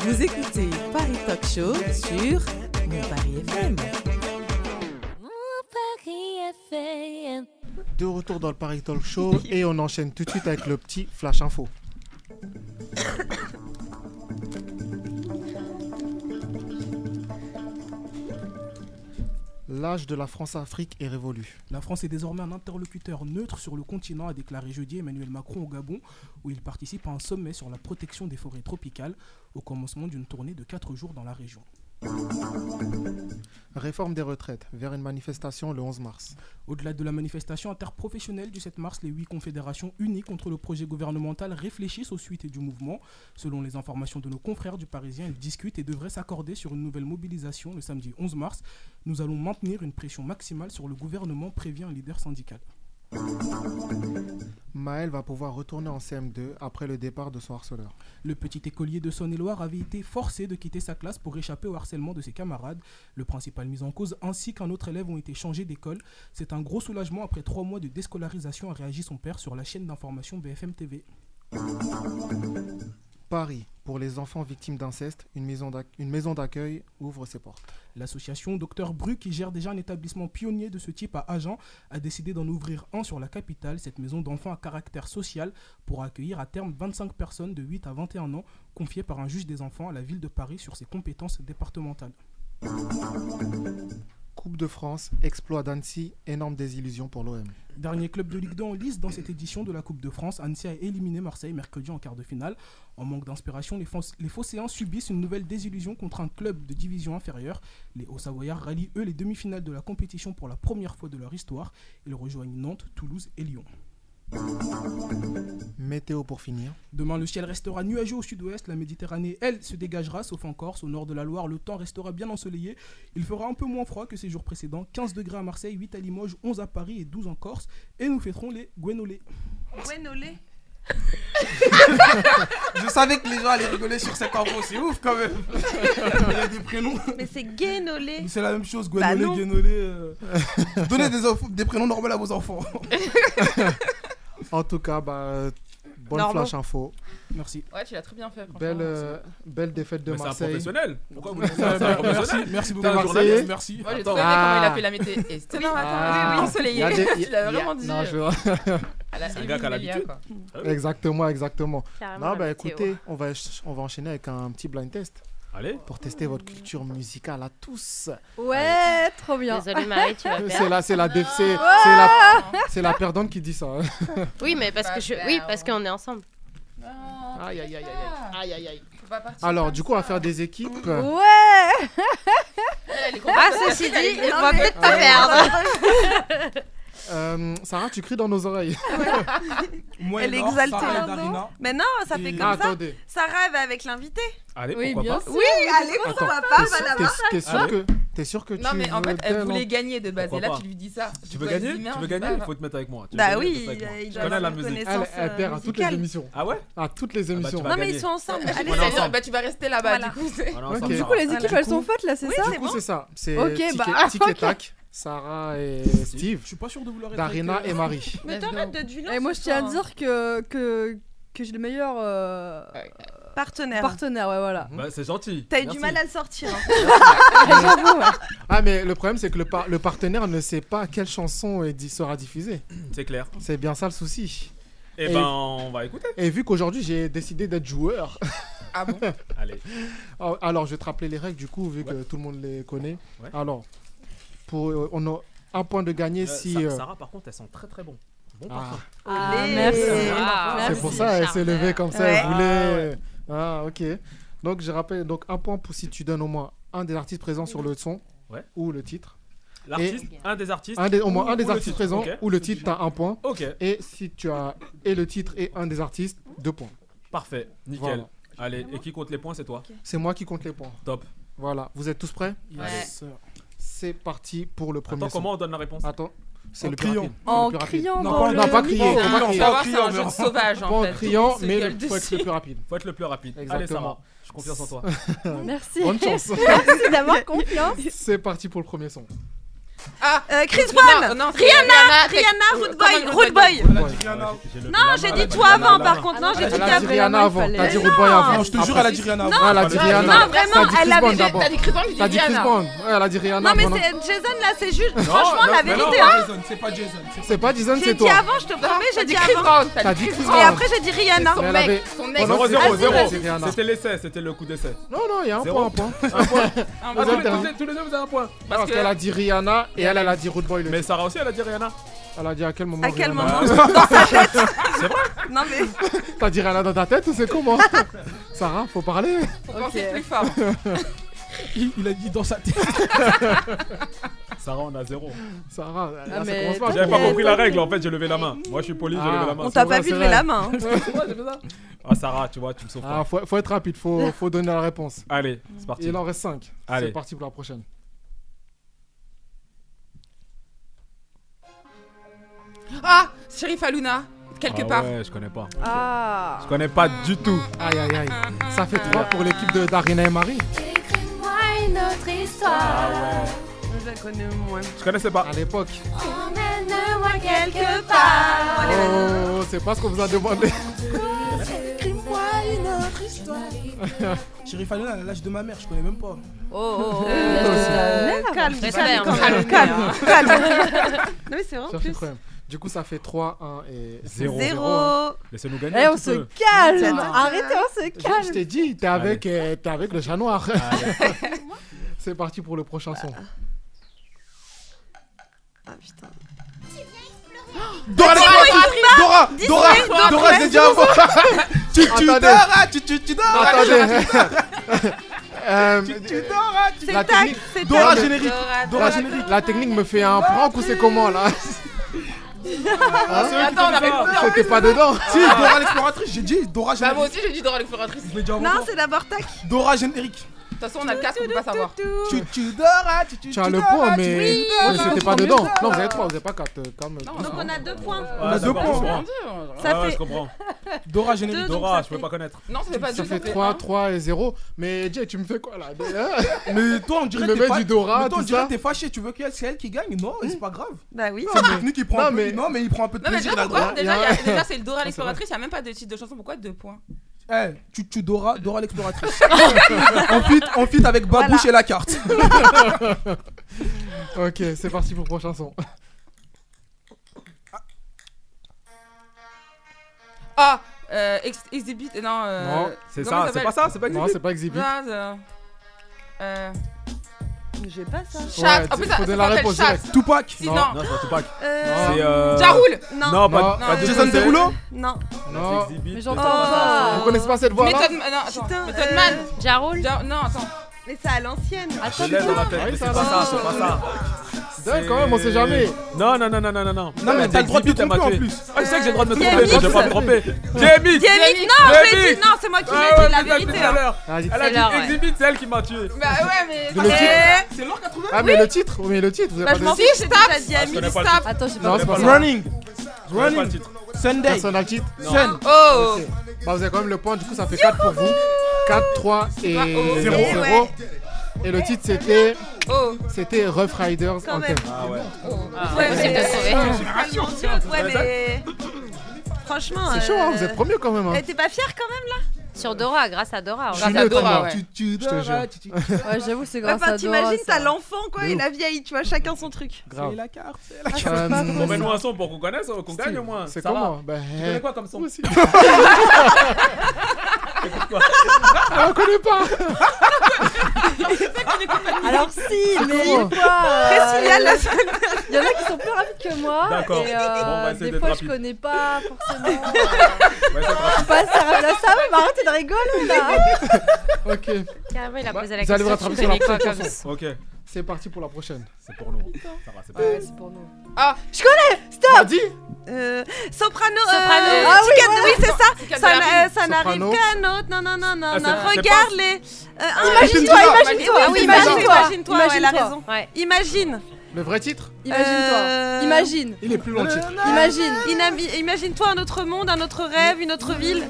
[SPEAKER 10] Vous écoutez Paris Talk Show sur Mon Paris FM.
[SPEAKER 2] De retour dans le Paris Talk Show et on enchaîne tout de suite avec le petit Flash Info. L'âge de la France-Afrique est révolu.
[SPEAKER 3] La France est désormais un interlocuteur neutre sur le continent, a déclaré jeudi Emmanuel Macron au Gabon, où il participe à un sommet sur la protection des forêts tropicales au commencement d'une tournée de 4 jours dans la région.
[SPEAKER 2] Réforme des retraites vers une manifestation le 11 mars.
[SPEAKER 3] Au-delà de la manifestation interprofessionnelle du 7 mars, les huit confédérations unies contre le projet gouvernemental réfléchissent aux suites du mouvement. Selon les informations de nos confrères du Parisien, elles discutent et devraient s'accorder sur une nouvelle mobilisation le samedi 11 mars. Nous allons maintenir une pression maximale sur le gouvernement, prévient un leader syndical.
[SPEAKER 2] Maël va pouvoir retourner en CM2 après le départ de son harceleur.
[SPEAKER 3] Le petit écolier de Saône-et-Loire avait été forcé de quitter sa classe pour échapper au harcèlement de ses camarades. Le principal mis en cause ainsi qu'un autre élève ont été changés d'école. C'est un gros soulagement après trois mois de déscolarisation, a réagi son père sur la chaîne d'information BFM TV.
[SPEAKER 2] Paris, pour les enfants victimes d'inceste, une maison d'ac- une maison d'accueil ouvre ses portes.
[SPEAKER 3] L'association Docteur Bru, qui gère déjà un établissement pionnier de ce type à Agen, a décidé d'en ouvrir un sur la capitale. Cette maison d'enfants à caractère social pourra accueillir à terme 25 personnes de 8 à 21 ans, confiées par un juge des enfants à la ville de Paris sur ses compétences départementales.
[SPEAKER 2] Coupe de France, exploit d'Annecy, énorme désillusion pour l'OM.
[SPEAKER 3] Dernier club de Ligue 2 en lice dans cette édition de la Coupe de France, Annecy a éliminé Marseille mercredi en quart de finale. En manque d'inspiration, les, Fons- les Phocéens subissent une nouvelle désillusion contre un club de division inférieure. Les Hauts-Savoyards rallient eux les demi-finales de la compétition pour la première fois de leur histoire. Ils rejoignent Nantes, Toulouse et Lyon.
[SPEAKER 2] Météo pour finir.
[SPEAKER 3] Demain, le ciel restera nuageux au sud-ouest. La Méditerranée, elle, se dégagera, sauf en Corse. Au nord de la Loire, le temps restera bien ensoleillé. Il fera un peu moins froid que ces jours précédents. 15 degrés à Marseille, 8 à Limoges, 11 à Paris et 12 en Corse. Et nous fêterons les Gwenolés.
[SPEAKER 6] Gwenolé
[SPEAKER 13] Je savais que les gens allaient rigoler sur cet enfant, c'est ouf quand même. Il y a des prénoms.
[SPEAKER 11] Mais c'est Guénolé.
[SPEAKER 13] C'est la même chose,
[SPEAKER 11] Bah
[SPEAKER 13] Gwenolé,
[SPEAKER 11] non.
[SPEAKER 13] Guénolé. euh. Donnez des, enfants- des prénoms normaux à vos enfants.
[SPEAKER 2] En tout cas, bah, euh, bonne
[SPEAKER 7] Normaux.
[SPEAKER 2] flash info.
[SPEAKER 3] Merci.
[SPEAKER 7] Ouais, tu l'as très bien fait. franchement.
[SPEAKER 2] Belle, euh, belle défaite de
[SPEAKER 5] Mais c'est un
[SPEAKER 2] Marseille. Euh,
[SPEAKER 5] professionnel. Pourquoi vous dites ça, c'est un professionnel T'es un
[SPEAKER 2] Marseillais.
[SPEAKER 5] journaliste, merci.
[SPEAKER 7] Moi, j'ai trouvé comment il a fait la météo. Et c'était non, attends,
[SPEAKER 2] Ah.
[SPEAKER 7] oui, oui, ensoleillé.
[SPEAKER 2] Il y a des- il y a-
[SPEAKER 7] tu l'as vraiment dit.
[SPEAKER 2] Non, je-
[SPEAKER 7] À la-
[SPEAKER 5] un gars qui a
[SPEAKER 7] Emilia,
[SPEAKER 5] l'habitude. Ah
[SPEAKER 7] quoi.
[SPEAKER 2] Exactement, exactement.
[SPEAKER 7] Carrément
[SPEAKER 2] Non,
[SPEAKER 7] la
[SPEAKER 2] bah
[SPEAKER 7] météo.
[SPEAKER 2] écoutez, on va, ch- on va enchaîner avec un petit blind test.
[SPEAKER 5] Allez.
[SPEAKER 2] Pour tester votre culture musicale à tous.
[SPEAKER 4] Ouais, trop bien.
[SPEAKER 11] Désolé, Marie, tu vas perdre.
[SPEAKER 2] C'est la, c'est la, dé- c'est, c'est
[SPEAKER 4] Ah
[SPEAKER 2] la, c'est la perdante qui dit ça. hein.
[SPEAKER 11] Oui, mais parce que je... oui, parce qu'on est ensemble.
[SPEAKER 7] Aïe, aïe, aïe, aïe. Aïe, aïe, aïe. Faut pas partir.
[SPEAKER 2] Alors, du coup, on va faire des équipes.
[SPEAKER 4] Ouais
[SPEAKER 7] Elle est
[SPEAKER 11] Ah,
[SPEAKER 7] contente.
[SPEAKER 11] ceci
[SPEAKER 7] Elle est
[SPEAKER 11] dit, on
[SPEAKER 7] contente.
[SPEAKER 11] va peut-être pas
[SPEAKER 3] Ah,
[SPEAKER 11] perdre.
[SPEAKER 2] Euh, Sarah, tu cries dans nos oreilles.
[SPEAKER 5] Moi,
[SPEAKER 14] Elle est exaltée.
[SPEAKER 5] Sarah et
[SPEAKER 8] hein.
[SPEAKER 5] Darina.
[SPEAKER 14] Mais non, ça fait
[SPEAKER 2] Et-
[SPEAKER 14] comme ça.
[SPEAKER 2] Attendez.
[SPEAKER 14] ça. Sarah, elle va avec l'invité.
[SPEAKER 5] Allez,
[SPEAKER 14] Oui,
[SPEAKER 5] pourquoi
[SPEAKER 14] bien
[SPEAKER 5] pas
[SPEAKER 14] sûr. Oui, allez, pourquoi
[SPEAKER 2] Attends,
[SPEAKER 14] pas,
[SPEAKER 2] t'es
[SPEAKER 14] va
[SPEAKER 2] sûr-
[SPEAKER 14] là-bas.
[SPEAKER 2] t'es- T'es sûr
[SPEAKER 5] Allez.
[SPEAKER 2] que, t'es sûr que
[SPEAKER 7] Non,
[SPEAKER 2] tu
[SPEAKER 7] mais en
[SPEAKER 2] veux
[SPEAKER 7] fait, elle
[SPEAKER 2] tel-
[SPEAKER 7] voulait gagner de base. Et
[SPEAKER 5] Pourquoi
[SPEAKER 7] là,
[SPEAKER 5] pas
[SPEAKER 7] tu lui dis ça.
[SPEAKER 5] Tu veux gagner Tu veux gagner Il faut te mettre avec moi. Tu veux
[SPEAKER 7] Bah
[SPEAKER 5] gagner,
[SPEAKER 7] oui,
[SPEAKER 5] tu te mets avec
[SPEAKER 7] il
[SPEAKER 5] moi.
[SPEAKER 7] a- il
[SPEAKER 5] Je
[SPEAKER 7] doit
[SPEAKER 5] connais
[SPEAKER 7] avoir
[SPEAKER 5] la
[SPEAKER 7] une euh,
[SPEAKER 5] musique.
[SPEAKER 2] Elle, elle perd à toutes les émissions.
[SPEAKER 5] Ah ouais
[SPEAKER 2] À toutes les émissions.
[SPEAKER 5] tu vas
[SPEAKER 7] Non, mais ils sont ensemble. Allez,
[SPEAKER 2] On est
[SPEAKER 7] c'est bon,
[SPEAKER 2] ensemble.
[SPEAKER 7] bah, tu vas rester là-bas, du coup. c'est-
[SPEAKER 5] Voilà, ensemble,
[SPEAKER 2] Ok.
[SPEAKER 5] Du coup, les
[SPEAKER 2] Sarah.
[SPEAKER 4] équipes, elles
[SPEAKER 2] Du
[SPEAKER 4] sont
[SPEAKER 2] coup-
[SPEAKER 4] faites, là, c'est ça
[SPEAKER 2] Du coup, c'est ça. C'est
[SPEAKER 4] Ok,
[SPEAKER 2] tic, et-
[SPEAKER 4] bah,
[SPEAKER 2] tic et
[SPEAKER 4] ok.
[SPEAKER 2] tac. Sarah et Steve. Je
[SPEAKER 3] suis pas sûr de vouloir
[SPEAKER 4] être
[SPEAKER 2] Darina
[SPEAKER 4] avec, euh,
[SPEAKER 2] et Marie.
[SPEAKER 4] Mais
[SPEAKER 7] Let's
[SPEAKER 4] t'arrêtes
[SPEAKER 7] go.
[SPEAKER 4] de Et Eh, moi, je tiens à dire que, que, que j'ai le meilleur. euh,
[SPEAKER 14] Partenaire.
[SPEAKER 4] Partenaire, ouais, voilà.
[SPEAKER 5] Bah, c'est gentil.
[SPEAKER 14] T'as eu du
[SPEAKER 5] Merci.
[SPEAKER 14] mal à le sortir. hein.
[SPEAKER 2] Ah, mais le problème, c'est que le, par- le partenaire ne sait pas quelle chanson est di- sera diffusée.
[SPEAKER 5] C'est clair.
[SPEAKER 2] C'est bien ça le souci.
[SPEAKER 5] Eh ben, on va écouter.
[SPEAKER 2] Et vu qu'aujourd'hui, j'ai décidé d'être joueur.
[SPEAKER 7] Ah bon
[SPEAKER 5] Allez.
[SPEAKER 2] Alors, je vais te rappeler les règles, du coup, vu que tout le monde les connaît.
[SPEAKER 5] Ouais.
[SPEAKER 2] Alors, pour, euh, on a un point de gagné
[SPEAKER 5] Euh,
[SPEAKER 2] si.
[SPEAKER 5] Sa-
[SPEAKER 2] euh,
[SPEAKER 5] Sarah, par contre, elles sont très très bon. Bon parfum.
[SPEAKER 4] Ah,
[SPEAKER 2] Olé.
[SPEAKER 4] merci.
[SPEAKER 2] Ah,
[SPEAKER 4] Merci.
[SPEAKER 2] C'est pour ça, elle s'est
[SPEAKER 4] Charmeur.
[SPEAKER 2] levée comme ça,
[SPEAKER 4] Ouais.
[SPEAKER 2] elle voulait. Ah, ok. Donc, je rappelle, donc un point pour si tu donnes au moins un des artistes présents sur le son
[SPEAKER 5] Ouais.
[SPEAKER 2] ou le titre.
[SPEAKER 5] L'artiste,
[SPEAKER 2] Et
[SPEAKER 5] un des artistes.
[SPEAKER 2] un des- au moins
[SPEAKER 5] ou-
[SPEAKER 2] un
[SPEAKER 5] ou
[SPEAKER 2] des
[SPEAKER 5] le
[SPEAKER 2] artistes
[SPEAKER 5] titre.
[SPEAKER 2] présents
[SPEAKER 5] Ok.
[SPEAKER 2] ou le titre, t'as un point.
[SPEAKER 5] Ok.
[SPEAKER 2] Et si tu as et le titre et un des artistes, deux points.
[SPEAKER 5] Parfait, nickel.
[SPEAKER 2] Voilà.
[SPEAKER 5] Allez, et qui compte les points, c'est toi.
[SPEAKER 2] C'est moi qui compte les points.
[SPEAKER 5] Top.
[SPEAKER 2] Voilà. Vous êtes tous prêts
[SPEAKER 5] Yes. Ouais.
[SPEAKER 2] C'est parti pour le premier.
[SPEAKER 5] Attends,
[SPEAKER 2] son.
[SPEAKER 5] comment on donne la réponse
[SPEAKER 2] Attends. C'est
[SPEAKER 5] En
[SPEAKER 2] le plus
[SPEAKER 5] criant.
[SPEAKER 2] rapide.
[SPEAKER 5] En
[SPEAKER 2] C'est Oh, le plus rapide.
[SPEAKER 5] criant
[SPEAKER 2] Non,
[SPEAKER 5] dans
[SPEAKER 2] pas,
[SPEAKER 5] le
[SPEAKER 2] non, pas
[SPEAKER 5] mix.
[SPEAKER 2] crier.
[SPEAKER 5] Pas en
[SPEAKER 2] pas crier.
[SPEAKER 5] criant, c'est un jeu de sauvage, en
[SPEAKER 2] Pas
[SPEAKER 5] fait.
[SPEAKER 2] en criant,
[SPEAKER 5] Tout le monde se
[SPEAKER 2] mais
[SPEAKER 5] gueule
[SPEAKER 2] le- faut être
[SPEAKER 5] dessus.
[SPEAKER 2] le plus rapide.
[SPEAKER 5] Faut être le plus rapide. Allez,
[SPEAKER 2] Exactement.
[SPEAKER 5] Sarah, je confie en toi.
[SPEAKER 4] Merci.
[SPEAKER 2] Bonne chance.
[SPEAKER 4] Merci d'avoir confiance.
[SPEAKER 2] C'est parti pour le premier son.
[SPEAKER 7] Ah,
[SPEAKER 8] Euh, Chris
[SPEAKER 7] non,
[SPEAKER 8] Brown
[SPEAKER 7] non, c'est
[SPEAKER 8] Rihanna
[SPEAKER 7] Rihanna,
[SPEAKER 8] Rihanna,
[SPEAKER 7] c'est-
[SPEAKER 8] Rude
[SPEAKER 7] comment
[SPEAKER 8] Boy
[SPEAKER 7] elle nous
[SPEAKER 8] Rude
[SPEAKER 7] a
[SPEAKER 8] Boy
[SPEAKER 7] dit Voilà,
[SPEAKER 8] Non, j'ai dit toi avant par contre. Non, j'ai dit
[SPEAKER 2] Elle a dit
[SPEAKER 8] toi
[SPEAKER 2] Rihanna avant. T'as dit Rude Boy
[SPEAKER 8] Non.
[SPEAKER 2] avant.
[SPEAKER 8] Non,
[SPEAKER 3] je te jure, elle a dit Rihanna avant.
[SPEAKER 2] Elle a dit
[SPEAKER 3] Non,
[SPEAKER 2] Rihanna.
[SPEAKER 3] non, vraiment,
[SPEAKER 2] T'as dit
[SPEAKER 8] elle
[SPEAKER 2] Chris
[SPEAKER 8] avait
[SPEAKER 2] Brown
[SPEAKER 8] dit-
[SPEAKER 2] d'abord.
[SPEAKER 8] t'as dit Chris Brown, j'ai dit
[SPEAKER 2] T'as dit Chris
[SPEAKER 8] Rihanna.
[SPEAKER 2] Brown. Ouais, Elle a dit Rihanna.
[SPEAKER 8] Non, mais
[SPEAKER 2] avant,
[SPEAKER 8] c'est Jason là, c'est juste.
[SPEAKER 2] Non,
[SPEAKER 8] Franchement,
[SPEAKER 2] non,
[SPEAKER 8] la
[SPEAKER 2] mais
[SPEAKER 8] vérité,
[SPEAKER 2] non,
[SPEAKER 8] hein.
[SPEAKER 2] Jason,
[SPEAKER 3] C'est pas Jason.
[SPEAKER 2] C'est pas Jason,
[SPEAKER 8] J'ai
[SPEAKER 2] c'est
[SPEAKER 8] dit
[SPEAKER 2] toi.
[SPEAKER 8] avant, je te promets, j'ai dit avant.
[SPEAKER 2] T'as dit Chris
[SPEAKER 8] Et
[SPEAKER 2] Brown.
[SPEAKER 8] après, j'ai dit Rihanna.
[SPEAKER 2] Mais elle avait- Pendant que
[SPEAKER 5] 0
[SPEAKER 2] c'était-
[SPEAKER 5] 0
[SPEAKER 2] c'était Rihanna.
[SPEAKER 5] C'était l'essai, c'était le coup d'essai.
[SPEAKER 2] Non, non, il y a un point, un
[SPEAKER 5] Zéro.
[SPEAKER 2] point.
[SPEAKER 5] Un point.
[SPEAKER 2] Un
[SPEAKER 5] Ah,
[SPEAKER 2] point.
[SPEAKER 5] tous les- tous les- Tous les deux, vous avez un point.
[SPEAKER 2] Parce qu'elle a dit Rihanna et elle, elle a dit Rude Boy. Mais
[SPEAKER 5] Sarah aussi, elle a dit Rihanna.
[SPEAKER 2] Elle a dit à quel moment
[SPEAKER 8] À quel
[SPEAKER 2] Rihanna
[SPEAKER 8] moment Dans sa tête.
[SPEAKER 5] C'est vrai
[SPEAKER 8] Non, mais.
[SPEAKER 2] T'as dit Rihanna dans ta tête ou c'est comment Sarah, faut parler.
[SPEAKER 8] Faut penser plus fort.
[SPEAKER 15] il, il a dit dans sa tête.
[SPEAKER 5] Sarah, on a zéro.
[SPEAKER 2] Sarah,
[SPEAKER 8] Ah,
[SPEAKER 15] là, ça mais commence pas.
[SPEAKER 5] J'avais pas
[SPEAKER 15] t'inquiète,
[SPEAKER 5] compris la
[SPEAKER 15] t'inquiète.
[SPEAKER 5] règle en fait, j'ai levé la main. Moi je suis poli, j'ai
[SPEAKER 2] Ah.
[SPEAKER 5] levé la main.
[SPEAKER 2] On t'a pas vu lever la main, hein.
[SPEAKER 5] Moi j'ai fait ça. Ah Sarah, tu vois, tu me sauves
[SPEAKER 2] Ah,
[SPEAKER 5] pas.
[SPEAKER 2] faut, faut être rapide, faut, faut donner la réponse.
[SPEAKER 5] Allez, c'est parti.
[SPEAKER 2] Il en reste 5.
[SPEAKER 5] Allez.
[SPEAKER 2] C'est parti pour la prochaine.
[SPEAKER 7] Ah, Sheriff Aluna, quelque
[SPEAKER 5] Ah
[SPEAKER 7] part.
[SPEAKER 5] Ouais, je connais pas.
[SPEAKER 7] Ah.
[SPEAKER 5] Je connais pas du tout.
[SPEAKER 2] Aïe aïe aïe. Ça
[SPEAKER 8] Ah.
[SPEAKER 2] fait 3 pour l'équipe de Darina et Marie.
[SPEAKER 13] Écris-moi une autre histoire.
[SPEAKER 7] Je la connais moins.
[SPEAKER 5] Ah Je connaissais pas.
[SPEAKER 2] À l'époque.
[SPEAKER 13] Emmène-moi quelque part.
[SPEAKER 2] Oh, c'est pas ce qu'on vous a demandé.
[SPEAKER 13] Écris-moi une autre histoire.
[SPEAKER 15] Sheriff Allen, elle a l'âge de ma mère, je connais même pas.
[SPEAKER 13] oh, oh,
[SPEAKER 7] Euh,
[SPEAKER 13] oh.
[SPEAKER 7] calme,
[SPEAKER 13] Respect,
[SPEAKER 7] calme,
[SPEAKER 13] hein.
[SPEAKER 7] calme, calme, calme.
[SPEAKER 3] Eh
[SPEAKER 7] Non, mais c'est vrai, en
[SPEAKER 2] Cherche le
[SPEAKER 7] plus.
[SPEAKER 2] problème. Du coup, ça fait 3, 1 et
[SPEAKER 5] Zéro.
[SPEAKER 7] Zéro.
[SPEAKER 2] hein.
[SPEAKER 5] Laissez-nous
[SPEAKER 4] Eh, on se calme Arrêtez, on se
[SPEAKER 2] Je-
[SPEAKER 4] calme
[SPEAKER 2] Je t'ai dit, t'es avec, euh, t'es avec le chat noir. C'est parti pour le prochain son.
[SPEAKER 7] Ah putain.
[SPEAKER 3] Dora,
[SPEAKER 2] Ah,
[SPEAKER 3] Dora,
[SPEAKER 2] Disney,
[SPEAKER 3] Dora,
[SPEAKER 2] Disney,
[SPEAKER 3] Dora,
[SPEAKER 2] Disney,
[SPEAKER 3] Dora, Dora,
[SPEAKER 2] Disney,
[SPEAKER 3] c'est déjà avant.
[SPEAKER 2] Disney.
[SPEAKER 3] Tu, tu
[SPEAKER 2] Attendez.
[SPEAKER 3] dors, ah, tu, tu, tu dors. ah, tu
[SPEAKER 2] Attendez.
[SPEAKER 3] dors.
[SPEAKER 2] Euh,
[SPEAKER 3] Tu dors, ah, tu
[SPEAKER 2] la
[SPEAKER 3] dors.
[SPEAKER 2] technique-
[SPEAKER 3] Dora
[SPEAKER 2] Non, mais-
[SPEAKER 3] générique.
[SPEAKER 2] la,
[SPEAKER 3] Dora générique.
[SPEAKER 2] la technique me fait un prank ou c'est comment là
[SPEAKER 3] Ah, c'est eux qui
[SPEAKER 7] Attends, on
[SPEAKER 3] font
[SPEAKER 7] avait
[SPEAKER 3] ça.
[SPEAKER 7] coupé en
[SPEAKER 2] C'était pas dedans.
[SPEAKER 3] ben, Si, Dora l'exploratrice, j'ai dit Dora
[SPEAKER 7] Ah. Bah, moi
[SPEAKER 3] générique.
[SPEAKER 7] aussi, j'ai dit Dora l'exploratrice.
[SPEAKER 3] Non,
[SPEAKER 7] c'est d'abord tac.
[SPEAKER 3] Dora générique.
[SPEAKER 7] De toute façon, on a le casque, on peut pas savoir.
[SPEAKER 3] Tu, tu dors, ah, tu, tu,
[SPEAKER 2] Tu as
[SPEAKER 3] tu
[SPEAKER 2] le
[SPEAKER 3] dors,
[SPEAKER 2] point,
[SPEAKER 3] ah, tu-
[SPEAKER 2] mais,
[SPEAKER 3] oui,
[SPEAKER 2] mais
[SPEAKER 3] Dora,
[SPEAKER 2] c'était
[SPEAKER 3] tu
[SPEAKER 2] pas
[SPEAKER 3] dors.
[SPEAKER 2] dedans. Non, vous avez 3, vous avez pas euh, 4. Calme.
[SPEAKER 8] Donc on a deux points.
[SPEAKER 3] On a deux
[SPEAKER 5] d'accord,
[SPEAKER 3] points.
[SPEAKER 5] je comprends.
[SPEAKER 3] Ça
[SPEAKER 5] Ouais, ouais,
[SPEAKER 3] fait-
[SPEAKER 5] je comprends.
[SPEAKER 3] Dora générique.
[SPEAKER 5] Dora,
[SPEAKER 3] donc ça
[SPEAKER 5] je pouvais
[SPEAKER 3] fait-
[SPEAKER 5] pas connaître.
[SPEAKER 7] Non, ça fait pas
[SPEAKER 2] Ça
[SPEAKER 7] deux,
[SPEAKER 2] fait
[SPEAKER 7] ça fait
[SPEAKER 2] 3,
[SPEAKER 7] un.
[SPEAKER 2] 3 et 0. Mais Jay, tu me fais quoi là
[SPEAKER 3] Mais toi, on dirait
[SPEAKER 2] Tu me
[SPEAKER 3] t'es
[SPEAKER 2] mets
[SPEAKER 3] fa-
[SPEAKER 2] hein. du Dora,
[SPEAKER 3] mais toi, on
[SPEAKER 2] tout
[SPEAKER 3] dirait
[SPEAKER 2] ça.
[SPEAKER 3] t'es fâché. Tu veux qu'elle c'est elle qui gagne Non, c'est pas grave.
[SPEAKER 8] Bah oui.
[SPEAKER 3] C'est technique, il prend
[SPEAKER 2] Non,
[SPEAKER 3] un peu.
[SPEAKER 2] mais-
[SPEAKER 3] Non, mais il prend un peu de
[SPEAKER 7] Non, mais
[SPEAKER 3] plaisir.
[SPEAKER 7] déjà,
[SPEAKER 3] il a le droit.
[SPEAKER 7] pourquoi Déjà, il y a- déjà, c'est le
[SPEAKER 3] Ah, c'est
[SPEAKER 7] Dora
[SPEAKER 3] vrai.
[SPEAKER 7] l'exploratrice, il n'y a même pas de titre de chanson. Pourquoi deux points
[SPEAKER 3] Eh, tu, tu Dora, Dora l'exploratrice. on fit, on fit avec Babouche et la carte.
[SPEAKER 2] Ok, c'est parti pour le prochain son.
[SPEAKER 7] Ah, euh, ex- Exhibit. Non, euh,
[SPEAKER 2] Non, c'est ça,
[SPEAKER 7] comment il
[SPEAKER 2] c'est
[SPEAKER 7] s'appelle
[SPEAKER 2] pas ça, c'est pas Non, Exhibit. c'est pas Exhibit.
[SPEAKER 7] Ah, euh, euh,
[SPEAKER 8] J'ai pas ça.
[SPEAKER 7] Chat. en plus, ça,
[SPEAKER 2] faut
[SPEAKER 7] ça
[SPEAKER 2] donner la
[SPEAKER 7] s'appelle
[SPEAKER 2] réponse
[SPEAKER 7] Chat.
[SPEAKER 2] directe.
[SPEAKER 3] Tupac
[SPEAKER 7] Si, non.
[SPEAKER 5] Non, c'est pas Tupac.
[SPEAKER 7] Euh,
[SPEAKER 5] C'est euh.
[SPEAKER 7] Ja Rule.
[SPEAKER 5] Non,
[SPEAKER 7] Non.
[SPEAKER 5] pas,
[SPEAKER 7] Non.
[SPEAKER 5] pas de-
[SPEAKER 7] Jason Derulo
[SPEAKER 8] Non. Oh.
[SPEAKER 2] Non.
[SPEAKER 5] Mais
[SPEAKER 8] j'entends
[SPEAKER 7] pas.
[SPEAKER 2] Vous connaissez pas cette voix là
[SPEAKER 7] Method, non, attends.
[SPEAKER 8] Putain,
[SPEAKER 7] Method
[SPEAKER 8] euh,
[SPEAKER 7] Man.
[SPEAKER 11] Jarul
[SPEAKER 7] Ja- Non, attends.
[SPEAKER 8] Mais c'est à l'ancienne.
[SPEAKER 5] Je l'ai dans la
[SPEAKER 8] Ah
[SPEAKER 5] tête, mais c'est pas ça, c'est pas ça.
[SPEAKER 2] Dingue, quand même, on sait jamais.
[SPEAKER 5] Non, non, non, non, non, non. Non,
[SPEAKER 3] Non, mais t'as le droit de te
[SPEAKER 5] Exhibit, elle m'a
[SPEAKER 3] tromper en
[SPEAKER 5] tué.
[SPEAKER 3] plus.
[SPEAKER 5] Ah, je sais que j'ai le droit de me
[SPEAKER 3] Yemix.
[SPEAKER 5] tromper, mais je vais pas me tromper. Jamie
[SPEAKER 7] Yemix, non, je l'ai dit, non, c'est
[SPEAKER 5] Ah
[SPEAKER 7] moi qui l'ai dit, la vérité,
[SPEAKER 5] Tout à
[SPEAKER 7] hein.
[SPEAKER 5] l'heure.
[SPEAKER 2] Ah,
[SPEAKER 5] Elle
[SPEAKER 2] dites-
[SPEAKER 5] a
[SPEAKER 2] C'est l'heure,
[SPEAKER 5] dit
[SPEAKER 2] ouais.
[SPEAKER 5] Exhibit, c'est elle qui m'a tué.
[SPEAKER 7] Bah ouais, mais.
[SPEAKER 2] Le titre.
[SPEAKER 7] C'est l'or 80
[SPEAKER 2] Ah, mais le titre Mais le titre, vous avez
[SPEAKER 7] Bah, je m'en
[SPEAKER 2] pas
[SPEAKER 7] fiche,
[SPEAKER 2] dit.
[SPEAKER 7] Stop.
[SPEAKER 5] Ah, je connais pas le
[SPEAKER 7] Stop.
[SPEAKER 5] titre.
[SPEAKER 7] Attends,
[SPEAKER 5] Je
[SPEAKER 2] Non,
[SPEAKER 5] connais
[SPEAKER 2] c'est pas
[SPEAKER 5] le
[SPEAKER 2] ça.
[SPEAKER 3] Running.
[SPEAKER 5] Je connais pas le titre.
[SPEAKER 3] Sunday.
[SPEAKER 2] Personne n'a le titre
[SPEAKER 5] Non.
[SPEAKER 3] Sun.
[SPEAKER 7] Oh.
[SPEAKER 2] Ok. Bah, vous avez quand même le point, du coup, ça fait 4 pour vous. 4, 3 et
[SPEAKER 7] pas oh.
[SPEAKER 2] 0.
[SPEAKER 7] Eh ouais.
[SPEAKER 2] Et le titre, c'était.
[SPEAKER 7] Oh.
[SPEAKER 2] C'était Rough Riders Anthem.
[SPEAKER 5] Ah ouais.
[SPEAKER 8] Ouais,
[SPEAKER 7] possible de
[SPEAKER 8] mais-
[SPEAKER 7] trouver.
[SPEAKER 8] Génération, tiens. Ouais, mais. Franchement.
[SPEAKER 2] C'est chaud, hein,
[SPEAKER 11] euh,
[SPEAKER 2] vous êtes premier quand même. hein.
[SPEAKER 8] Eh, T'es pas fier quand même là
[SPEAKER 11] Sur Dora, grâce à Dora.
[SPEAKER 2] Je
[SPEAKER 11] ouais.
[SPEAKER 2] suis neutre, moi.
[SPEAKER 8] ouais.
[SPEAKER 3] Tu
[SPEAKER 2] Je te
[SPEAKER 3] Dora,
[SPEAKER 2] jure.
[SPEAKER 3] tu- tu-
[SPEAKER 4] Ouais, j'avoue, c'est grâce
[SPEAKER 11] Ah,
[SPEAKER 8] Enfin,
[SPEAKER 4] à Dora.
[SPEAKER 8] t'imagines,
[SPEAKER 4] ça.
[SPEAKER 8] t'as l'enfant quoi
[SPEAKER 2] De
[SPEAKER 8] et
[SPEAKER 2] ouf.
[SPEAKER 8] la vieille, tu vois, chacun son truc.
[SPEAKER 2] Grave.
[SPEAKER 3] C'est la carte, c'est
[SPEAKER 8] Ah,
[SPEAKER 3] la
[SPEAKER 8] je
[SPEAKER 3] carte.
[SPEAKER 8] sais pas.
[SPEAKER 2] Euh,
[SPEAKER 5] Bon, mets-nous un son pour qu'on connaisse, qu'on gagne au moins.
[SPEAKER 2] C'est
[SPEAKER 5] Sarah,
[SPEAKER 2] comment Bah,
[SPEAKER 5] Tu connais quoi comme son
[SPEAKER 2] Ah, on connaît pas
[SPEAKER 4] Alors si, mais
[SPEAKER 2] Comment
[SPEAKER 4] une fois, euh,
[SPEAKER 8] Priscilla, la seule.
[SPEAKER 4] Il y en a qui sont plus rapides que moi.
[SPEAKER 5] D'accord.
[SPEAKER 4] Et
[SPEAKER 5] Bon, on va
[SPEAKER 4] euh,
[SPEAKER 5] essayer
[SPEAKER 4] des
[SPEAKER 5] d'être
[SPEAKER 4] fois, je
[SPEAKER 5] rapide.
[SPEAKER 4] connais pas forcément.
[SPEAKER 5] Ouais, c'est grave.
[SPEAKER 4] Je passe à la ça va, mais arrêtez de rigoler là.
[SPEAKER 2] Ok,
[SPEAKER 11] Carrément, il a posé la
[SPEAKER 2] vous allez vous
[SPEAKER 11] question.
[SPEAKER 2] rattraper
[SPEAKER 11] tu
[SPEAKER 2] sur la
[SPEAKER 11] connais quoi
[SPEAKER 2] prochaine
[SPEAKER 11] comme-
[SPEAKER 2] chanson.
[SPEAKER 5] Ok,
[SPEAKER 2] C'est parti pour la prochaine.
[SPEAKER 5] c'est pour nous. hein. Sarah, c'est pour
[SPEAKER 4] Ouais,
[SPEAKER 5] nous.
[SPEAKER 4] c'est pour nous.
[SPEAKER 7] Ah,
[SPEAKER 8] Je connais
[SPEAKER 2] T'as dit
[SPEAKER 8] Euh, Soprano.
[SPEAKER 11] Soprano.
[SPEAKER 8] euh,
[SPEAKER 4] Ah oui,
[SPEAKER 8] ticket-
[SPEAKER 4] voilà.
[SPEAKER 8] oui, c'est ça.
[SPEAKER 7] Ticket de
[SPEAKER 8] Ça
[SPEAKER 7] la
[SPEAKER 8] n'a-
[SPEAKER 7] rime.
[SPEAKER 8] Ça n'arrive
[SPEAKER 2] Soprano.
[SPEAKER 8] qu'à un autre. Non, non, non, non,
[SPEAKER 5] Ah, c'est
[SPEAKER 8] non.
[SPEAKER 5] pas- c'est
[SPEAKER 8] Regarde
[SPEAKER 5] pas-
[SPEAKER 8] les. euh,
[SPEAKER 4] Imagine-toi, imagine-toi.
[SPEAKER 8] Ah oui, imagine-toi.
[SPEAKER 4] Imagine-toi,
[SPEAKER 8] Imagine-toi, ouais, elle a
[SPEAKER 4] imagine-toi.
[SPEAKER 8] raison.
[SPEAKER 11] Ouais.
[SPEAKER 8] Imagine.
[SPEAKER 2] Le vrai titre
[SPEAKER 8] Euh,
[SPEAKER 4] Imagine-toi. Imagine.
[SPEAKER 2] Il est plus long le titre.
[SPEAKER 4] Imagine.
[SPEAKER 8] Inami- Imagine-toi un autre monde, un autre rêve, une autre ville.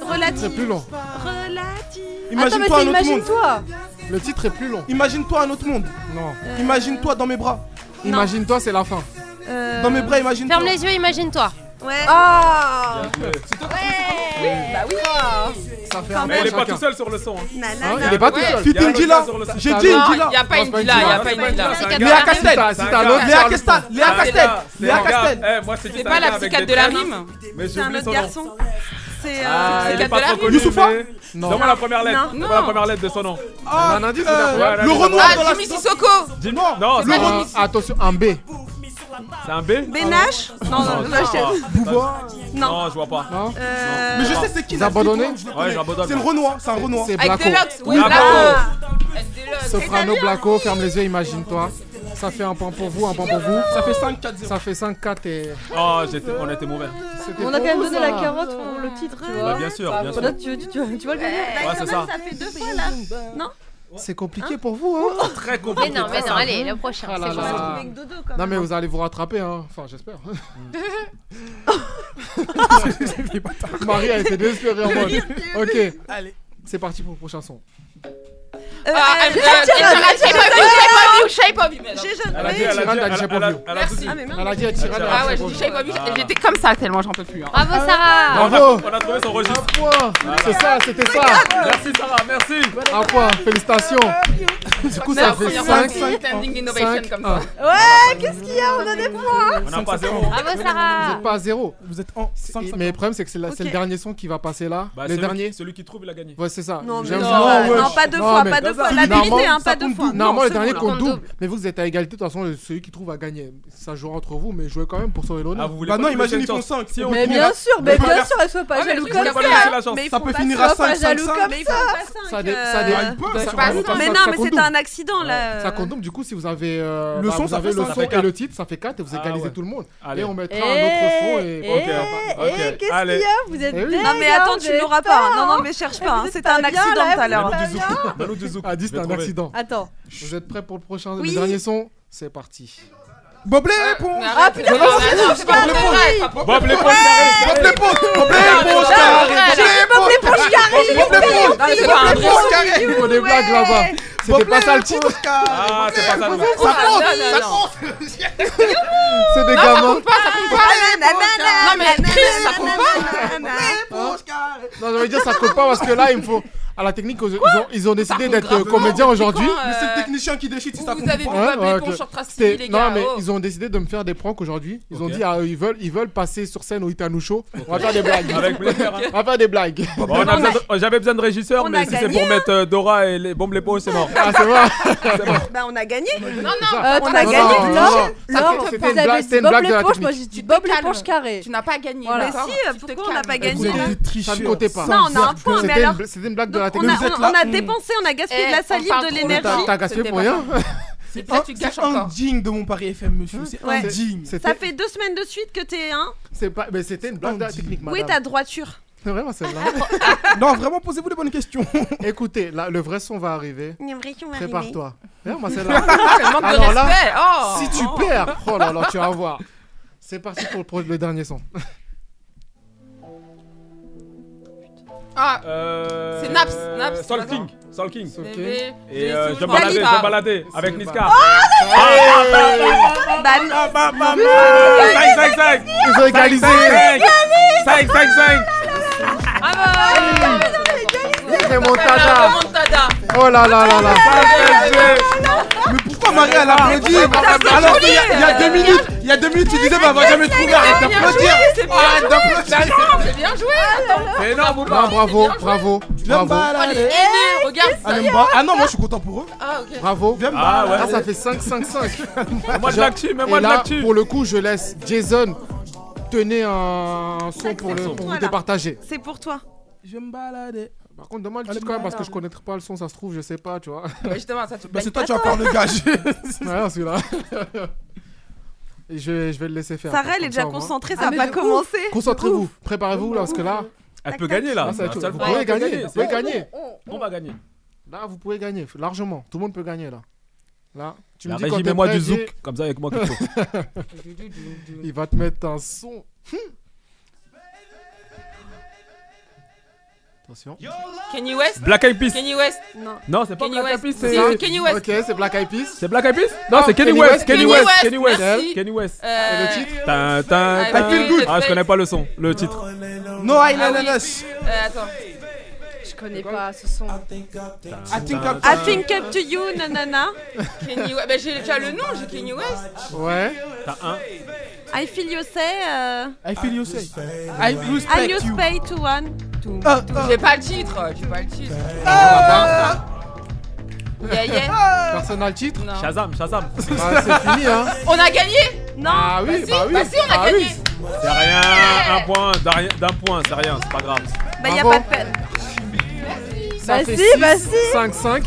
[SPEAKER 2] C'est
[SPEAKER 8] Relative.
[SPEAKER 2] plus long.
[SPEAKER 8] Relative.
[SPEAKER 4] Attends, mais
[SPEAKER 3] Imagine-toi
[SPEAKER 4] c'est
[SPEAKER 3] un autre monde.
[SPEAKER 4] imagine-toi.
[SPEAKER 2] Le titre est plus long.
[SPEAKER 3] Imagine-toi un autre monde. Non. Imagine-toi dans mes bras.
[SPEAKER 11] Non.
[SPEAKER 2] Imagine-toi, c'est la fin.
[SPEAKER 11] Euh,
[SPEAKER 3] Dans mes bras, imagine-toi.
[SPEAKER 11] Ferme les yeux, imagine-toi.
[SPEAKER 8] Ouais.
[SPEAKER 11] Ah
[SPEAKER 8] Oui, bah oui.
[SPEAKER 11] Oh.
[SPEAKER 3] Ça
[SPEAKER 8] Quand même.
[SPEAKER 5] Elle est pas tout seul sur le son. hein.
[SPEAKER 8] Na,
[SPEAKER 3] na, na. Il est pas tout seul. Fit in Gila. J'ai dit
[SPEAKER 13] Non,
[SPEAKER 3] une Gila.
[SPEAKER 13] y a pas une
[SPEAKER 3] Non, c'est
[SPEAKER 13] Gila, y a pas
[SPEAKER 3] c'est
[SPEAKER 13] une Gila.
[SPEAKER 3] c'est
[SPEAKER 13] C'est un
[SPEAKER 3] Léa
[SPEAKER 13] gars.
[SPEAKER 3] Castel.
[SPEAKER 13] C'est un gars.
[SPEAKER 3] Léa Castel. Léa
[SPEAKER 13] C'est un
[SPEAKER 3] Castel.
[SPEAKER 13] gars.
[SPEAKER 3] Léa Castel.
[SPEAKER 5] Eh, moi, c'est
[SPEAKER 13] C'est pas la psychiatre de la rime.
[SPEAKER 5] Mais
[SPEAKER 13] C'est
[SPEAKER 5] j'ai
[SPEAKER 13] un
[SPEAKER 5] oublié
[SPEAKER 13] autre
[SPEAKER 5] son nom.
[SPEAKER 13] garçon. C'est
[SPEAKER 5] hein. Ah,
[SPEAKER 13] euh,
[SPEAKER 5] il est
[SPEAKER 13] psychiatre
[SPEAKER 5] pas
[SPEAKER 13] de la
[SPEAKER 5] trop
[SPEAKER 13] rime.
[SPEAKER 5] connu. mais- Donne-moi la première lettre.
[SPEAKER 13] Non.
[SPEAKER 5] Donne-moi la première lettre de son nom.
[SPEAKER 2] Ah, un indice, euh,
[SPEAKER 5] Ouais, là,
[SPEAKER 2] le
[SPEAKER 5] c'est
[SPEAKER 2] Renaud
[SPEAKER 5] bon.
[SPEAKER 2] Ah, dans la-
[SPEAKER 13] Jimmy Sissoko.
[SPEAKER 5] Dis-moi. Non,
[SPEAKER 2] Le
[SPEAKER 5] c'est
[SPEAKER 2] Renaud- Attention, un B.
[SPEAKER 5] C'est un B
[SPEAKER 13] Benache Non, non, non, je-
[SPEAKER 5] Bouba
[SPEAKER 13] Non.
[SPEAKER 5] Non, je vois pas.
[SPEAKER 13] Euh,
[SPEAKER 3] Mais je sais c'est qui.
[SPEAKER 2] Vous abandonnez
[SPEAKER 5] Ouais, j'abandonne.
[SPEAKER 3] C'est le Renoir. C'est un Renoir.
[SPEAKER 2] C'est
[SPEAKER 13] Avec
[SPEAKER 2] Blacko.
[SPEAKER 13] Deluxe. Oui,
[SPEAKER 2] Oui,
[SPEAKER 13] Blacko.
[SPEAKER 4] Ah.
[SPEAKER 2] Soprano
[SPEAKER 4] hein.
[SPEAKER 2] Blacko, ferme les yeux, imagine-toi. Ça fait un point pour vous, un point pour vous.
[SPEAKER 3] Ça fait 5, 4, 0.
[SPEAKER 2] Ça fait 5, 4 et.
[SPEAKER 5] Oh, j'étais- on était mauvais.
[SPEAKER 2] c'était
[SPEAKER 4] On a quand
[SPEAKER 2] pour
[SPEAKER 4] même
[SPEAKER 2] vous,
[SPEAKER 4] donné
[SPEAKER 2] ça.
[SPEAKER 4] la carotte pour le titre,
[SPEAKER 2] euh,
[SPEAKER 4] tu
[SPEAKER 5] Bah,
[SPEAKER 4] vois.
[SPEAKER 5] bien sûr, bien sûr.
[SPEAKER 4] Là, tu, tu, tu, tu vois le délire
[SPEAKER 5] Ouais, c'est ça.
[SPEAKER 8] fait deux fois là.
[SPEAKER 2] Bah.
[SPEAKER 8] Non
[SPEAKER 2] C'est compliqué pour vous, hein
[SPEAKER 5] Très
[SPEAKER 11] Mais
[SPEAKER 5] compliqué.
[SPEAKER 11] non, mais non, allez, le prochain.
[SPEAKER 2] Ah là
[SPEAKER 11] c'est
[SPEAKER 2] là.
[SPEAKER 11] gentil.
[SPEAKER 8] Avec Dodo quand
[SPEAKER 2] Non,
[SPEAKER 8] même.
[SPEAKER 2] mais vous allez vous rattraper, hein. Enfin, j'espère. Marie a été désespérée en mode. Ok.
[SPEAKER 3] Allez.
[SPEAKER 2] C'est parti pour le prochain son.
[SPEAKER 8] Euh,
[SPEAKER 13] Ah,
[SPEAKER 8] euh,
[SPEAKER 13] je-
[SPEAKER 8] Shape of You,
[SPEAKER 13] Shape of You, Shape of You, Shape of You,
[SPEAKER 8] J'ai
[SPEAKER 13] merde.
[SPEAKER 5] Elle a
[SPEAKER 8] jamais.
[SPEAKER 5] dit, elle a dit,
[SPEAKER 2] Tirade,
[SPEAKER 5] elle a-
[SPEAKER 2] j'ai pas
[SPEAKER 5] elle a-
[SPEAKER 2] vu.
[SPEAKER 5] elle a tout dit.
[SPEAKER 8] Ah, mais merde.
[SPEAKER 2] Elle a dit, elle tire elle a
[SPEAKER 13] Ah ouais,
[SPEAKER 2] tiré.
[SPEAKER 13] j'ai dit Shape of You,
[SPEAKER 5] Ah.
[SPEAKER 13] j'étais comme ça tellement j'en peux plus. hein.
[SPEAKER 11] Bravo, Sarah
[SPEAKER 2] Bravo.
[SPEAKER 5] On a trouvé son registre.
[SPEAKER 2] Point. C'est ça, c'était ça.
[SPEAKER 5] Ah, Merci Sarah, merci.
[SPEAKER 2] Un point. Félicitations. Du coup,
[SPEAKER 13] C'est la
[SPEAKER 2] ça fait
[SPEAKER 13] première fois
[SPEAKER 2] 5,
[SPEAKER 13] que c'est
[SPEAKER 2] 5,
[SPEAKER 13] standing innovation comme ça.
[SPEAKER 8] Ouais, qu'est-ce qu'il y a On a des points
[SPEAKER 5] On n'a pas zéro.
[SPEAKER 11] Bravo,
[SPEAKER 2] Vous
[SPEAKER 11] Sarah
[SPEAKER 2] n'êtes pas à zéro.
[SPEAKER 3] Vous êtes en 5,
[SPEAKER 2] Mais le problème, c'est que c'est la- c'est le
[SPEAKER 8] Ok.
[SPEAKER 2] dernier son qui va passer là.
[SPEAKER 5] Bah,
[SPEAKER 2] le
[SPEAKER 5] celui-
[SPEAKER 2] dernier.
[SPEAKER 5] Celui qui trouve, il a gagné.
[SPEAKER 2] Ouais, c'est ça.
[SPEAKER 8] Non, mais
[SPEAKER 2] J'aime
[SPEAKER 8] non,
[SPEAKER 2] ça.
[SPEAKER 8] ouais, non, pas deux
[SPEAKER 2] Non,
[SPEAKER 8] fois,
[SPEAKER 2] mais-
[SPEAKER 8] pas deux fois. La
[SPEAKER 2] Normalement,
[SPEAKER 8] vérité, hein,
[SPEAKER 2] ça
[SPEAKER 8] pas deux
[SPEAKER 2] compte
[SPEAKER 8] fois.
[SPEAKER 2] double. Normalement,
[SPEAKER 8] Non,
[SPEAKER 2] le
[SPEAKER 8] c'est
[SPEAKER 2] dernier
[SPEAKER 8] bon,
[SPEAKER 2] compte
[SPEAKER 11] compte
[SPEAKER 2] double.
[SPEAKER 11] double.
[SPEAKER 2] Mais vous, vous êtes à égalité. De toute façon, celui qui trouve va gagner. Ça jouera entre vous, mais jouez quand même pour sauver
[SPEAKER 5] Ah,
[SPEAKER 2] l'honneur.
[SPEAKER 5] vous voulez
[SPEAKER 3] Bah
[SPEAKER 5] pas
[SPEAKER 3] non,
[SPEAKER 5] nous laisser
[SPEAKER 3] imagine,
[SPEAKER 5] une
[SPEAKER 3] ils font
[SPEAKER 5] chance
[SPEAKER 3] 5.
[SPEAKER 5] Si on
[SPEAKER 4] Mais
[SPEAKER 5] trouve-
[SPEAKER 4] bien sûr, mais
[SPEAKER 3] peut
[SPEAKER 4] bien
[SPEAKER 3] faire-
[SPEAKER 4] sûr, elle soit pas
[SPEAKER 13] Ouais, mais le
[SPEAKER 4] jaloux
[SPEAKER 13] truc,
[SPEAKER 4] comme
[SPEAKER 13] c'est
[SPEAKER 4] ça.
[SPEAKER 13] qu'on
[SPEAKER 5] pas laisser la chance.
[SPEAKER 8] Mais ils
[SPEAKER 3] Ça
[SPEAKER 8] font
[SPEAKER 3] peut
[SPEAKER 8] pas
[SPEAKER 3] finir
[SPEAKER 8] ça.
[SPEAKER 3] à
[SPEAKER 4] Sois
[SPEAKER 3] 5,
[SPEAKER 4] pas
[SPEAKER 3] 5,
[SPEAKER 4] jaloux
[SPEAKER 3] 5.
[SPEAKER 4] comme ça.
[SPEAKER 2] Ça,
[SPEAKER 8] Cinq,
[SPEAKER 2] dé-
[SPEAKER 8] euh,
[SPEAKER 3] Ah, ils peuvent,
[SPEAKER 2] ça dé- Bah,
[SPEAKER 3] sûrement,
[SPEAKER 2] sur un
[SPEAKER 3] ils
[SPEAKER 2] autre
[SPEAKER 3] peuvent.
[SPEAKER 8] Mais
[SPEAKER 2] instant,
[SPEAKER 8] non,
[SPEAKER 2] ça
[SPEAKER 8] mais
[SPEAKER 2] compte
[SPEAKER 8] c'était
[SPEAKER 2] double.
[SPEAKER 8] un accident
[SPEAKER 4] Euh,
[SPEAKER 8] là.
[SPEAKER 2] Ça compte double, du coup, si vous avez euh,
[SPEAKER 3] Le
[SPEAKER 2] bah,
[SPEAKER 3] son,
[SPEAKER 2] vous
[SPEAKER 3] ça
[SPEAKER 2] avez
[SPEAKER 3] fait
[SPEAKER 2] le
[SPEAKER 3] cinq.
[SPEAKER 2] son
[SPEAKER 5] Ça fait
[SPEAKER 2] et
[SPEAKER 5] quatre.
[SPEAKER 2] le titre, ça fait 4 et vous
[SPEAKER 5] Ah
[SPEAKER 2] égalisez
[SPEAKER 5] ouais.
[SPEAKER 2] tout le monde.
[SPEAKER 5] Allez.
[SPEAKER 2] Et on mettra
[SPEAKER 4] Eh,
[SPEAKER 2] un autre son et.
[SPEAKER 4] eh,
[SPEAKER 5] Ok,
[SPEAKER 4] eh,
[SPEAKER 5] ok.
[SPEAKER 4] qu'est-ce
[SPEAKER 5] Allez.
[SPEAKER 4] qu'il y a Vous êtes
[SPEAKER 2] Eh oui.
[SPEAKER 4] dingue,
[SPEAKER 8] Non mais attends,
[SPEAKER 4] hein,
[SPEAKER 8] tu
[SPEAKER 4] j'ai
[SPEAKER 8] l'auras
[SPEAKER 4] tort,
[SPEAKER 8] pas.
[SPEAKER 4] hein.
[SPEAKER 8] Non non, mais cherche pas. hein.
[SPEAKER 4] vous
[SPEAKER 8] C'était
[SPEAKER 4] êtes
[SPEAKER 8] un
[SPEAKER 4] pas
[SPEAKER 8] accident
[SPEAKER 4] bien, là, Ah,
[SPEAKER 8] tout à l'heure.
[SPEAKER 4] vous
[SPEAKER 8] hein.
[SPEAKER 5] Manu du Zouk. Manu du Zouk.
[SPEAKER 2] À 10,
[SPEAKER 5] Je
[SPEAKER 2] c'est
[SPEAKER 5] vais
[SPEAKER 2] un
[SPEAKER 5] trouver.
[SPEAKER 2] accident.
[SPEAKER 4] Attends.
[SPEAKER 2] Ah, Vous êtes prêts pour le prochain
[SPEAKER 8] Oui.
[SPEAKER 2] le dernier son C'est parti.
[SPEAKER 3] Boblé, ponce.
[SPEAKER 13] Ah, Mais arrête,
[SPEAKER 4] putain,
[SPEAKER 13] non, mais non, c'est pas vrai.
[SPEAKER 5] Bob les points, il arrive.
[SPEAKER 3] Boblé, ponce. Boblé, ponce. Boblé, ponce.
[SPEAKER 13] Non, mais c'est pas un vrai.
[SPEAKER 3] carré.
[SPEAKER 2] Il faut des blagues là-bas. C'était pas ça le titre.
[SPEAKER 5] Ah, c'est pas ça le
[SPEAKER 13] Oh,
[SPEAKER 5] nom.
[SPEAKER 13] non, non, non.
[SPEAKER 2] C'est des
[SPEAKER 13] Ça
[SPEAKER 2] gamins.
[SPEAKER 13] compte pas, ça compte pas. Non, mais Chris, ça compte
[SPEAKER 2] Non, j'allais dire ça compte pas parce que là, il me faut. À la technique, ils ont, ils ont décidé d'être euh,
[SPEAKER 13] grave.
[SPEAKER 2] comédiens aujourd'hui.
[SPEAKER 8] hein.
[SPEAKER 13] pas.
[SPEAKER 3] Mais c'est le technicien qui déchire si ça
[SPEAKER 13] Vous
[SPEAKER 3] compte
[SPEAKER 13] avez vu
[SPEAKER 3] pas.
[SPEAKER 2] Ouais, ouais,
[SPEAKER 13] Bablé
[SPEAKER 2] ok.
[SPEAKER 13] qu'on chante
[SPEAKER 2] C'était-
[SPEAKER 13] Racine, les
[SPEAKER 2] non,
[SPEAKER 13] gars.
[SPEAKER 2] mais
[SPEAKER 13] oh.
[SPEAKER 2] ils ont décidé de me faire des pranks aujourd'hui. Ils ont
[SPEAKER 5] Ok.
[SPEAKER 2] dit, ah, ils, veulent, ils veulent passer sur scène au Hit à nous Show. On va faire des blagues.
[SPEAKER 5] Avec plaisir. hein.
[SPEAKER 2] On va faire des blagues.
[SPEAKER 5] Bon, on a besoin de- J'avais besoin de régisseur,
[SPEAKER 8] On
[SPEAKER 5] mais
[SPEAKER 8] a
[SPEAKER 5] si c'est
[SPEAKER 8] gagné,
[SPEAKER 5] pour mettre euh, Dora et les bombes les ponts, c'est mort.
[SPEAKER 2] Ah, c'est vrai.
[SPEAKER 8] Bah on a gagné.
[SPEAKER 13] Non, non,
[SPEAKER 4] Euh,
[SPEAKER 8] On
[SPEAKER 4] t'as
[SPEAKER 8] a
[SPEAKER 4] dit
[SPEAKER 8] gagné.
[SPEAKER 2] Non,
[SPEAKER 4] Laure,
[SPEAKER 2] non,
[SPEAKER 4] Laure,
[SPEAKER 2] non,
[SPEAKER 4] vous
[SPEAKER 2] c'était une
[SPEAKER 4] avez
[SPEAKER 2] blague-
[SPEAKER 4] dit
[SPEAKER 2] c'était une
[SPEAKER 4] Bob
[SPEAKER 2] blague de la
[SPEAKER 4] l'éponge,
[SPEAKER 2] technique.
[SPEAKER 4] moi j'ai dit
[SPEAKER 13] Tu te
[SPEAKER 4] Bob
[SPEAKER 13] calmes.
[SPEAKER 4] l'éponge carré.
[SPEAKER 13] tu n'as pas gagné.
[SPEAKER 4] Voilà.
[SPEAKER 13] d'accord
[SPEAKER 8] Mais si, euh,
[SPEAKER 13] Tu te
[SPEAKER 8] pourquoi on
[SPEAKER 13] calmes.
[SPEAKER 8] n'a pas gagné
[SPEAKER 3] Vous êtes
[SPEAKER 8] là
[SPEAKER 3] des tricheurs.
[SPEAKER 2] Ça ne comptait pas.
[SPEAKER 8] Non, on a un point, mais
[SPEAKER 2] C'était
[SPEAKER 8] alors-
[SPEAKER 2] une- C'était une blague de
[SPEAKER 8] Donc,
[SPEAKER 2] la
[SPEAKER 8] on
[SPEAKER 2] technique.
[SPEAKER 8] a,
[SPEAKER 3] vous êtes
[SPEAKER 8] on-
[SPEAKER 3] là.
[SPEAKER 8] on a dépensé, on a gaspillé
[SPEAKER 13] Eh,
[SPEAKER 8] de la
[SPEAKER 13] on
[SPEAKER 8] salive,
[SPEAKER 13] parle
[SPEAKER 8] de
[SPEAKER 13] trop
[SPEAKER 8] l'énergie.
[SPEAKER 13] longtemps.
[SPEAKER 2] T'as t'as gaspillé
[SPEAKER 13] C'était
[SPEAKER 2] pour
[SPEAKER 13] pas
[SPEAKER 2] rien.
[SPEAKER 13] C'est
[SPEAKER 3] Ah,
[SPEAKER 13] ça, tu gâches
[SPEAKER 3] C'est
[SPEAKER 13] encore.
[SPEAKER 3] indigne de mon Paris FM, monsieur. C'est
[SPEAKER 8] Ouais.
[SPEAKER 3] indigne.
[SPEAKER 8] Ça
[SPEAKER 2] C'était
[SPEAKER 8] fait deux semaines de suite que t'es un.
[SPEAKER 3] Hmm.
[SPEAKER 2] c'est pas- mais c'était une blague de la
[SPEAKER 3] Andy.
[SPEAKER 2] technique, madame.
[SPEAKER 8] Oui, ta droiture.
[SPEAKER 2] C'est vraiment celle-là.
[SPEAKER 3] Non, vraiment, posez-vous des bonnes questions.
[SPEAKER 2] Écoutez, là, le vrai son va arriver. Prépare-toi. Regarde-moi celle-là.
[SPEAKER 13] Le manque de
[SPEAKER 2] Alors là,
[SPEAKER 13] respect. Oh.
[SPEAKER 2] Si tu perds, oh là là, tu vas voir. C'est parti pour le, pro- le dernier son.
[SPEAKER 13] Ah,
[SPEAKER 5] Euh,
[SPEAKER 13] C'est Naps, Naps,
[SPEAKER 5] Soul
[SPEAKER 13] c'est pas
[SPEAKER 5] King. Soul King.
[SPEAKER 13] bébé.
[SPEAKER 5] Et euh, je
[SPEAKER 13] Jésus,
[SPEAKER 5] baladais,
[SPEAKER 13] Dalida.
[SPEAKER 5] je baladais avec
[SPEAKER 2] Ah, C'est
[SPEAKER 5] Niska. Ah,
[SPEAKER 8] Bah, non.
[SPEAKER 5] Bam, bam, bam. 5, 5, 5.
[SPEAKER 2] Ils ont égalisé.
[SPEAKER 5] 5, 5, 5.
[SPEAKER 13] Bravo.
[SPEAKER 2] Remontada.
[SPEAKER 13] Remontada.
[SPEAKER 2] Oh là là là là.
[SPEAKER 3] Mais pourquoi Marie elle applaudit Alors qu'il y, a- il y a deux minutes, il y a deux minutes tu disais bah on va jamais trouver, arrête
[SPEAKER 13] bien
[SPEAKER 3] d'applaudir
[SPEAKER 13] c'est bien
[SPEAKER 3] Arrête d'applaudir
[SPEAKER 13] Non, c'est bien joué.
[SPEAKER 5] C'est énorme ou
[SPEAKER 2] Non,
[SPEAKER 5] pas
[SPEAKER 2] bravo, bravo,
[SPEAKER 3] Viens me
[SPEAKER 2] bravo,
[SPEAKER 13] Oh, les
[SPEAKER 3] balader.
[SPEAKER 13] aînés, regarde. ça
[SPEAKER 3] Allez,
[SPEAKER 13] y est.
[SPEAKER 3] me ba- Ah non, moi je suis content pour eux.
[SPEAKER 13] Ah, ok.
[SPEAKER 2] bravo.
[SPEAKER 3] Viens me
[SPEAKER 5] Ah
[SPEAKER 3] balader.
[SPEAKER 5] ouais.
[SPEAKER 2] Là, ça fait 5-5-5.
[SPEAKER 5] Mets-moi de l'actu, mets-moi
[SPEAKER 2] Et
[SPEAKER 5] de
[SPEAKER 2] là,
[SPEAKER 5] l'actu.
[SPEAKER 2] pour le coup, je laisse Jason tenir un son pour, le, pour vous
[SPEAKER 8] Voilà.
[SPEAKER 2] départager.
[SPEAKER 8] C'est pour toi.
[SPEAKER 3] Je vais me balader.
[SPEAKER 2] Par contre, demande le titre quand même parce que je connais pas le son, ça se trouve, je sais pas, tu vois.
[SPEAKER 13] Bah, Justement, ça, tu
[SPEAKER 3] Bah c'est toi
[SPEAKER 13] gagnes
[SPEAKER 3] tu vas pouvoir le gage.
[SPEAKER 2] Ouais, celui-là. Et je, vais- je vais le laisser faire.
[SPEAKER 8] Sarah, elle
[SPEAKER 2] Comme
[SPEAKER 8] est déjà
[SPEAKER 2] au moins.
[SPEAKER 8] concentrée,
[SPEAKER 4] Ah,
[SPEAKER 8] ça
[SPEAKER 4] mais
[SPEAKER 8] va pas
[SPEAKER 4] de ouf.
[SPEAKER 8] commencer.
[SPEAKER 2] Concentrez-vous, préparez-vous là, parce que là,
[SPEAKER 5] Elle peut gagner là.
[SPEAKER 2] là, ça va être chaud.
[SPEAKER 5] Elle
[SPEAKER 2] vous
[SPEAKER 5] peut
[SPEAKER 2] pouvez gagner,
[SPEAKER 5] gagner,
[SPEAKER 2] vous
[SPEAKER 5] c'est
[SPEAKER 2] pouvez gagner.
[SPEAKER 5] bon. On va gagner.
[SPEAKER 2] Là, vous pouvez gagner, largement. Tout le monde peut gagner là. Là, tu
[SPEAKER 5] La
[SPEAKER 2] me dis quand
[SPEAKER 5] régie,
[SPEAKER 2] t'es
[SPEAKER 5] mets-moi
[SPEAKER 2] prêt,
[SPEAKER 5] du
[SPEAKER 2] Jay.
[SPEAKER 5] zouk. Comme ça, avec moi, quelque chose.
[SPEAKER 2] Il va te mettre un Hmm. son. Attention.
[SPEAKER 7] Your love Kenny West
[SPEAKER 5] Black Eyed Peas.
[SPEAKER 7] Kenny West Non.
[SPEAKER 5] Non, c'est pas
[SPEAKER 7] Kenny
[SPEAKER 5] Black Eyed Peas,
[SPEAKER 7] West.
[SPEAKER 5] c'est-
[SPEAKER 7] C'est Kenny West.
[SPEAKER 2] Ok, c'est Black Eyed Peas.
[SPEAKER 5] C'est Black Eyed Peas Non,
[SPEAKER 2] Ah,
[SPEAKER 5] c'est Kenny
[SPEAKER 2] Kenny
[SPEAKER 5] West,
[SPEAKER 2] West,
[SPEAKER 5] Kenny
[SPEAKER 2] Kenny
[SPEAKER 5] West,
[SPEAKER 2] West,
[SPEAKER 5] Kenny West,
[SPEAKER 2] merci.
[SPEAKER 5] Kenny West.
[SPEAKER 7] Euh,
[SPEAKER 2] Et le titre
[SPEAKER 5] Tin, tin,
[SPEAKER 2] I feel
[SPEAKER 5] tin.
[SPEAKER 2] good.
[SPEAKER 5] Ah, je connais pas le son, le titre.
[SPEAKER 2] No
[SPEAKER 7] Ah
[SPEAKER 2] Island
[SPEAKER 7] oui.
[SPEAKER 2] and Us.
[SPEAKER 7] Euh, attends.
[SPEAKER 4] Je connais pas ce son.
[SPEAKER 2] I think up
[SPEAKER 7] I think up to you, nanana.
[SPEAKER 8] Eh,
[SPEAKER 7] Kenny
[SPEAKER 8] ben,
[SPEAKER 7] West. Bah, j'ai déjà le nom, j'ai Kenny West.
[SPEAKER 2] Ouais.
[SPEAKER 5] T'as un.
[SPEAKER 11] I feel you say. euh,
[SPEAKER 2] I feel you say.
[SPEAKER 7] I
[SPEAKER 11] I you pay to one. To,
[SPEAKER 7] Ah,
[SPEAKER 11] to-
[SPEAKER 7] ah. J'ai pas le titre, j'ai pas le titre.
[SPEAKER 2] Ah.
[SPEAKER 7] Yeah, yeah.
[SPEAKER 2] Personne n'a le titre
[SPEAKER 7] Non.
[SPEAKER 5] Shazam, Shazam.
[SPEAKER 2] Ah, c'est fini, hein.
[SPEAKER 7] On a gagné
[SPEAKER 11] Non.
[SPEAKER 2] Ah oui,
[SPEAKER 7] bah si,
[SPEAKER 2] bah oui.
[SPEAKER 7] bah si, on a
[SPEAKER 2] Ah
[SPEAKER 7] gagné.
[SPEAKER 2] oui.
[SPEAKER 5] C'est rien, un point, d'un rien- d'un point, c'est rien, c'est ben, pas grave.
[SPEAKER 11] Bah, y a
[SPEAKER 2] Bravo.
[SPEAKER 11] pas de peine.
[SPEAKER 2] Ça
[SPEAKER 11] Bah
[SPEAKER 2] fait
[SPEAKER 11] si, bah
[SPEAKER 2] 6,
[SPEAKER 11] si.
[SPEAKER 2] 5, 5.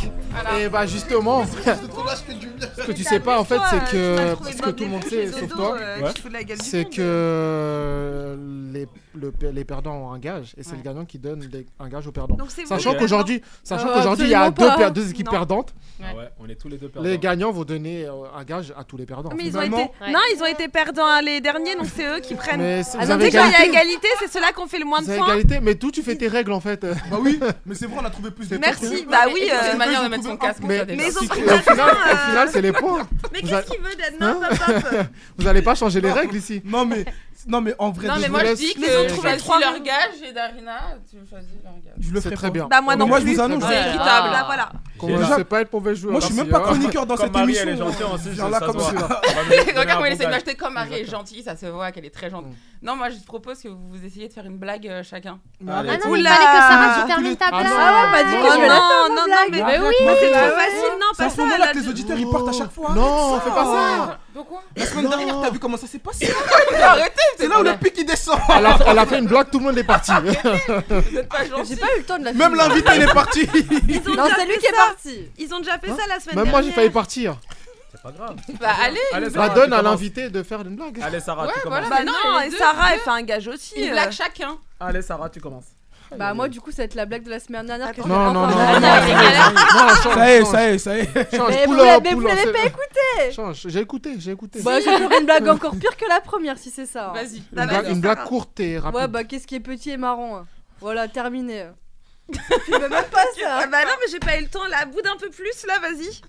[SPEAKER 2] Et bah justement, ce que tu sais pas en fait, c'est que.
[SPEAKER 14] trouvé
[SPEAKER 2] Ce que
[SPEAKER 14] Bob
[SPEAKER 2] tout le monde
[SPEAKER 14] Desfous
[SPEAKER 2] sait,
[SPEAKER 14] chez
[SPEAKER 2] sauf
[SPEAKER 14] Dodo,
[SPEAKER 2] toi,
[SPEAKER 14] euh, qui Ouais. se fout de la gueule du
[SPEAKER 2] c'est
[SPEAKER 14] monde.
[SPEAKER 2] que les, le- les perdants ont un gage et c'est le gagnant qui donne des- un gage aux perdants.
[SPEAKER 14] Donc c'est vous,
[SPEAKER 2] Sachant
[SPEAKER 14] les
[SPEAKER 2] qu'aujourd'hui,
[SPEAKER 14] perdants
[SPEAKER 2] sachant
[SPEAKER 14] Ah,
[SPEAKER 2] qu'aujourd'hui, il y a deux,
[SPEAKER 14] absolument pas.
[SPEAKER 2] per- deux équipes
[SPEAKER 14] Non.
[SPEAKER 2] perdantes.
[SPEAKER 5] Ah ouais, on est tous les deux perdants.
[SPEAKER 2] Les gagnants vont donner euh, un gage à tous les perdants.
[SPEAKER 11] Mais ils ont été...
[SPEAKER 2] Finalement,
[SPEAKER 11] Non, ils ont été perdants hein, les derniers, donc c'est eux qui prennent.
[SPEAKER 2] Mais c'est-
[SPEAKER 11] Ah,
[SPEAKER 2] vous
[SPEAKER 11] donc,
[SPEAKER 2] avez
[SPEAKER 11] dès qu'il y a
[SPEAKER 2] égalité.
[SPEAKER 11] égalité, c'est ceux-là qu'on fait le moins
[SPEAKER 2] vous
[SPEAKER 11] de
[SPEAKER 2] avez
[SPEAKER 11] points.
[SPEAKER 2] égalité, mais tout tu fais tes règles en fait. Bah oui, mais c'est vrai, on a trouvé plus
[SPEAKER 11] de Merci, points. bah oui, euh,
[SPEAKER 7] C'est une manière de mettre son casque.
[SPEAKER 2] Mais,
[SPEAKER 7] ça, déjà.
[SPEAKER 2] mais au final, au final, c'est les points.
[SPEAKER 7] Mais
[SPEAKER 2] Vous
[SPEAKER 7] qu'est-ce
[SPEAKER 2] allez-
[SPEAKER 7] qu'il veut, Dad
[SPEAKER 2] Hein
[SPEAKER 7] Non, papa,
[SPEAKER 2] Vous allez pas changer les règles ici
[SPEAKER 3] Non, mais, non, mais en vrai,
[SPEAKER 7] Non,
[SPEAKER 3] de
[SPEAKER 7] mais
[SPEAKER 3] vous
[SPEAKER 7] moi je
[SPEAKER 3] laisse-
[SPEAKER 7] dis que
[SPEAKER 3] les autres,
[SPEAKER 7] je
[SPEAKER 3] trouvez
[SPEAKER 7] choisis
[SPEAKER 3] trois
[SPEAKER 7] leur
[SPEAKER 3] minutes.
[SPEAKER 7] gage et Darina, tu choisis leur gage.
[SPEAKER 3] Je le ferai
[SPEAKER 2] très
[SPEAKER 3] pas.
[SPEAKER 2] bien.
[SPEAKER 7] Bah, moi non
[SPEAKER 3] Mais moi, je
[SPEAKER 7] plus.
[SPEAKER 3] vous annonce.
[SPEAKER 7] C'est irritable. Là, voilà.
[SPEAKER 2] Qu'on
[SPEAKER 3] J'ai
[SPEAKER 2] ne
[SPEAKER 3] déjà-
[SPEAKER 2] sait pas être mauvais joueur.
[SPEAKER 3] Moi, je suis même
[SPEAKER 2] ici,
[SPEAKER 3] pas
[SPEAKER 2] hein.
[SPEAKER 3] chroniqueur dans
[SPEAKER 5] Comme
[SPEAKER 3] cette
[SPEAKER 5] Marie,
[SPEAKER 3] émission.
[SPEAKER 5] elle est gentille en Suisse,
[SPEAKER 3] Viens là
[SPEAKER 5] ça
[SPEAKER 3] comme
[SPEAKER 5] se
[SPEAKER 3] ça.
[SPEAKER 5] voit.
[SPEAKER 7] Regarde comment il essaie de
[SPEAKER 5] D'accord.
[SPEAKER 7] m'acheter comme Marie est gentille, ça se voit qu'elle est très gentille.
[SPEAKER 5] Mm.
[SPEAKER 7] Non, moi je propose que vous vous essayiez de faire une blague euh, chacun.
[SPEAKER 5] Allez.
[SPEAKER 11] Ah non, mais il
[SPEAKER 7] Oula.
[SPEAKER 11] fallait que Sarah, tu termines ta blague.
[SPEAKER 7] Ah ouais, bah, dis
[SPEAKER 11] Oh
[SPEAKER 7] que je vais la faire,
[SPEAKER 11] non,
[SPEAKER 7] ma
[SPEAKER 11] non,
[SPEAKER 7] blague.
[SPEAKER 11] mais,
[SPEAKER 7] Ah,
[SPEAKER 11] mais oui,
[SPEAKER 7] d'accord.
[SPEAKER 11] c'est trop
[SPEAKER 7] Ah ouais.
[SPEAKER 11] facile. Non,
[SPEAKER 3] C'est à
[SPEAKER 11] pas
[SPEAKER 3] ce
[SPEAKER 11] ça.
[SPEAKER 3] moment-là
[SPEAKER 11] la-
[SPEAKER 3] que les auditeurs ils partent à chaque fois.
[SPEAKER 2] Non,
[SPEAKER 3] Arrête
[SPEAKER 2] fais pas ça.
[SPEAKER 7] Donc quoi
[SPEAKER 3] La semaine dernière, t'as vu comment ça s'est passé
[SPEAKER 7] Arrêtez,
[SPEAKER 3] C'est là où le pic il descend.
[SPEAKER 2] Elle a, elle a fait une blague, tout le monde est parti.
[SPEAKER 7] vous êtes pas gentils.
[SPEAKER 4] J'ai pas eu le temps de la
[SPEAKER 2] Même
[SPEAKER 4] finir.
[SPEAKER 2] l'invité, il est parti.
[SPEAKER 11] Ils ont
[SPEAKER 4] Non,
[SPEAKER 11] déjà
[SPEAKER 4] c'est lui
[SPEAKER 11] fait
[SPEAKER 4] qui est
[SPEAKER 11] ça.
[SPEAKER 4] parti.
[SPEAKER 11] Ils ont déjà fait ça la
[SPEAKER 2] Même
[SPEAKER 11] semaine dernière.
[SPEAKER 2] moi, Hein j'ai failli partir.
[SPEAKER 5] C'est pas grave.
[SPEAKER 7] Bah allez,
[SPEAKER 5] Allez,
[SPEAKER 2] La
[SPEAKER 5] Sarah,
[SPEAKER 2] donne
[SPEAKER 5] tu
[SPEAKER 2] à
[SPEAKER 5] commences.
[SPEAKER 2] l'invité de faire une blague.
[SPEAKER 5] Allez, Sarah, tu
[SPEAKER 7] Ouais,
[SPEAKER 5] commences.
[SPEAKER 7] voilà.
[SPEAKER 11] Bah
[SPEAKER 7] Mais
[SPEAKER 11] non,
[SPEAKER 7] non, les
[SPEAKER 11] et
[SPEAKER 7] deux,
[SPEAKER 11] Sarah, elle
[SPEAKER 7] deux.
[SPEAKER 11] fait un gage aussi.
[SPEAKER 7] une
[SPEAKER 11] euh.
[SPEAKER 7] blague chacun.
[SPEAKER 5] Allez, Sarah, tu commences.
[SPEAKER 4] Bah, moi, du coup, ça va être la blague de la semaine dernière que je
[SPEAKER 2] Non, non,
[SPEAKER 4] vais
[SPEAKER 2] non, non,
[SPEAKER 4] avoir.
[SPEAKER 2] non, non, change,
[SPEAKER 3] Ça y est,
[SPEAKER 2] change.
[SPEAKER 3] ça y est, ça y est.
[SPEAKER 2] Change,
[SPEAKER 4] Mais
[SPEAKER 2] pull
[SPEAKER 4] vous l'avez-
[SPEAKER 2] up,
[SPEAKER 4] mais vous
[SPEAKER 2] pull up,
[SPEAKER 4] l'avez
[SPEAKER 2] c'est-
[SPEAKER 4] pas écouté.
[SPEAKER 2] Change, j'ai écouté, j'ai écouté.
[SPEAKER 4] Bah, j'ai toujours une blague encore pire que la première si c'est ça. hein.
[SPEAKER 7] Vas-y.
[SPEAKER 2] Une
[SPEAKER 11] Ah,
[SPEAKER 7] Bah,
[SPEAKER 2] blague-
[SPEAKER 7] vas-y,
[SPEAKER 2] Une blague
[SPEAKER 7] Sarah.
[SPEAKER 2] courte et
[SPEAKER 4] Ouais,
[SPEAKER 2] rapide.
[SPEAKER 4] bah, qu'est-ce qui est petit et marrant hein. Voilà, terminé. Tu veux même pas ça.
[SPEAKER 11] Ah bah non, mais j'ai pas eu le temps. Là, bout d'un peu plus, là, vas-y.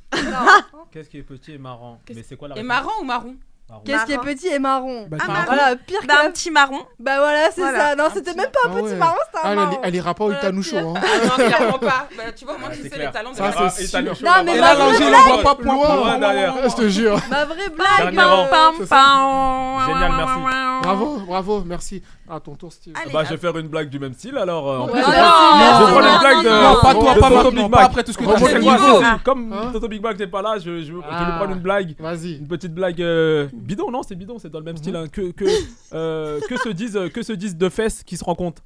[SPEAKER 5] Qu'est-ce qui est petit et marrant Mais c'est quoi la
[SPEAKER 7] Et
[SPEAKER 5] réponse
[SPEAKER 7] marrant ou marron
[SPEAKER 5] Marron.
[SPEAKER 4] Qu'est-ce qui est petit et marron
[SPEAKER 3] Bah,
[SPEAKER 7] Ah,
[SPEAKER 3] t'as-
[SPEAKER 4] Voilà, pire que
[SPEAKER 11] Bah, un
[SPEAKER 4] la...
[SPEAKER 11] petit marron.
[SPEAKER 4] Bah, voilà, c'est
[SPEAKER 11] Voilà,
[SPEAKER 4] ça. Non, c'était même pas un
[SPEAKER 2] Ah
[SPEAKER 4] petit
[SPEAKER 2] ouais.
[SPEAKER 4] marron, c'était
[SPEAKER 2] Ah,
[SPEAKER 4] un
[SPEAKER 2] elle,
[SPEAKER 4] marron.
[SPEAKER 2] elle ira pas au
[SPEAKER 4] Voilà,
[SPEAKER 2] Itanucho. Hein.
[SPEAKER 7] Ah Non, clairement pas. Bah, tu vois, moi
[SPEAKER 5] Ah,
[SPEAKER 7] je
[SPEAKER 5] c'est
[SPEAKER 7] sais
[SPEAKER 5] clair.
[SPEAKER 7] les talents de
[SPEAKER 2] Ça,
[SPEAKER 7] Sarah.
[SPEAKER 2] c'est
[SPEAKER 5] Et
[SPEAKER 2] sûr.
[SPEAKER 5] t'as le chaud,
[SPEAKER 4] Non,
[SPEAKER 5] là-bas.
[SPEAKER 4] mais
[SPEAKER 5] Et
[SPEAKER 4] ma
[SPEAKER 5] là,
[SPEAKER 4] vraie
[SPEAKER 5] l'enjeu,
[SPEAKER 4] blague-
[SPEAKER 5] l'envoie pas
[SPEAKER 2] Loin,
[SPEAKER 5] Loin derrière.
[SPEAKER 2] Je te jure.
[SPEAKER 4] Ma vraie blague.
[SPEAKER 5] Dernière.
[SPEAKER 4] euh,
[SPEAKER 11] Pam, pam.
[SPEAKER 5] Oh. Génial, merci.
[SPEAKER 2] Bravo, bravo, merci. À ton tour, Steve.
[SPEAKER 11] Allez,
[SPEAKER 5] Bah, je vais faire une blague du même style alors. euh, en plus,
[SPEAKER 4] ouais,
[SPEAKER 5] je-
[SPEAKER 4] merci,
[SPEAKER 5] Je
[SPEAKER 4] merci.
[SPEAKER 5] prends
[SPEAKER 11] non,
[SPEAKER 5] les blagues de.
[SPEAKER 11] non,
[SPEAKER 3] Non, pas toi,
[SPEAKER 5] de
[SPEAKER 3] pas
[SPEAKER 5] Toto
[SPEAKER 3] maintenant,
[SPEAKER 5] Big
[SPEAKER 3] pas
[SPEAKER 5] Bag.
[SPEAKER 3] après tout ce que
[SPEAKER 5] Remonte
[SPEAKER 3] t'as
[SPEAKER 5] le
[SPEAKER 3] fait.
[SPEAKER 5] niveau.
[SPEAKER 11] Ah.
[SPEAKER 5] Comme
[SPEAKER 2] Hein
[SPEAKER 5] Toto Big Bang n'est pas là, je, je, je vais
[SPEAKER 2] Ah.
[SPEAKER 5] prendre une blague.
[SPEAKER 2] Vas-y.
[SPEAKER 5] Une petite blague euh, bidon, non C'est bidon, c'est dans le
[SPEAKER 11] Mhm.
[SPEAKER 5] même style. hein. Que, que, euh, que, se disent, que se disent deux fesses qui se rencontrent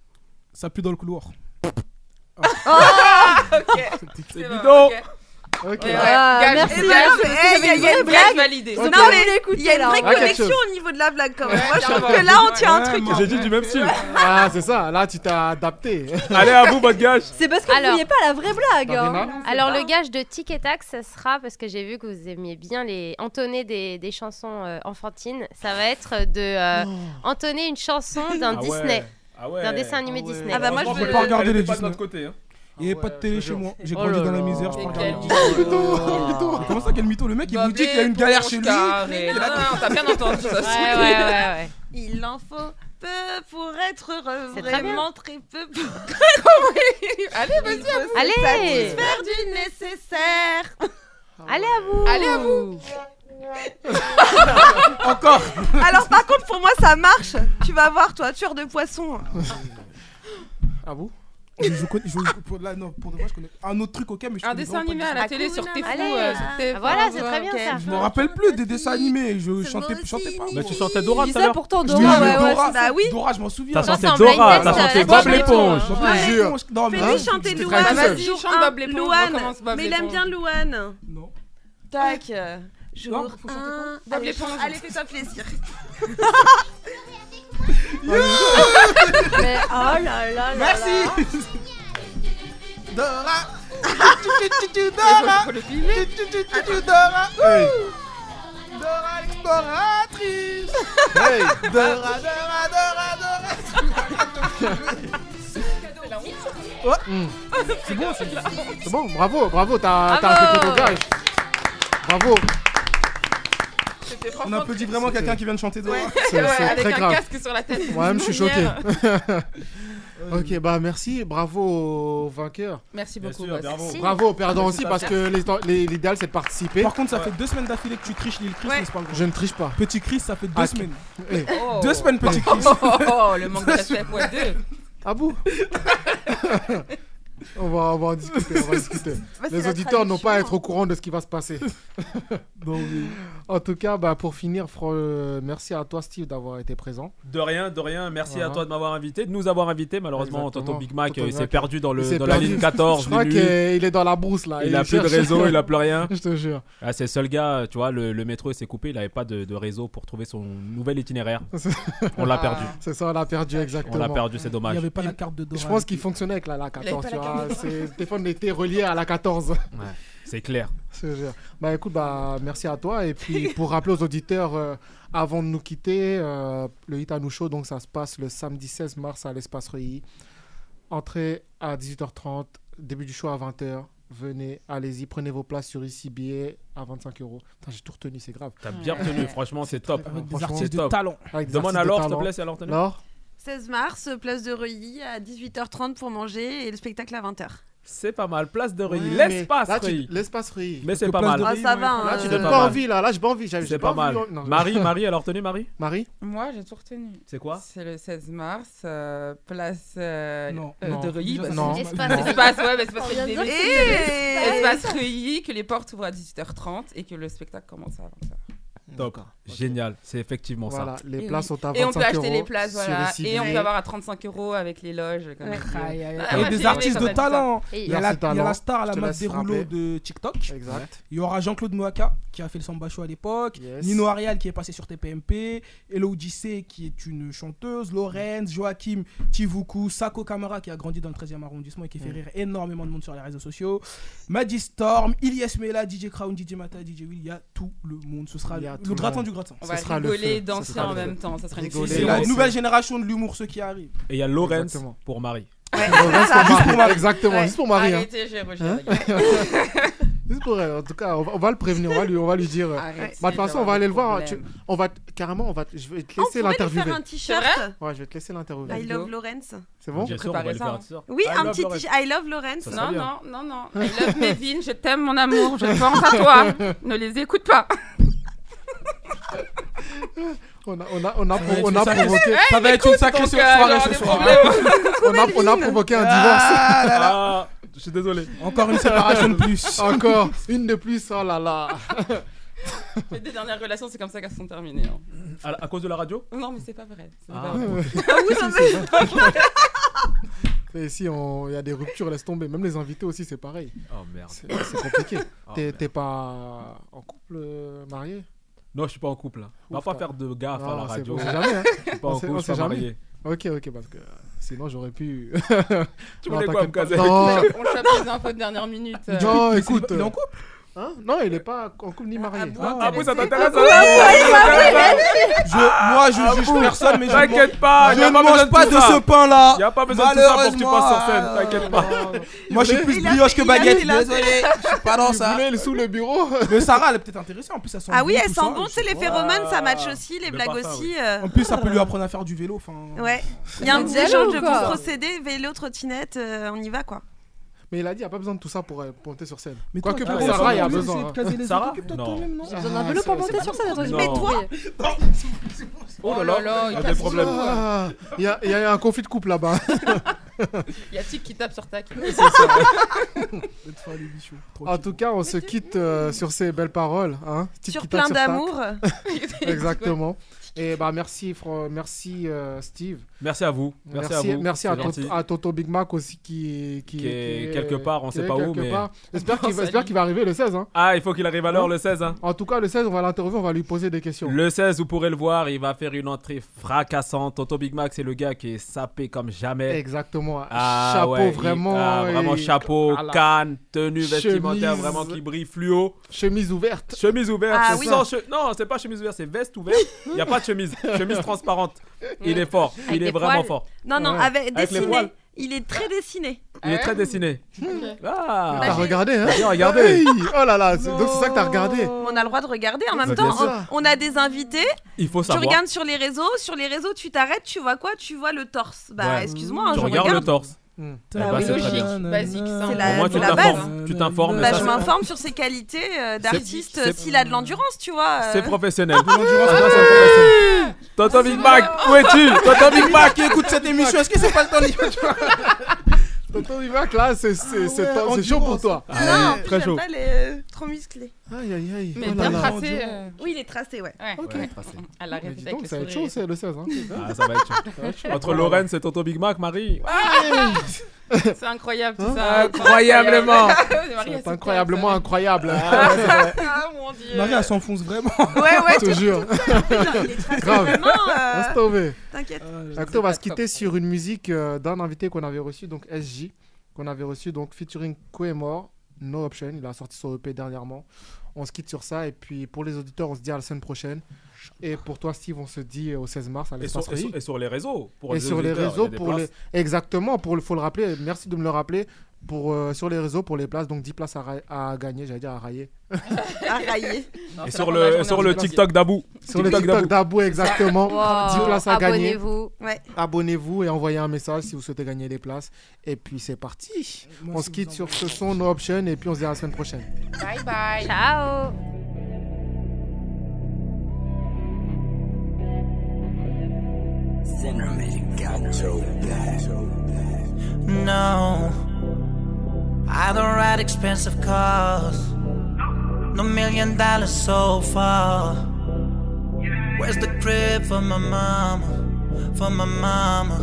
[SPEAKER 3] Ça pue dans le couloir.
[SPEAKER 5] C'est bidon
[SPEAKER 8] Eh
[SPEAKER 2] Ok.
[SPEAKER 7] Ouais, ouais.
[SPEAKER 4] Ah,
[SPEAKER 13] ben,
[SPEAKER 7] Gage-
[SPEAKER 4] merci,
[SPEAKER 7] gage-
[SPEAKER 4] merci, parce que
[SPEAKER 7] eh,
[SPEAKER 4] j'avais
[SPEAKER 7] y a-
[SPEAKER 4] une
[SPEAKER 7] y a
[SPEAKER 4] vraie
[SPEAKER 7] une blague
[SPEAKER 4] blague.
[SPEAKER 7] validée.
[SPEAKER 4] C'est
[SPEAKER 2] Ok.
[SPEAKER 4] pas voulu l'écouter,
[SPEAKER 11] Il y a une
[SPEAKER 4] là.
[SPEAKER 13] Ah,
[SPEAKER 11] vraie
[SPEAKER 2] Ouais, quelque
[SPEAKER 11] connexion
[SPEAKER 2] chose.
[SPEAKER 11] au niveau de la blague quand même.
[SPEAKER 7] Ouais,
[SPEAKER 11] Moi, je trouve
[SPEAKER 7] clairement.
[SPEAKER 11] que là, on tient un
[SPEAKER 3] Ouais,
[SPEAKER 11] truc.
[SPEAKER 3] moi,
[SPEAKER 11] hein.
[SPEAKER 5] J'ai dit du même style.
[SPEAKER 2] Ah, c'est ça, là, tu t'es adapté.
[SPEAKER 5] Allez, à vous, votre gage.
[SPEAKER 4] C'est parce que vous
[SPEAKER 11] Alors.
[SPEAKER 4] vouliez pas la vraie blague. hein.
[SPEAKER 2] Marina
[SPEAKER 11] Alors le gage de Tic et Tac, ça sera parce que j'ai vu que vous aimiez bien les entonner des, des chansons euh, enfantines. Ça va être de euh, entonner une chanson d'un
[SPEAKER 5] Ah ouais.
[SPEAKER 11] Disney,
[SPEAKER 5] Ah ouais.
[SPEAKER 11] d'un dessin animé
[SPEAKER 2] Ah ouais.
[SPEAKER 11] Disney.
[SPEAKER 7] Ah bah, moi, je
[SPEAKER 5] Franchement,
[SPEAKER 7] veux-
[SPEAKER 5] faut pas regarder
[SPEAKER 3] Elle
[SPEAKER 5] les
[SPEAKER 3] était pas de
[SPEAKER 5] Disney.
[SPEAKER 3] notre
[SPEAKER 5] côté. hein.
[SPEAKER 3] Il n'y avait pas de télé chez moi. J'ai grandi dans la misère, je peux
[SPEAKER 7] Mais
[SPEAKER 3] regarder
[SPEAKER 7] quel
[SPEAKER 3] le
[SPEAKER 7] mytho.
[SPEAKER 3] Disney. Mais Comment ça, quel mytho Le mec, il vous dit qu'il y a une galère chez lui.
[SPEAKER 7] Non, non, non, t'as bien entendu ça.
[SPEAKER 11] Ouais, ouais, ouais, ouais.
[SPEAKER 8] Il en faut peu pour être heureux.
[SPEAKER 11] C'est très bien.
[SPEAKER 8] Vraiment très peu pour
[SPEAKER 7] Allez, vas-y.
[SPEAKER 11] Allez,
[SPEAKER 8] faire du nécessaire.
[SPEAKER 11] allez à vous.
[SPEAKER 7] Allez à vous.
[SPEAKER 3] Encore
[SPEAKER 8] Alors par contre pour moi ça marche. Tu vas voir toi, tueur de poissons.
[SPEAKER 2] À vous
[SPEAKER 3] Je- je connais- je- pour- là, non, pour de vrai, je connais un autre truc, ok, mais je
[SPEAKER 7] Un
[SPEAKER 3] connais
[SPEAKER 7] dessin
[SPEAKER 3] vraiment
[SPEAKER 7] animé
[SPEAKER 3] pas
[SPEAKER 7] à la
[SPEAKER 11] Hakuna
[SPEAKER 7] télé sur tes fous.
[SPEAKER 11] Matata.
[SPEAKER 7] euh, sur tes-
[SPEAKER 11] Ah, voilà, c'est très bien ça.
[SPEAKER 3] Disney. Je me rappelle plus des dessins animés. Je chantais,
[SPEAKER 8] moi
[SPEAKER 3] chantais pas.
[SPEAKER 8] aussi.
[SPEAKER 5] Bah, tu chantais Dora
[SPEAKER 4] Je dis
[SPEAKER 5] tout à
[SPEAKER 4] ça
[SPEAKER 5] l'heure.
[SPEAKER 4] pourtant,
[SPEAKER 3] Oui,
[SPEAKER 4] Dora,
[SPEAKER 3] mais
[SPEAKER 4] ouais, ouais.
[SPEAKER 3] Dora,
[SPEAKER 8] Bah oui.
[SPEAKER 3] Dora, je m'en souviens.
[SPEAKER 5] T'as
[SPEAKER 11] Ça,
[SPEAKER 5] chanté
[SPEAKER 11] c'est un
[SPEAKER 5] Dora,
[SPEAKER 11] blind
[SPEAKER 5] t'as
[SPEAKER 11] test,
[SPEAKER 5] chanté
[SPEAKER 11] euh,
[SPEAKER 5] Bob
[SPEAKER 11] franchement,
[SPEAKER 13] Oh,
[SPEAKER 5] l'éponge.
[SPEAKER 11] hein.
[SPEAKER 2] Je te jure.
[SPEAKER 3] Non, mais.
[SPEAKER 8] Fais-lui chanter
[SPEAKER 2] tu te
[SPEAKER 8] Louane.
[SPEAKER 2] trahis
[SPEAKER 7] seul.
[SPEAKER 8] joue
[SPEAKER 7] Chante
[SPEAKER 8] un-
[SPEAKER 7] Bob l'éponge,
[SPEAKER 8] Louane.
[SPEAKER 7] recommence Bob
[SPEAKER 8] Mais il aime
[SPEAKER 7] l'éponge.
[SPEAKER 8] bien Louane.
[SPEAKER 3] Non.
[SPEAKER 8] Tac. euh, Jour
[SPEAKER 3] Non, faut chanter
[SPEAKER 8] un.
[SPEAKER 7] Bob
[SPEAKER 8] Allez,
[SPEAKER 7] l'éponge.
[SPEAKER 8] Allez, fais-toi plaisir.
[SPEAKER 4] Mais oh là là là. là.
[SPEAKER 3] Merci Dora Tu- tu- tu- tu-
[SPEAKER 7] Faut-
[SPEAKER 3] Dora
[SPEAKER 7] faut le
[SPEAKER 3] Tu-
[SPEAKER 7] filmer.
[SPEAKER 3] tu- tu- tu- tu- Dora
[SPEAKER 2] Hey.
[SPEAKER 3] Dora l'exploratrice Dora,
[SPEAKER 2] Hey.
[SPEAKER 3] Dora, Dora, Dora
[SPEAKER 7] la honte.
[SPEAKER 2] Mm. C'est bon, c'est c'est bon. Bravo, bravo, t'as t'as
[SPEAKER 7] Bravo.
[SPEAKER 2] respecté ton gage. Bravo.
[SPEAKER 7] C'était
[SPEAKER 2] On
[SPEAKER 7] franchement.
[SPEAKER 2] applaudit
[SPEAKER 7] vraiment
[SPEAKER 2] quelqu'un
[SPEAKER 7] qui vient de chanter
[SPEAKER 2] dehors.
[SPEAKER 7] Ouais,
[SPEAKER 2] C'est-
[SPEAKER 7] ouais,
[SPEAKER 2] c'est
[SPEAKER 7] avec
[SPEAKER 2] très
[SPEAKER 7] un
[SPEAKER 2] grave.
[SPEAKER 7] casque sur la tête.
[SPEAKER 2] Moi-même, je suis choqué.
[SPEAKER 7] Lumière.
[SPEAKER 2] ok, bah merci, bravo aux vainqueurs.
[SPEAKER 7] Merci
[SPEAKER 3] Bien
[SPEAKER 7] beaucoup.
[SPEAKER 3] sûr,
[SPEAKER 7] boss.
[SPEAKER 3] bravo. Merci.
[SPEAKER 2] Bravo aux perdants
[SPEAKER 3] Ah,
[SPEAKER 2] aussi
[SPEAKER 3] c'est
[SPEAKER 2] parce
[SPEAKER 3] pas
[SPEAKER 2] que les temps- les- l'idéal c'est de participer.
[SPEAKER 3] Par contre, ça fait deux semaines d'affilée que tu triches, Lil Chris, n'est-ce pas le grand
[SPEAKER 2] Je ne triche pas.
[SPEAKER 3] Petit Chris, ça fait deux
[SPEAKER 2] Ah,
[SPEAKER 3] semaines.
[SPEAKER 2] eh.
[SPEAKER 3] Oh. Deux semaines, petit Chris.
[SPEAKER 7] Oh, oh, oh, le manque de respect fois deux.
[SPEAKER 2] Ah bon on, va, on va en discuter. on va en discuter.
[SPEAKER 7] c'est
[SPEAKER 2] les
[SPEAKER 7] la
[SPEAKER 2] auditeurs n'ont pas à être au courant de ce qui va se passer. En tout cas, bah, pour finir, Fro- euh, merci à toi Steve d'avoir été présent.
[SPEAKER 5] De rien, de rien. Merci
[SPEAKER 2] Voilà.
[SPEAKER 5] à toi de m'avoir invité, de nous avoir invité. Malheureusement,
[SPEAKER 2] Exactement.
[SPEAKER 5] Tonton Big Mac
[SPEAKER 2] Tonton
[SPEAKER 5] euh, il s'est
[SPEAKER 2] Mac,
[SPEAKER 5] perdu dans,
[SPEAKER 2] il
[SPEAKER 5] le,
[SPEAKER 2] s'est
[SPEAKER 5] dans la
[SPEAKER 2] perdu.
[SPEAKER 5] ligne 14.
[SPEAKER 2] Je crois
[SPEAKER 5] minuit.
[SPEAKER 2] qu'il est il est dans la brousse là.
[SPEAKER 5] Il a plus de
[SPEAKER 2] cherche-
[SPEAKER 5] réseau, il a plus rien.
[SPEAKER 2] Je te jure.
[SPEAKER 5] Ah, c'est le seul gars, tu vois, le, le métro il s'est coupé, il n'avait pas de, de réseau pour trouver son nouvel itinéraire. On l'a perdu.
[SPEAKER 2] C'est ça, on l'a perdu exactement.
[SPEAKER 5] On l'a perdu, c'est dommage.
[SPEAKER 3] Il n'y avait pas la carte de Dora.
[SPEAKER 2] Je pense qu'il fonctionnait avec la, la
[SPEAKER 3] avait
[SPEAKER 2] 14.
[SPEAKER 3] pas
[SPEAKER 2] Tu
[SPEAKER 3] la
[SPEAKER 2] vois,
[SPEAKER 3] carte.
[SPEAKER 2] c'est- le téléphone était relié à la 14.
[SPEAKER 5] Ouais, c'est clair.
[SPEAKER 2] Je te jure. Bah écoute, bah, merci à toi. Et puis pour rappeler aux auditeurs, euh, avant de nous quitter, euh, le Hitanu Show, donc ça se passe le samedi 16 mars à l'espace Reuilly. Entrée à 18h30, début du show à 20h. Venez, allez-y, prenez vos places sur ici billets à 25 euros. Putain, j'ai tout retenu, c'est grave.
[SPEAKER 5] T'as bien retenu, franchement, c'est top.
[SPEAKER 2] Avec des
[SPEAKER 5] Franchement,
[SPEAKER 2] artistes
[SPEAKER 5] c'est
[SPEAKER 2] de
[SPEAKER 5] top.
[SPEAKER 2] talent. Avec Ah, des
[SPEAKER 5] Demande
[SPEAKER 2] artistes
[SPEAKER 5] à
[SPEAKER 2] de
[SPEAKER 5] Laure, s'il
[SPEAKER 2] talent.
[SPEAKER 5] te plaît, si elle a retenu.
[SPEAKER 2] Laure
[SPEAKER 14] 16 mars, place de Reuilly à 18h30 pour manger et le spectacle à 20h.
[SPEAKER 5] C'est pas mal. Place de Reuilly,
[SPEAKER 2] Ouais,
[SPEAKER 5] l'espace
[SPEAKER 2] mais là, tu-
[SPEAKER 5] Reuilly.
[SPEAKER 2] L'espace Reuilly.
[SPEAKER 5] Mais c'est
[SPEAKER 2] Parce que
[SPEAKER 5] pas
[SPEAKER 14] Ah,
[SPEAKER 2] place de Reuilly,
[SPEAKER 5] mal.
[SPEAKER 14] ça
[SPEAKER 2] ouais,
[SPEAKER 14] va,
[SPEAKER 7] hein.
[SPEAKER 2] Là, tu
[SPEAKER 5] euh,
[SPEAKER 2] donnes
[SPEAKER 5] c'est
[SPEAKER 2] pas
[SPEAKER 5] pas
[SPEAKER 2] envie, là. Là, j'ai pas envie. j'ai- j'ai
[SPEAKER 5] C'est pas
[SPEAKER 2] envie,
[SPEAKER 5] mal.
[SPEAKER 2] non.
[SPEAKER 5] Marie, Marie, elle a retenu Marie
[SPEAKER 2] Marie
[SPEAKER 7] Moi, j'ai tout retenu.
[SPEAKER 5] C'est quoi
[SPEAKER 7] C'est le 16 mars, euh, place euh,
[SPEAKER 3] Non,
[SPEAKER 7] euh,
[SPEAKER 3] non.
[SPEAKER 7] de Reuilly.
[SPEAKER 3] Déjà,
[SPEAKER 7] bah,
[SPEAKER 3] ça, Non. c'est
[SPEAKER 7] Espace,
[SPEAKER 3] pas- non.
[SPEAKER 7] espace, ouais, bah, espace
[SPEAKER 3] On
[SPEAKER 7] Reuilly.
[SPEAKER 3] vient de dire que
[SPEAKER 7] Et-
[SPEAKER 3] c'était l'espace.
[SPEAKER 7] Espace Reuilly, que les portes ouvrent à 18h30 et que le spectacle commence à 20h.
[SPEAKER 5] Top. Génial, c'est effectivement
[SPEAKER 2] Voilà,
[SPEAKER 5] ça.
[SPEAKER 2] les places sont à
[SPEAKER 7] Et on peut
[SPEAKER 2] 25
[SPEAKER 7] acheter les
[SPEAKER 2] euros
[SPEAKER 7] places,
[SPEAKER 2] sur
[SPEAKER 7] voilà.
[SPEAKER 2] les
[SPEAKER 7] Et on
[SPEAKER 2] ciblés.
[SPEAKER 7] peut avoir à 35 euros avec les loges. Comme
[SPEAKER 3] Ouais.
[SPEAKER 7] on dit.
[SPEAKER 3] Aïe, aïe, aïe.
[SPEAKER 7] Ah,
[SPEAKER 3] Et
[SPEAKER 7] moi,
[SPEAKER 3] des
[SPEAKER 7] j'ai aimé
[SPEAKER 3] artistes
[SPEAKER 7] quand
[SPEAKER 3] de
[SPEAKER 7] t'as dit ça.
[SPEAKER 3] talent. Il y a la,
[SPEAKER 2] Merci, talent.
[SPEAKER 3] il y a la star à
[SPEAKER 2] Je
[SPEAKER 3] la
[SPEAKER 2] te
[SPEAKER 3] map
[SPEAKER 2] laisse
[SPEAKER 3] des
[SPEAKER 2] rappeler.
[SPEAKER 3] rouleaux de TikTok.
[SPEAKER 2] Exact.
[SPEAKER 3] Il y aura Jean-Claude Noaka qui a fait le Samba Show à l'époque.
[SPEAKER 2] Yes.
[SPEAKER 3] Nino Arial qui est passé sur TPMP. Elo Odyssey qui est une chanteuse. Lorenz, Joachim, Tivuku, Sako Kamara qui a grandi dans le 13e arrondissement et qui fait
[SPEAKER 2] Mm.
[SPEAKER 3] rire énormément de monde sur les réseaux sociaux. Maddy Storm, Ilyes Mela, DJ Crown, DJ Mata, DJ Will. Il y a tout le monde. Ce sera
[SPEAKER 2] Il y a
[SPEAKER 3] le
[SPEAKER 2] tout le
[SPEAKER 3] gratin
[SPEAKER 2] monde.
[SPEAKER 3] du gratin.
[SPEAKER 7] On va rigoler et danser en même temps. Ça sera une
[SPEAKER 3] C'est la nouvelle génération de l'humour, ceux qui arrivent.
[SPEAKER 5] Et il y a Lorenz
[SPEAKER 2] Exactement.
[SPEAKER 5] pour Marie.
[SPEAKER 2] Lorenz pour Marie,
[SPEAKER 3] Marie.
[SPEAKER 2] Exactement,
[SPEAKER 3] Ouais.
[SPEAKER 2] juste pour Marie. hein.
[SPEAKER 7] Arrêtez, j'ai rejeté,
[SPEAKER 2] Hein Juste pour elle, en tout cas, on va, on va le prévenir, on va lui, on va lui dire. euh,
[SPEAKER 7] Arrêtez
[SPEAKER 2] bah, de toute façon, on va
[SPEAKER 7] d'avoir
[SPEAKER 2] aller
[SPEAKER 7] des
[SPEAKER 2] le voir.
[SPEAKER 7] problèmes.
[SPEAKER 2] tu- on va te- carrément, on va, te- je vais te
[SPEAKER 8] On pourrait lui
[SPEAKER 2] laisser
[SPEAKER 8] faire
[SPEAKER 2] l'interviewer.
[SPEAKER 8] un t-shirt. Oh, C'est vrai
[SPEAKER 2] Ouais, je vais te laisser l'interviewer.
[SPEAKER 8] I love Lawrence.
[SPEAKER 2] C'est bon
[SPEAKER 5] Bien sûr, on va lui faire un t-shirt.
[SPEAKER 8] hein. Oui,
[SPEAKER 5] I
[SPEAKER 8] un
[SPEAKER 5] love
[SPEAKER 8] petit
[SPEAKER 5] Lawrence.
[SPEAKER 8] t-shirt. I love Lawrence.
[SPEAKER 5] Ça serait
[SPEAKER 7] Non,
[SPEAKER 5] bien.
[SPEAKER 7] non, non, non. I love Mévin, je t'aime, mon amour. Je pense à toi. Ne les écoute pas.
[SPEAKER 2] On a, on a, on a,
[SPEAKER 3] va être
[SPEAKER 2] on a
[SPEAKER 3] une sacrée-
[SPEAKER 2] provoqué.
[SPEAKER 3] Ça va être une sacrée
[SPEAKER 7] donc,
[SPEAKER 3] soirée
[SPEAKER 7] euh,
[SPEAKER 3] ce
[SPEAKER 7] des
[SPEAKER 3] soir.
[SPEAKER 2] on, a, on a provoqué un divorce.
[SPEAKER 3] Ah là là.
[SPEAKER 5] Je suis désolé.
[SPEAKER 3] Encore une séparation de plus.
[SPEAKER 2] Encore une de plus, oh là là.
[SPEAKER 7] Les deux dernières relations, c'est comme ça qu'elles se sont terminées. hein.
[SPEAKER 5] À, à cause de la radio
[SPEAKER 7] Non, mais c'est pas vrai. C'est
[SPEAKER 5] Ah.
[SPEAKER 7] pas vrai.
[SPEAKER 2] oui,
[SPEAKER 7] non,
[SPEAKER 2] Et ici, on- il y a des ruptures, laisse tomber. Même les invités aussi, c'est pareil.
[SPEAKER 5] Oh merde.
[SPEAKER 2] C'est c'est compliqué.
[SPEAKER 5] Oh,
[SPEAKER 2] T'es
[SPEAKER 5] merde.
[SPEAKER 2] t'es pas en couple euh, marié
[SPEAKER 5] Non, je suis pas en couple. Là. On va
[SPEAKER 2] Ouf,
[SPEAKER 5] pas
[SPEAKER 2] t'as-
[SPEAKER 5] faire de gaffe à
[SPEAKER 2] Non,
[SPEAKER 5] la
[SPEAKER 2] c'est-
[SPEAKER 5] radio.
[SPEAKER 2] On sait jamais. hein.
[SPEAKER 5] Je suis pas
[SPEAKER 2] On
[SPEAKER 5] en
[SPEAKER 2] sait-
[SPEAKER 5] couple,
[SPEAKER 2] on
[SPEAKER 5] je
[SPEAKER 2] sait
[SPEAKER 5] suis pas
[SPEAKER 2] jamais.
[SPEAKER 5] marié.
[SPEAKER 2] Ok, ok, parce que euh, sinon j'aurais pu.
[SPEAKER 5] Tu
[SPEAKER 2] Non,
[SPEAKER 5] voulais quoi,
[SPEAKER 2] t'inquiète
[SPEAKER 5] me
[SPEAKER 2] pas.
[SPEAKER 5] caser
[SPEAKER 2] Non,
[SPEAKER 7] On chope les infos de dernière minute. euh.
[SPEAKER 2] non, écoute.
[SPEAKER 3] Il est en
[SPEAKER 2] euh,
[SPEAKER 3] couple
[SPEAKER 2] hein Non, il est pas en couple ni marié.
[SPEAKER 5] Ah bon, ça t'intéresse Ah,
[SPEAKER 2] Ah,
[SPEAKER 3] Je- Moi, je juge personne, mais je
[SPEAKER 5] T'inquiète pas,
[SPEAKER 3] je
[SPEAKER 5] y a
[SPEAKER 3] ne
[SPEAKER 5] pas besoin
[SPEAKER 3] mange
[SPEAKER 5] de
[SPEAKER 3] pas
[SPEAKER 5] tout
[SPEAKER 3] de
[SPEAKER 5] ça.
[SPEAKER 3] ce pain-là.
[SPEAKER 5] Y a pas besoin de tout ça pour que tu passes sur scène,
[SPEAKER 3] Malheureusement,
[SPEAKER 5] t'inquiète pas.
[SPEAKER 3] Moi, je suis plus brioche que baguette. Désolé, je suis pas dans
[SPEAKER 2] Il
[SPEAKER 3] ça.
[SPEAKER 2] voulait sous le bureau.
[SPEAKER 3] Mais Sarah, elle est peut-être intéressée. En plus, elle sent
[SPEAKER 14] Ah oui,
[SPEAKER 3] bon,
[SPEAKER 14] elles
[SPEAKER 3] tout
[SPEAKER 14] sont
[SPEAKER 3] ça,
[SPEAKER 14] bon,
[SPEAKER 3] je-
[SPEAKER 14] tu sais, les
[SPEAKER 3] Ouais.
[SPEAKER 14] phéromones, ça
[SPEAKER 5] Bah,
[SPEAKER 14] match aussi, les
[SPEAKER 5] Le
[SPEAKER 14] blagues
[SPEAKER 5] parfum,
[SPEAKER 14] aussi.
[SPEAKER 5] oui.
[SPEAKER 14] euh,
[SPEAKER 3] En plus, ça peut lui apprendre à faire du vélo. Enfin,
[SPEAKER 14] Ouais, il y a un
[SPEAKER 4] Vous
[SPEAKER 14] petit
[SPEAKER 4] êtes jaloux
[SPEAKER 14] échange de
[SPEAKER 4] ou
[SPEAKER 14] bons
[SPEAKER 4] quoi
[SPEAKER 14] procédés, vélo, trottinette, euh, on y va quoi.
[SPEAKER 2] Mais il a dit, il n'y a pas besoin de tout ça pour euh, pour monter sur scène.
[SPEAKER 3] Mais toi,
[SPEAKER 2] Quoique
[SPEAKER 3] t'as
[SPEAKER 2] pour
[SPEAKER 3] raison,
[SPEAKER 2] Sarah, il y a
[SPEAKER 3] t'as raison,
[SPEAKER 2] besoin.
[SPEAKER 3] c'est
[SPEAKER 2] hein.
[SPEAKER 3] de caser les autres,
[SPEAKER 5] Sarah
[SPEAKER 3] occupe-toi de
[SPEAKER 5] Non.
[SPEAKER 3] toi-même, non
[SPEAKER 2] Ah,
[SPEAKER 4] Dans un vélo pour monter sur scène, attends,
[SPEAKER 5] Non.
[SPEAKER 4] mais toi
[SPEAKER 5] Oh là
[SPEAKER 7] Oh
[SPEAKER 5] là,
[SPEAKER 7] là là,
[SPEAKER 5] il y
[SPEAKER 7] il
[SPEAKER 5] a des
[SPEAKER 7] casse
[SPEAKER 5] problèmes.
[SPEAKER 7] tout.
[SPEAKER 2] Ah, Il y a il y a un conflit de couple là-bas.
[SPEAKER 7] Il y a Tic qui tape sur Tac.
[SPEAKER 3] Cette fois, l'émission.
[SPEAKER 2] En tout cas, on se quitte euh, sur ces belles paroles. Hein. Petite
[SPEAKER 14] Sur
[SPEAKER 2] qui tape
[SPEAKER 14] plein
[SPEAKER 2] tape.
[SPEAKER 14] d'amour.
[SPEAKER 2] Exactement. Et bah merci, Fran- merci euh, Steve.
[SPEAKER 5] Merci à vous. Merci, à vous.
[SPEAKER 2] merci à,
[SPEAKER 5] C'est
[SPEAKER 2] Toto-
[SPEAKER 5] gentil.
[SPEAKER 2] à Toto Big Mac aussi qui, qui,
[SPEAKER 5] Qui est
[SPEAKER 2] qui
[SPEAKER 5] quelque part, on
[SPEAKER 2] qui
[SPEAKER 5] sait
[SPEAKER 2] est
[SPEAKER 5] pas où,
[SPEAKER 2] quelque
[SPEAKER 5] mais-
[SPEAKER 2] part. J'espère qu'il va,
[SPEAKER 7] Oh,
[SPEAKER 2] j'espère qu'il va arriver le 16. hein.
[SPEAKER 5] Ah, il faut qu'il arrive à l'heure le 16. hein.
[SPEAKER 2] En tout cas, le 16, on va l'interviewer, on va lui poser des questions.
[SPEAKER 5] Le 16, vous pourrez le voir, il va faire une entrée fracassante. Toto Big Mac, c'est le gars qui est sapé comme jamais.
[SPEAKER 2] Exactement.
[SPEAKER 5] Ah,
[SPEAKER 2] chapeau
[SPEAKER 5] ouais, il-
[SPEAKER 2] vraiment.
[SPEAKER 5] ah, vraiment
[SPEAKER 2] et-
[SPEAKER 5] chapeau,
[SPEAKER 2] Ah là.
[SPEAKER 5] canne, tenue vestimentaire
[SPEAKER 2] Chemise.
[SPEAKER 5] vraiment qui brille fluo.
[SPEAKER 2] Chemise ouverte.
[SPEAKER 5] Chemise ouverte.
[SPEAKER 14] Ah
[SPEAKER 5] c'est
[SPEAKER 14] oui.
[SPEAKER 5] sans che- Non, c'est pas chemise ouverte, c'est veste ouverte. Il n'y a pas de chemise. Chemise transparente. Il est fort.
[SPEAKER 11] Avec
[SPEAKER 5] il est
[SPEAKER 11] des
[SPEAKER 5] vraiment
[SPEAKER 11] poils.
[SPEAKER 5] fort.
[SPEAKER 14] Non, non,
[SPEAKER 2] Ouais.
[SPEAKER 14] avec,
[SPEAKER 5] Avec les
[SPEAKER 14] dessiné.
[SPEAKER 5] voiles.
[SPEAKER 14] Il est très dessiné.
[SPEAKER 5] Il est très dessiné. Ah
[SPEAKER 7] Bah,
[SPEAKER 2] T'as regardé, hein
[SPEAKER 5] J'ai regardé.
[SPEAKER 2] Hey Oh là là, c'est- donc c'est ça que t'as regardé.
[SPEAKER 14] Mais On a le droit de regarder. En même
[SPEAKER 5] Bah,
[SPEAKER 14] temps,
[SPEAKER 5] bien sûr.
[SPEAKER 14] on, on a des invités.
[SPEAKER 5] Il faut savoir.
[SPEAKER 14] Tu regardes sur les réseaux. Sur les réseaux, tu t'arrêtes. Tu vois quoi Tu vois le torse. Bah,
[SPEAKER 5] Ouais.
[SPEAKER 14] excuse-moi, hein,
[SPEAKER 5] Tu
[SPEAKER 14] je
[SPEAKER 5] regardes
[SPEAKER 14] regarde. Bah
[SPEAKER 5] le torse.
[SPEAKER 2] Mm.
[SPEAKER 5] Eh ben, c'est très bien.
[SPEAKER 7] basique,
[SPEAKER 14] C'est
[SPEAKER 5] Au moins,
[SPEAKER 14] la,
[SPEAKER 5] tu
[SPEAKER 14] c'est la base.
[SPEAKER 5] t'informes. Tu t'informes. et
[SPEAKER 14] Bah,
[SPEAKER 5] ça,
[SPEAKER 14] je
[SPEAKER 5] c'est-
[SPEAKER 14] m'informe sur ses qualités euh, d'artiste,
[SPEAKER 5] c'est-
[SPEAKER 14] s'il a de l'endurance, tu vois. euh.
[SPEAKER 5] C'est professionnel. Ah, Tonton Big Mac, où es-tu Tonton Big Mac, qui écoute cette émission, est-ce que c'est pas le temps libre
[SPEAKER 2] Tonton Vivac, là, c'est c'est-
[SPEAKER 5] Ah
[SPEAKER 2] c'est
[SPEAKER 14] ouais,
[SPEAKER 2] c'est chaud pour toi.
[SPEAKER 14] Non, en plus, Ah j'aime pas les euh, trop musclés.
[SPEAKER 2] Aïe, aïe, aïe.
[SPEAKER 14] Mais
[SPEAKER 2] Oh là
[SPEAKER 14] bien
[SPEAKER 2] là.
[SPEAKER 14] tracé. euh. Oui, il est tracé, ouais.
[SPEAKER 2] Ok.
[SPEAKER 5] Ouais, tracé.
[SPEAKER 7] Elle l'a
[SPEAKER 2] Mais
[SPEAKER 7] répété
[SPEAKER 2] dis
[SPEAKER 7] avec
[SPEAKER 2] donc,
[SPEAKER 7] le
[SPEAKER 2] ça va être
[SPEAKER 7] sourire.
[SPEAKER 2] chaud, c'est le 16. hein.
[SPEAKER 5] Ah, ça va être chaud. Entre Lorenz et Tonton Big Mac, Marie.
[SPEAKER 7] Ah! C'est incroyable
[SPEAKER 2] Hein?
[SPEAKER 7] tout ça.
[SPEAKER 5] Incroyablement.
[SPEAKER 7] Marie, elle
[SPEAKER 2] C'est
[SPEAKER 7] se
[SPEAKER 2] incroyablement incroyable.
[SPEAKER 7] Ah, mon Dieu.
[SPEAKER 3] Marie, elle s'enfonce vraiment.
[SPEAKER 14] euh, Ouais, ouais,
[SPEAKER 2] Je te jure. Grave. Laisse tomber.
[SPEAKER 14] hein.
[SPEAKER 2] Ah,
[SPEAKER 14] T'inquiète.
[SPEAKER 2] Écoutez, on va se quitter sur une musique euh, d'un invité qu'on avait reçu, donc SJ, qu'on avait reçu, donc featuring Quemor, No Option. Il a sorti son EP dernièrement. On se quitte sur ça. Et puis pour les auditeurs, on se dit à la semaine prochaine. Et pour toi, Steve, on se dit euh, au 16 mars à
[SPEAKER 5] Et sur,
[SPEAKER 2] l'espace
[SPEAKER 5] et
[SPEAKER 2] Reuilly.
[SPEAKER 5] sur- et sur les réseaux. Pour
[SPEAKER 2] et sur les
[SPEAKER 5] auditeurs, il y a
[SPEAKER 2] réseaux
[SPEAKER 5] des
[SPEAKER 2] pour les
[SPEAKER 5] places.
[SPEAKER 2] exactement pour le faut le rappeler merci de me le rappeler pour euh, sur les réseaux pour les places donc 10 places à, ra- à gagner j'allais dire à railler
[SPEAKER 14] À railler.
[SPEAKER 5] Et sur le, sur le TikTok d'Abou.
[SPEAKER 2] sur le TikTok d'Abou exactement
[SPEAKER 14] Wow.
[SPEAKER 2] 10 places à gagner
[SPEAKER 14] Abonnez-vous. Ouais.
[SPEAKER 2] abonnez-vous et envoyez un message si vous souhaitez gagner des places et puis c'est parti
[SPEAKER 3] Moi,
[SPEAKER 2] on
[SPEAKER 3] si
[SPEAKER 2] se
[SPEAKER 3] vous
[SPEAKER 2] quitte sur ce son no option et puis on se dit à la semaine prochaine
[SPEAKER 7] Bye bye.
[SPEAKER 11] Ciao
[SPEAKER 12] No, I don't ride expensive cars. No million dollars so far. Where's the crib for my mama? For my mama.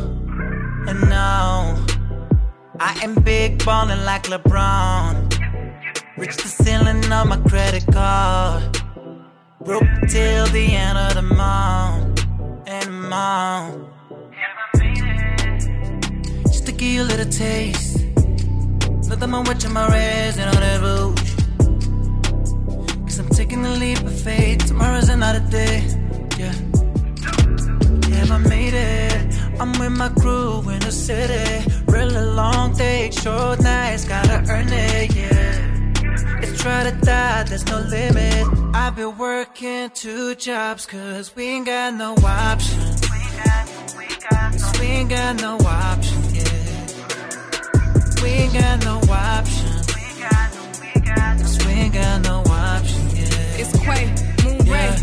[SPEAKER 12] And no, I am big ballin' like LeBron. Reach the ceiling on my credit card. Broke till the end of the month. And month. Just to give you a little taste. Nothing I'm watching my rays and all that rouge. Cause I'm taking the leap of faith. Tomorrow's another day. Yeah. Have I made it? I'm with my crew in the city. Really long day, short nights, gotta earn it, yeah. It's try to die, there's no limit. I've been working two jobs, cause we ain't got no option. Cause we ain't got no option, yeah. We ain't got no option. Cause we ain't got no option, yeah.
[SPEAKER 16] It's Quay, Moon Ray.
[SPEAKER 12] Yeah.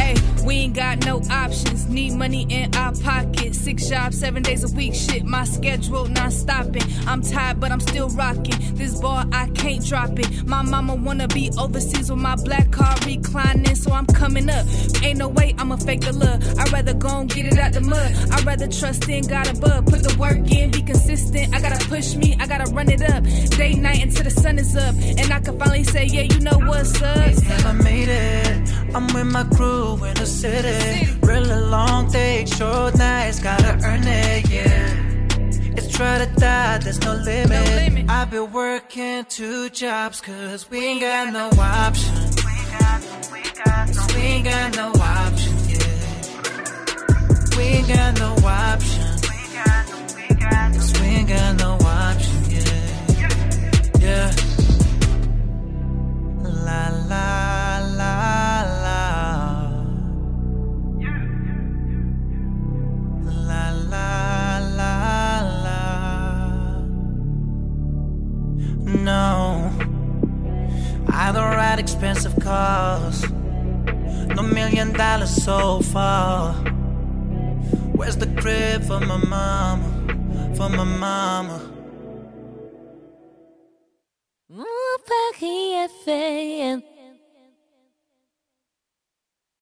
[SPEAKER 16] Ay, we ain't got no options. Need money in our pocket. Six jobs, seven days a week. Shit, my schedule not stopping. I'm tired, but I'm still rocking. This ball, I can't drop it. My mama wanna be overseas with my black car reclining, so I'm coming up. Ain't no way I'ma fake the love. I'd rather go and get it out the mud. I'd rather trust in God above. Put the work in, be consistent. I gotta push me, I gotta run it up. Day, night, until the sun is up. And I can finally say, yeah, you know what's up.
[SPEAKER 12] I made it. I'm with my crew in the city. Really long day, short nights, gotta earn it, yeah. It's try to die, there's no limit. I've been working two jobs, cause we ain't got no option. Cause we ain't got no option, yeah. We ain't got no option. Cause we ain't got no option, yeah. Yeah. La la la la. La la la la. No, I don't ride expensive cars. No million dollars so far. Where's the crib for my mama? For my mama.
[SPEAKER 17] Mon Paris FM.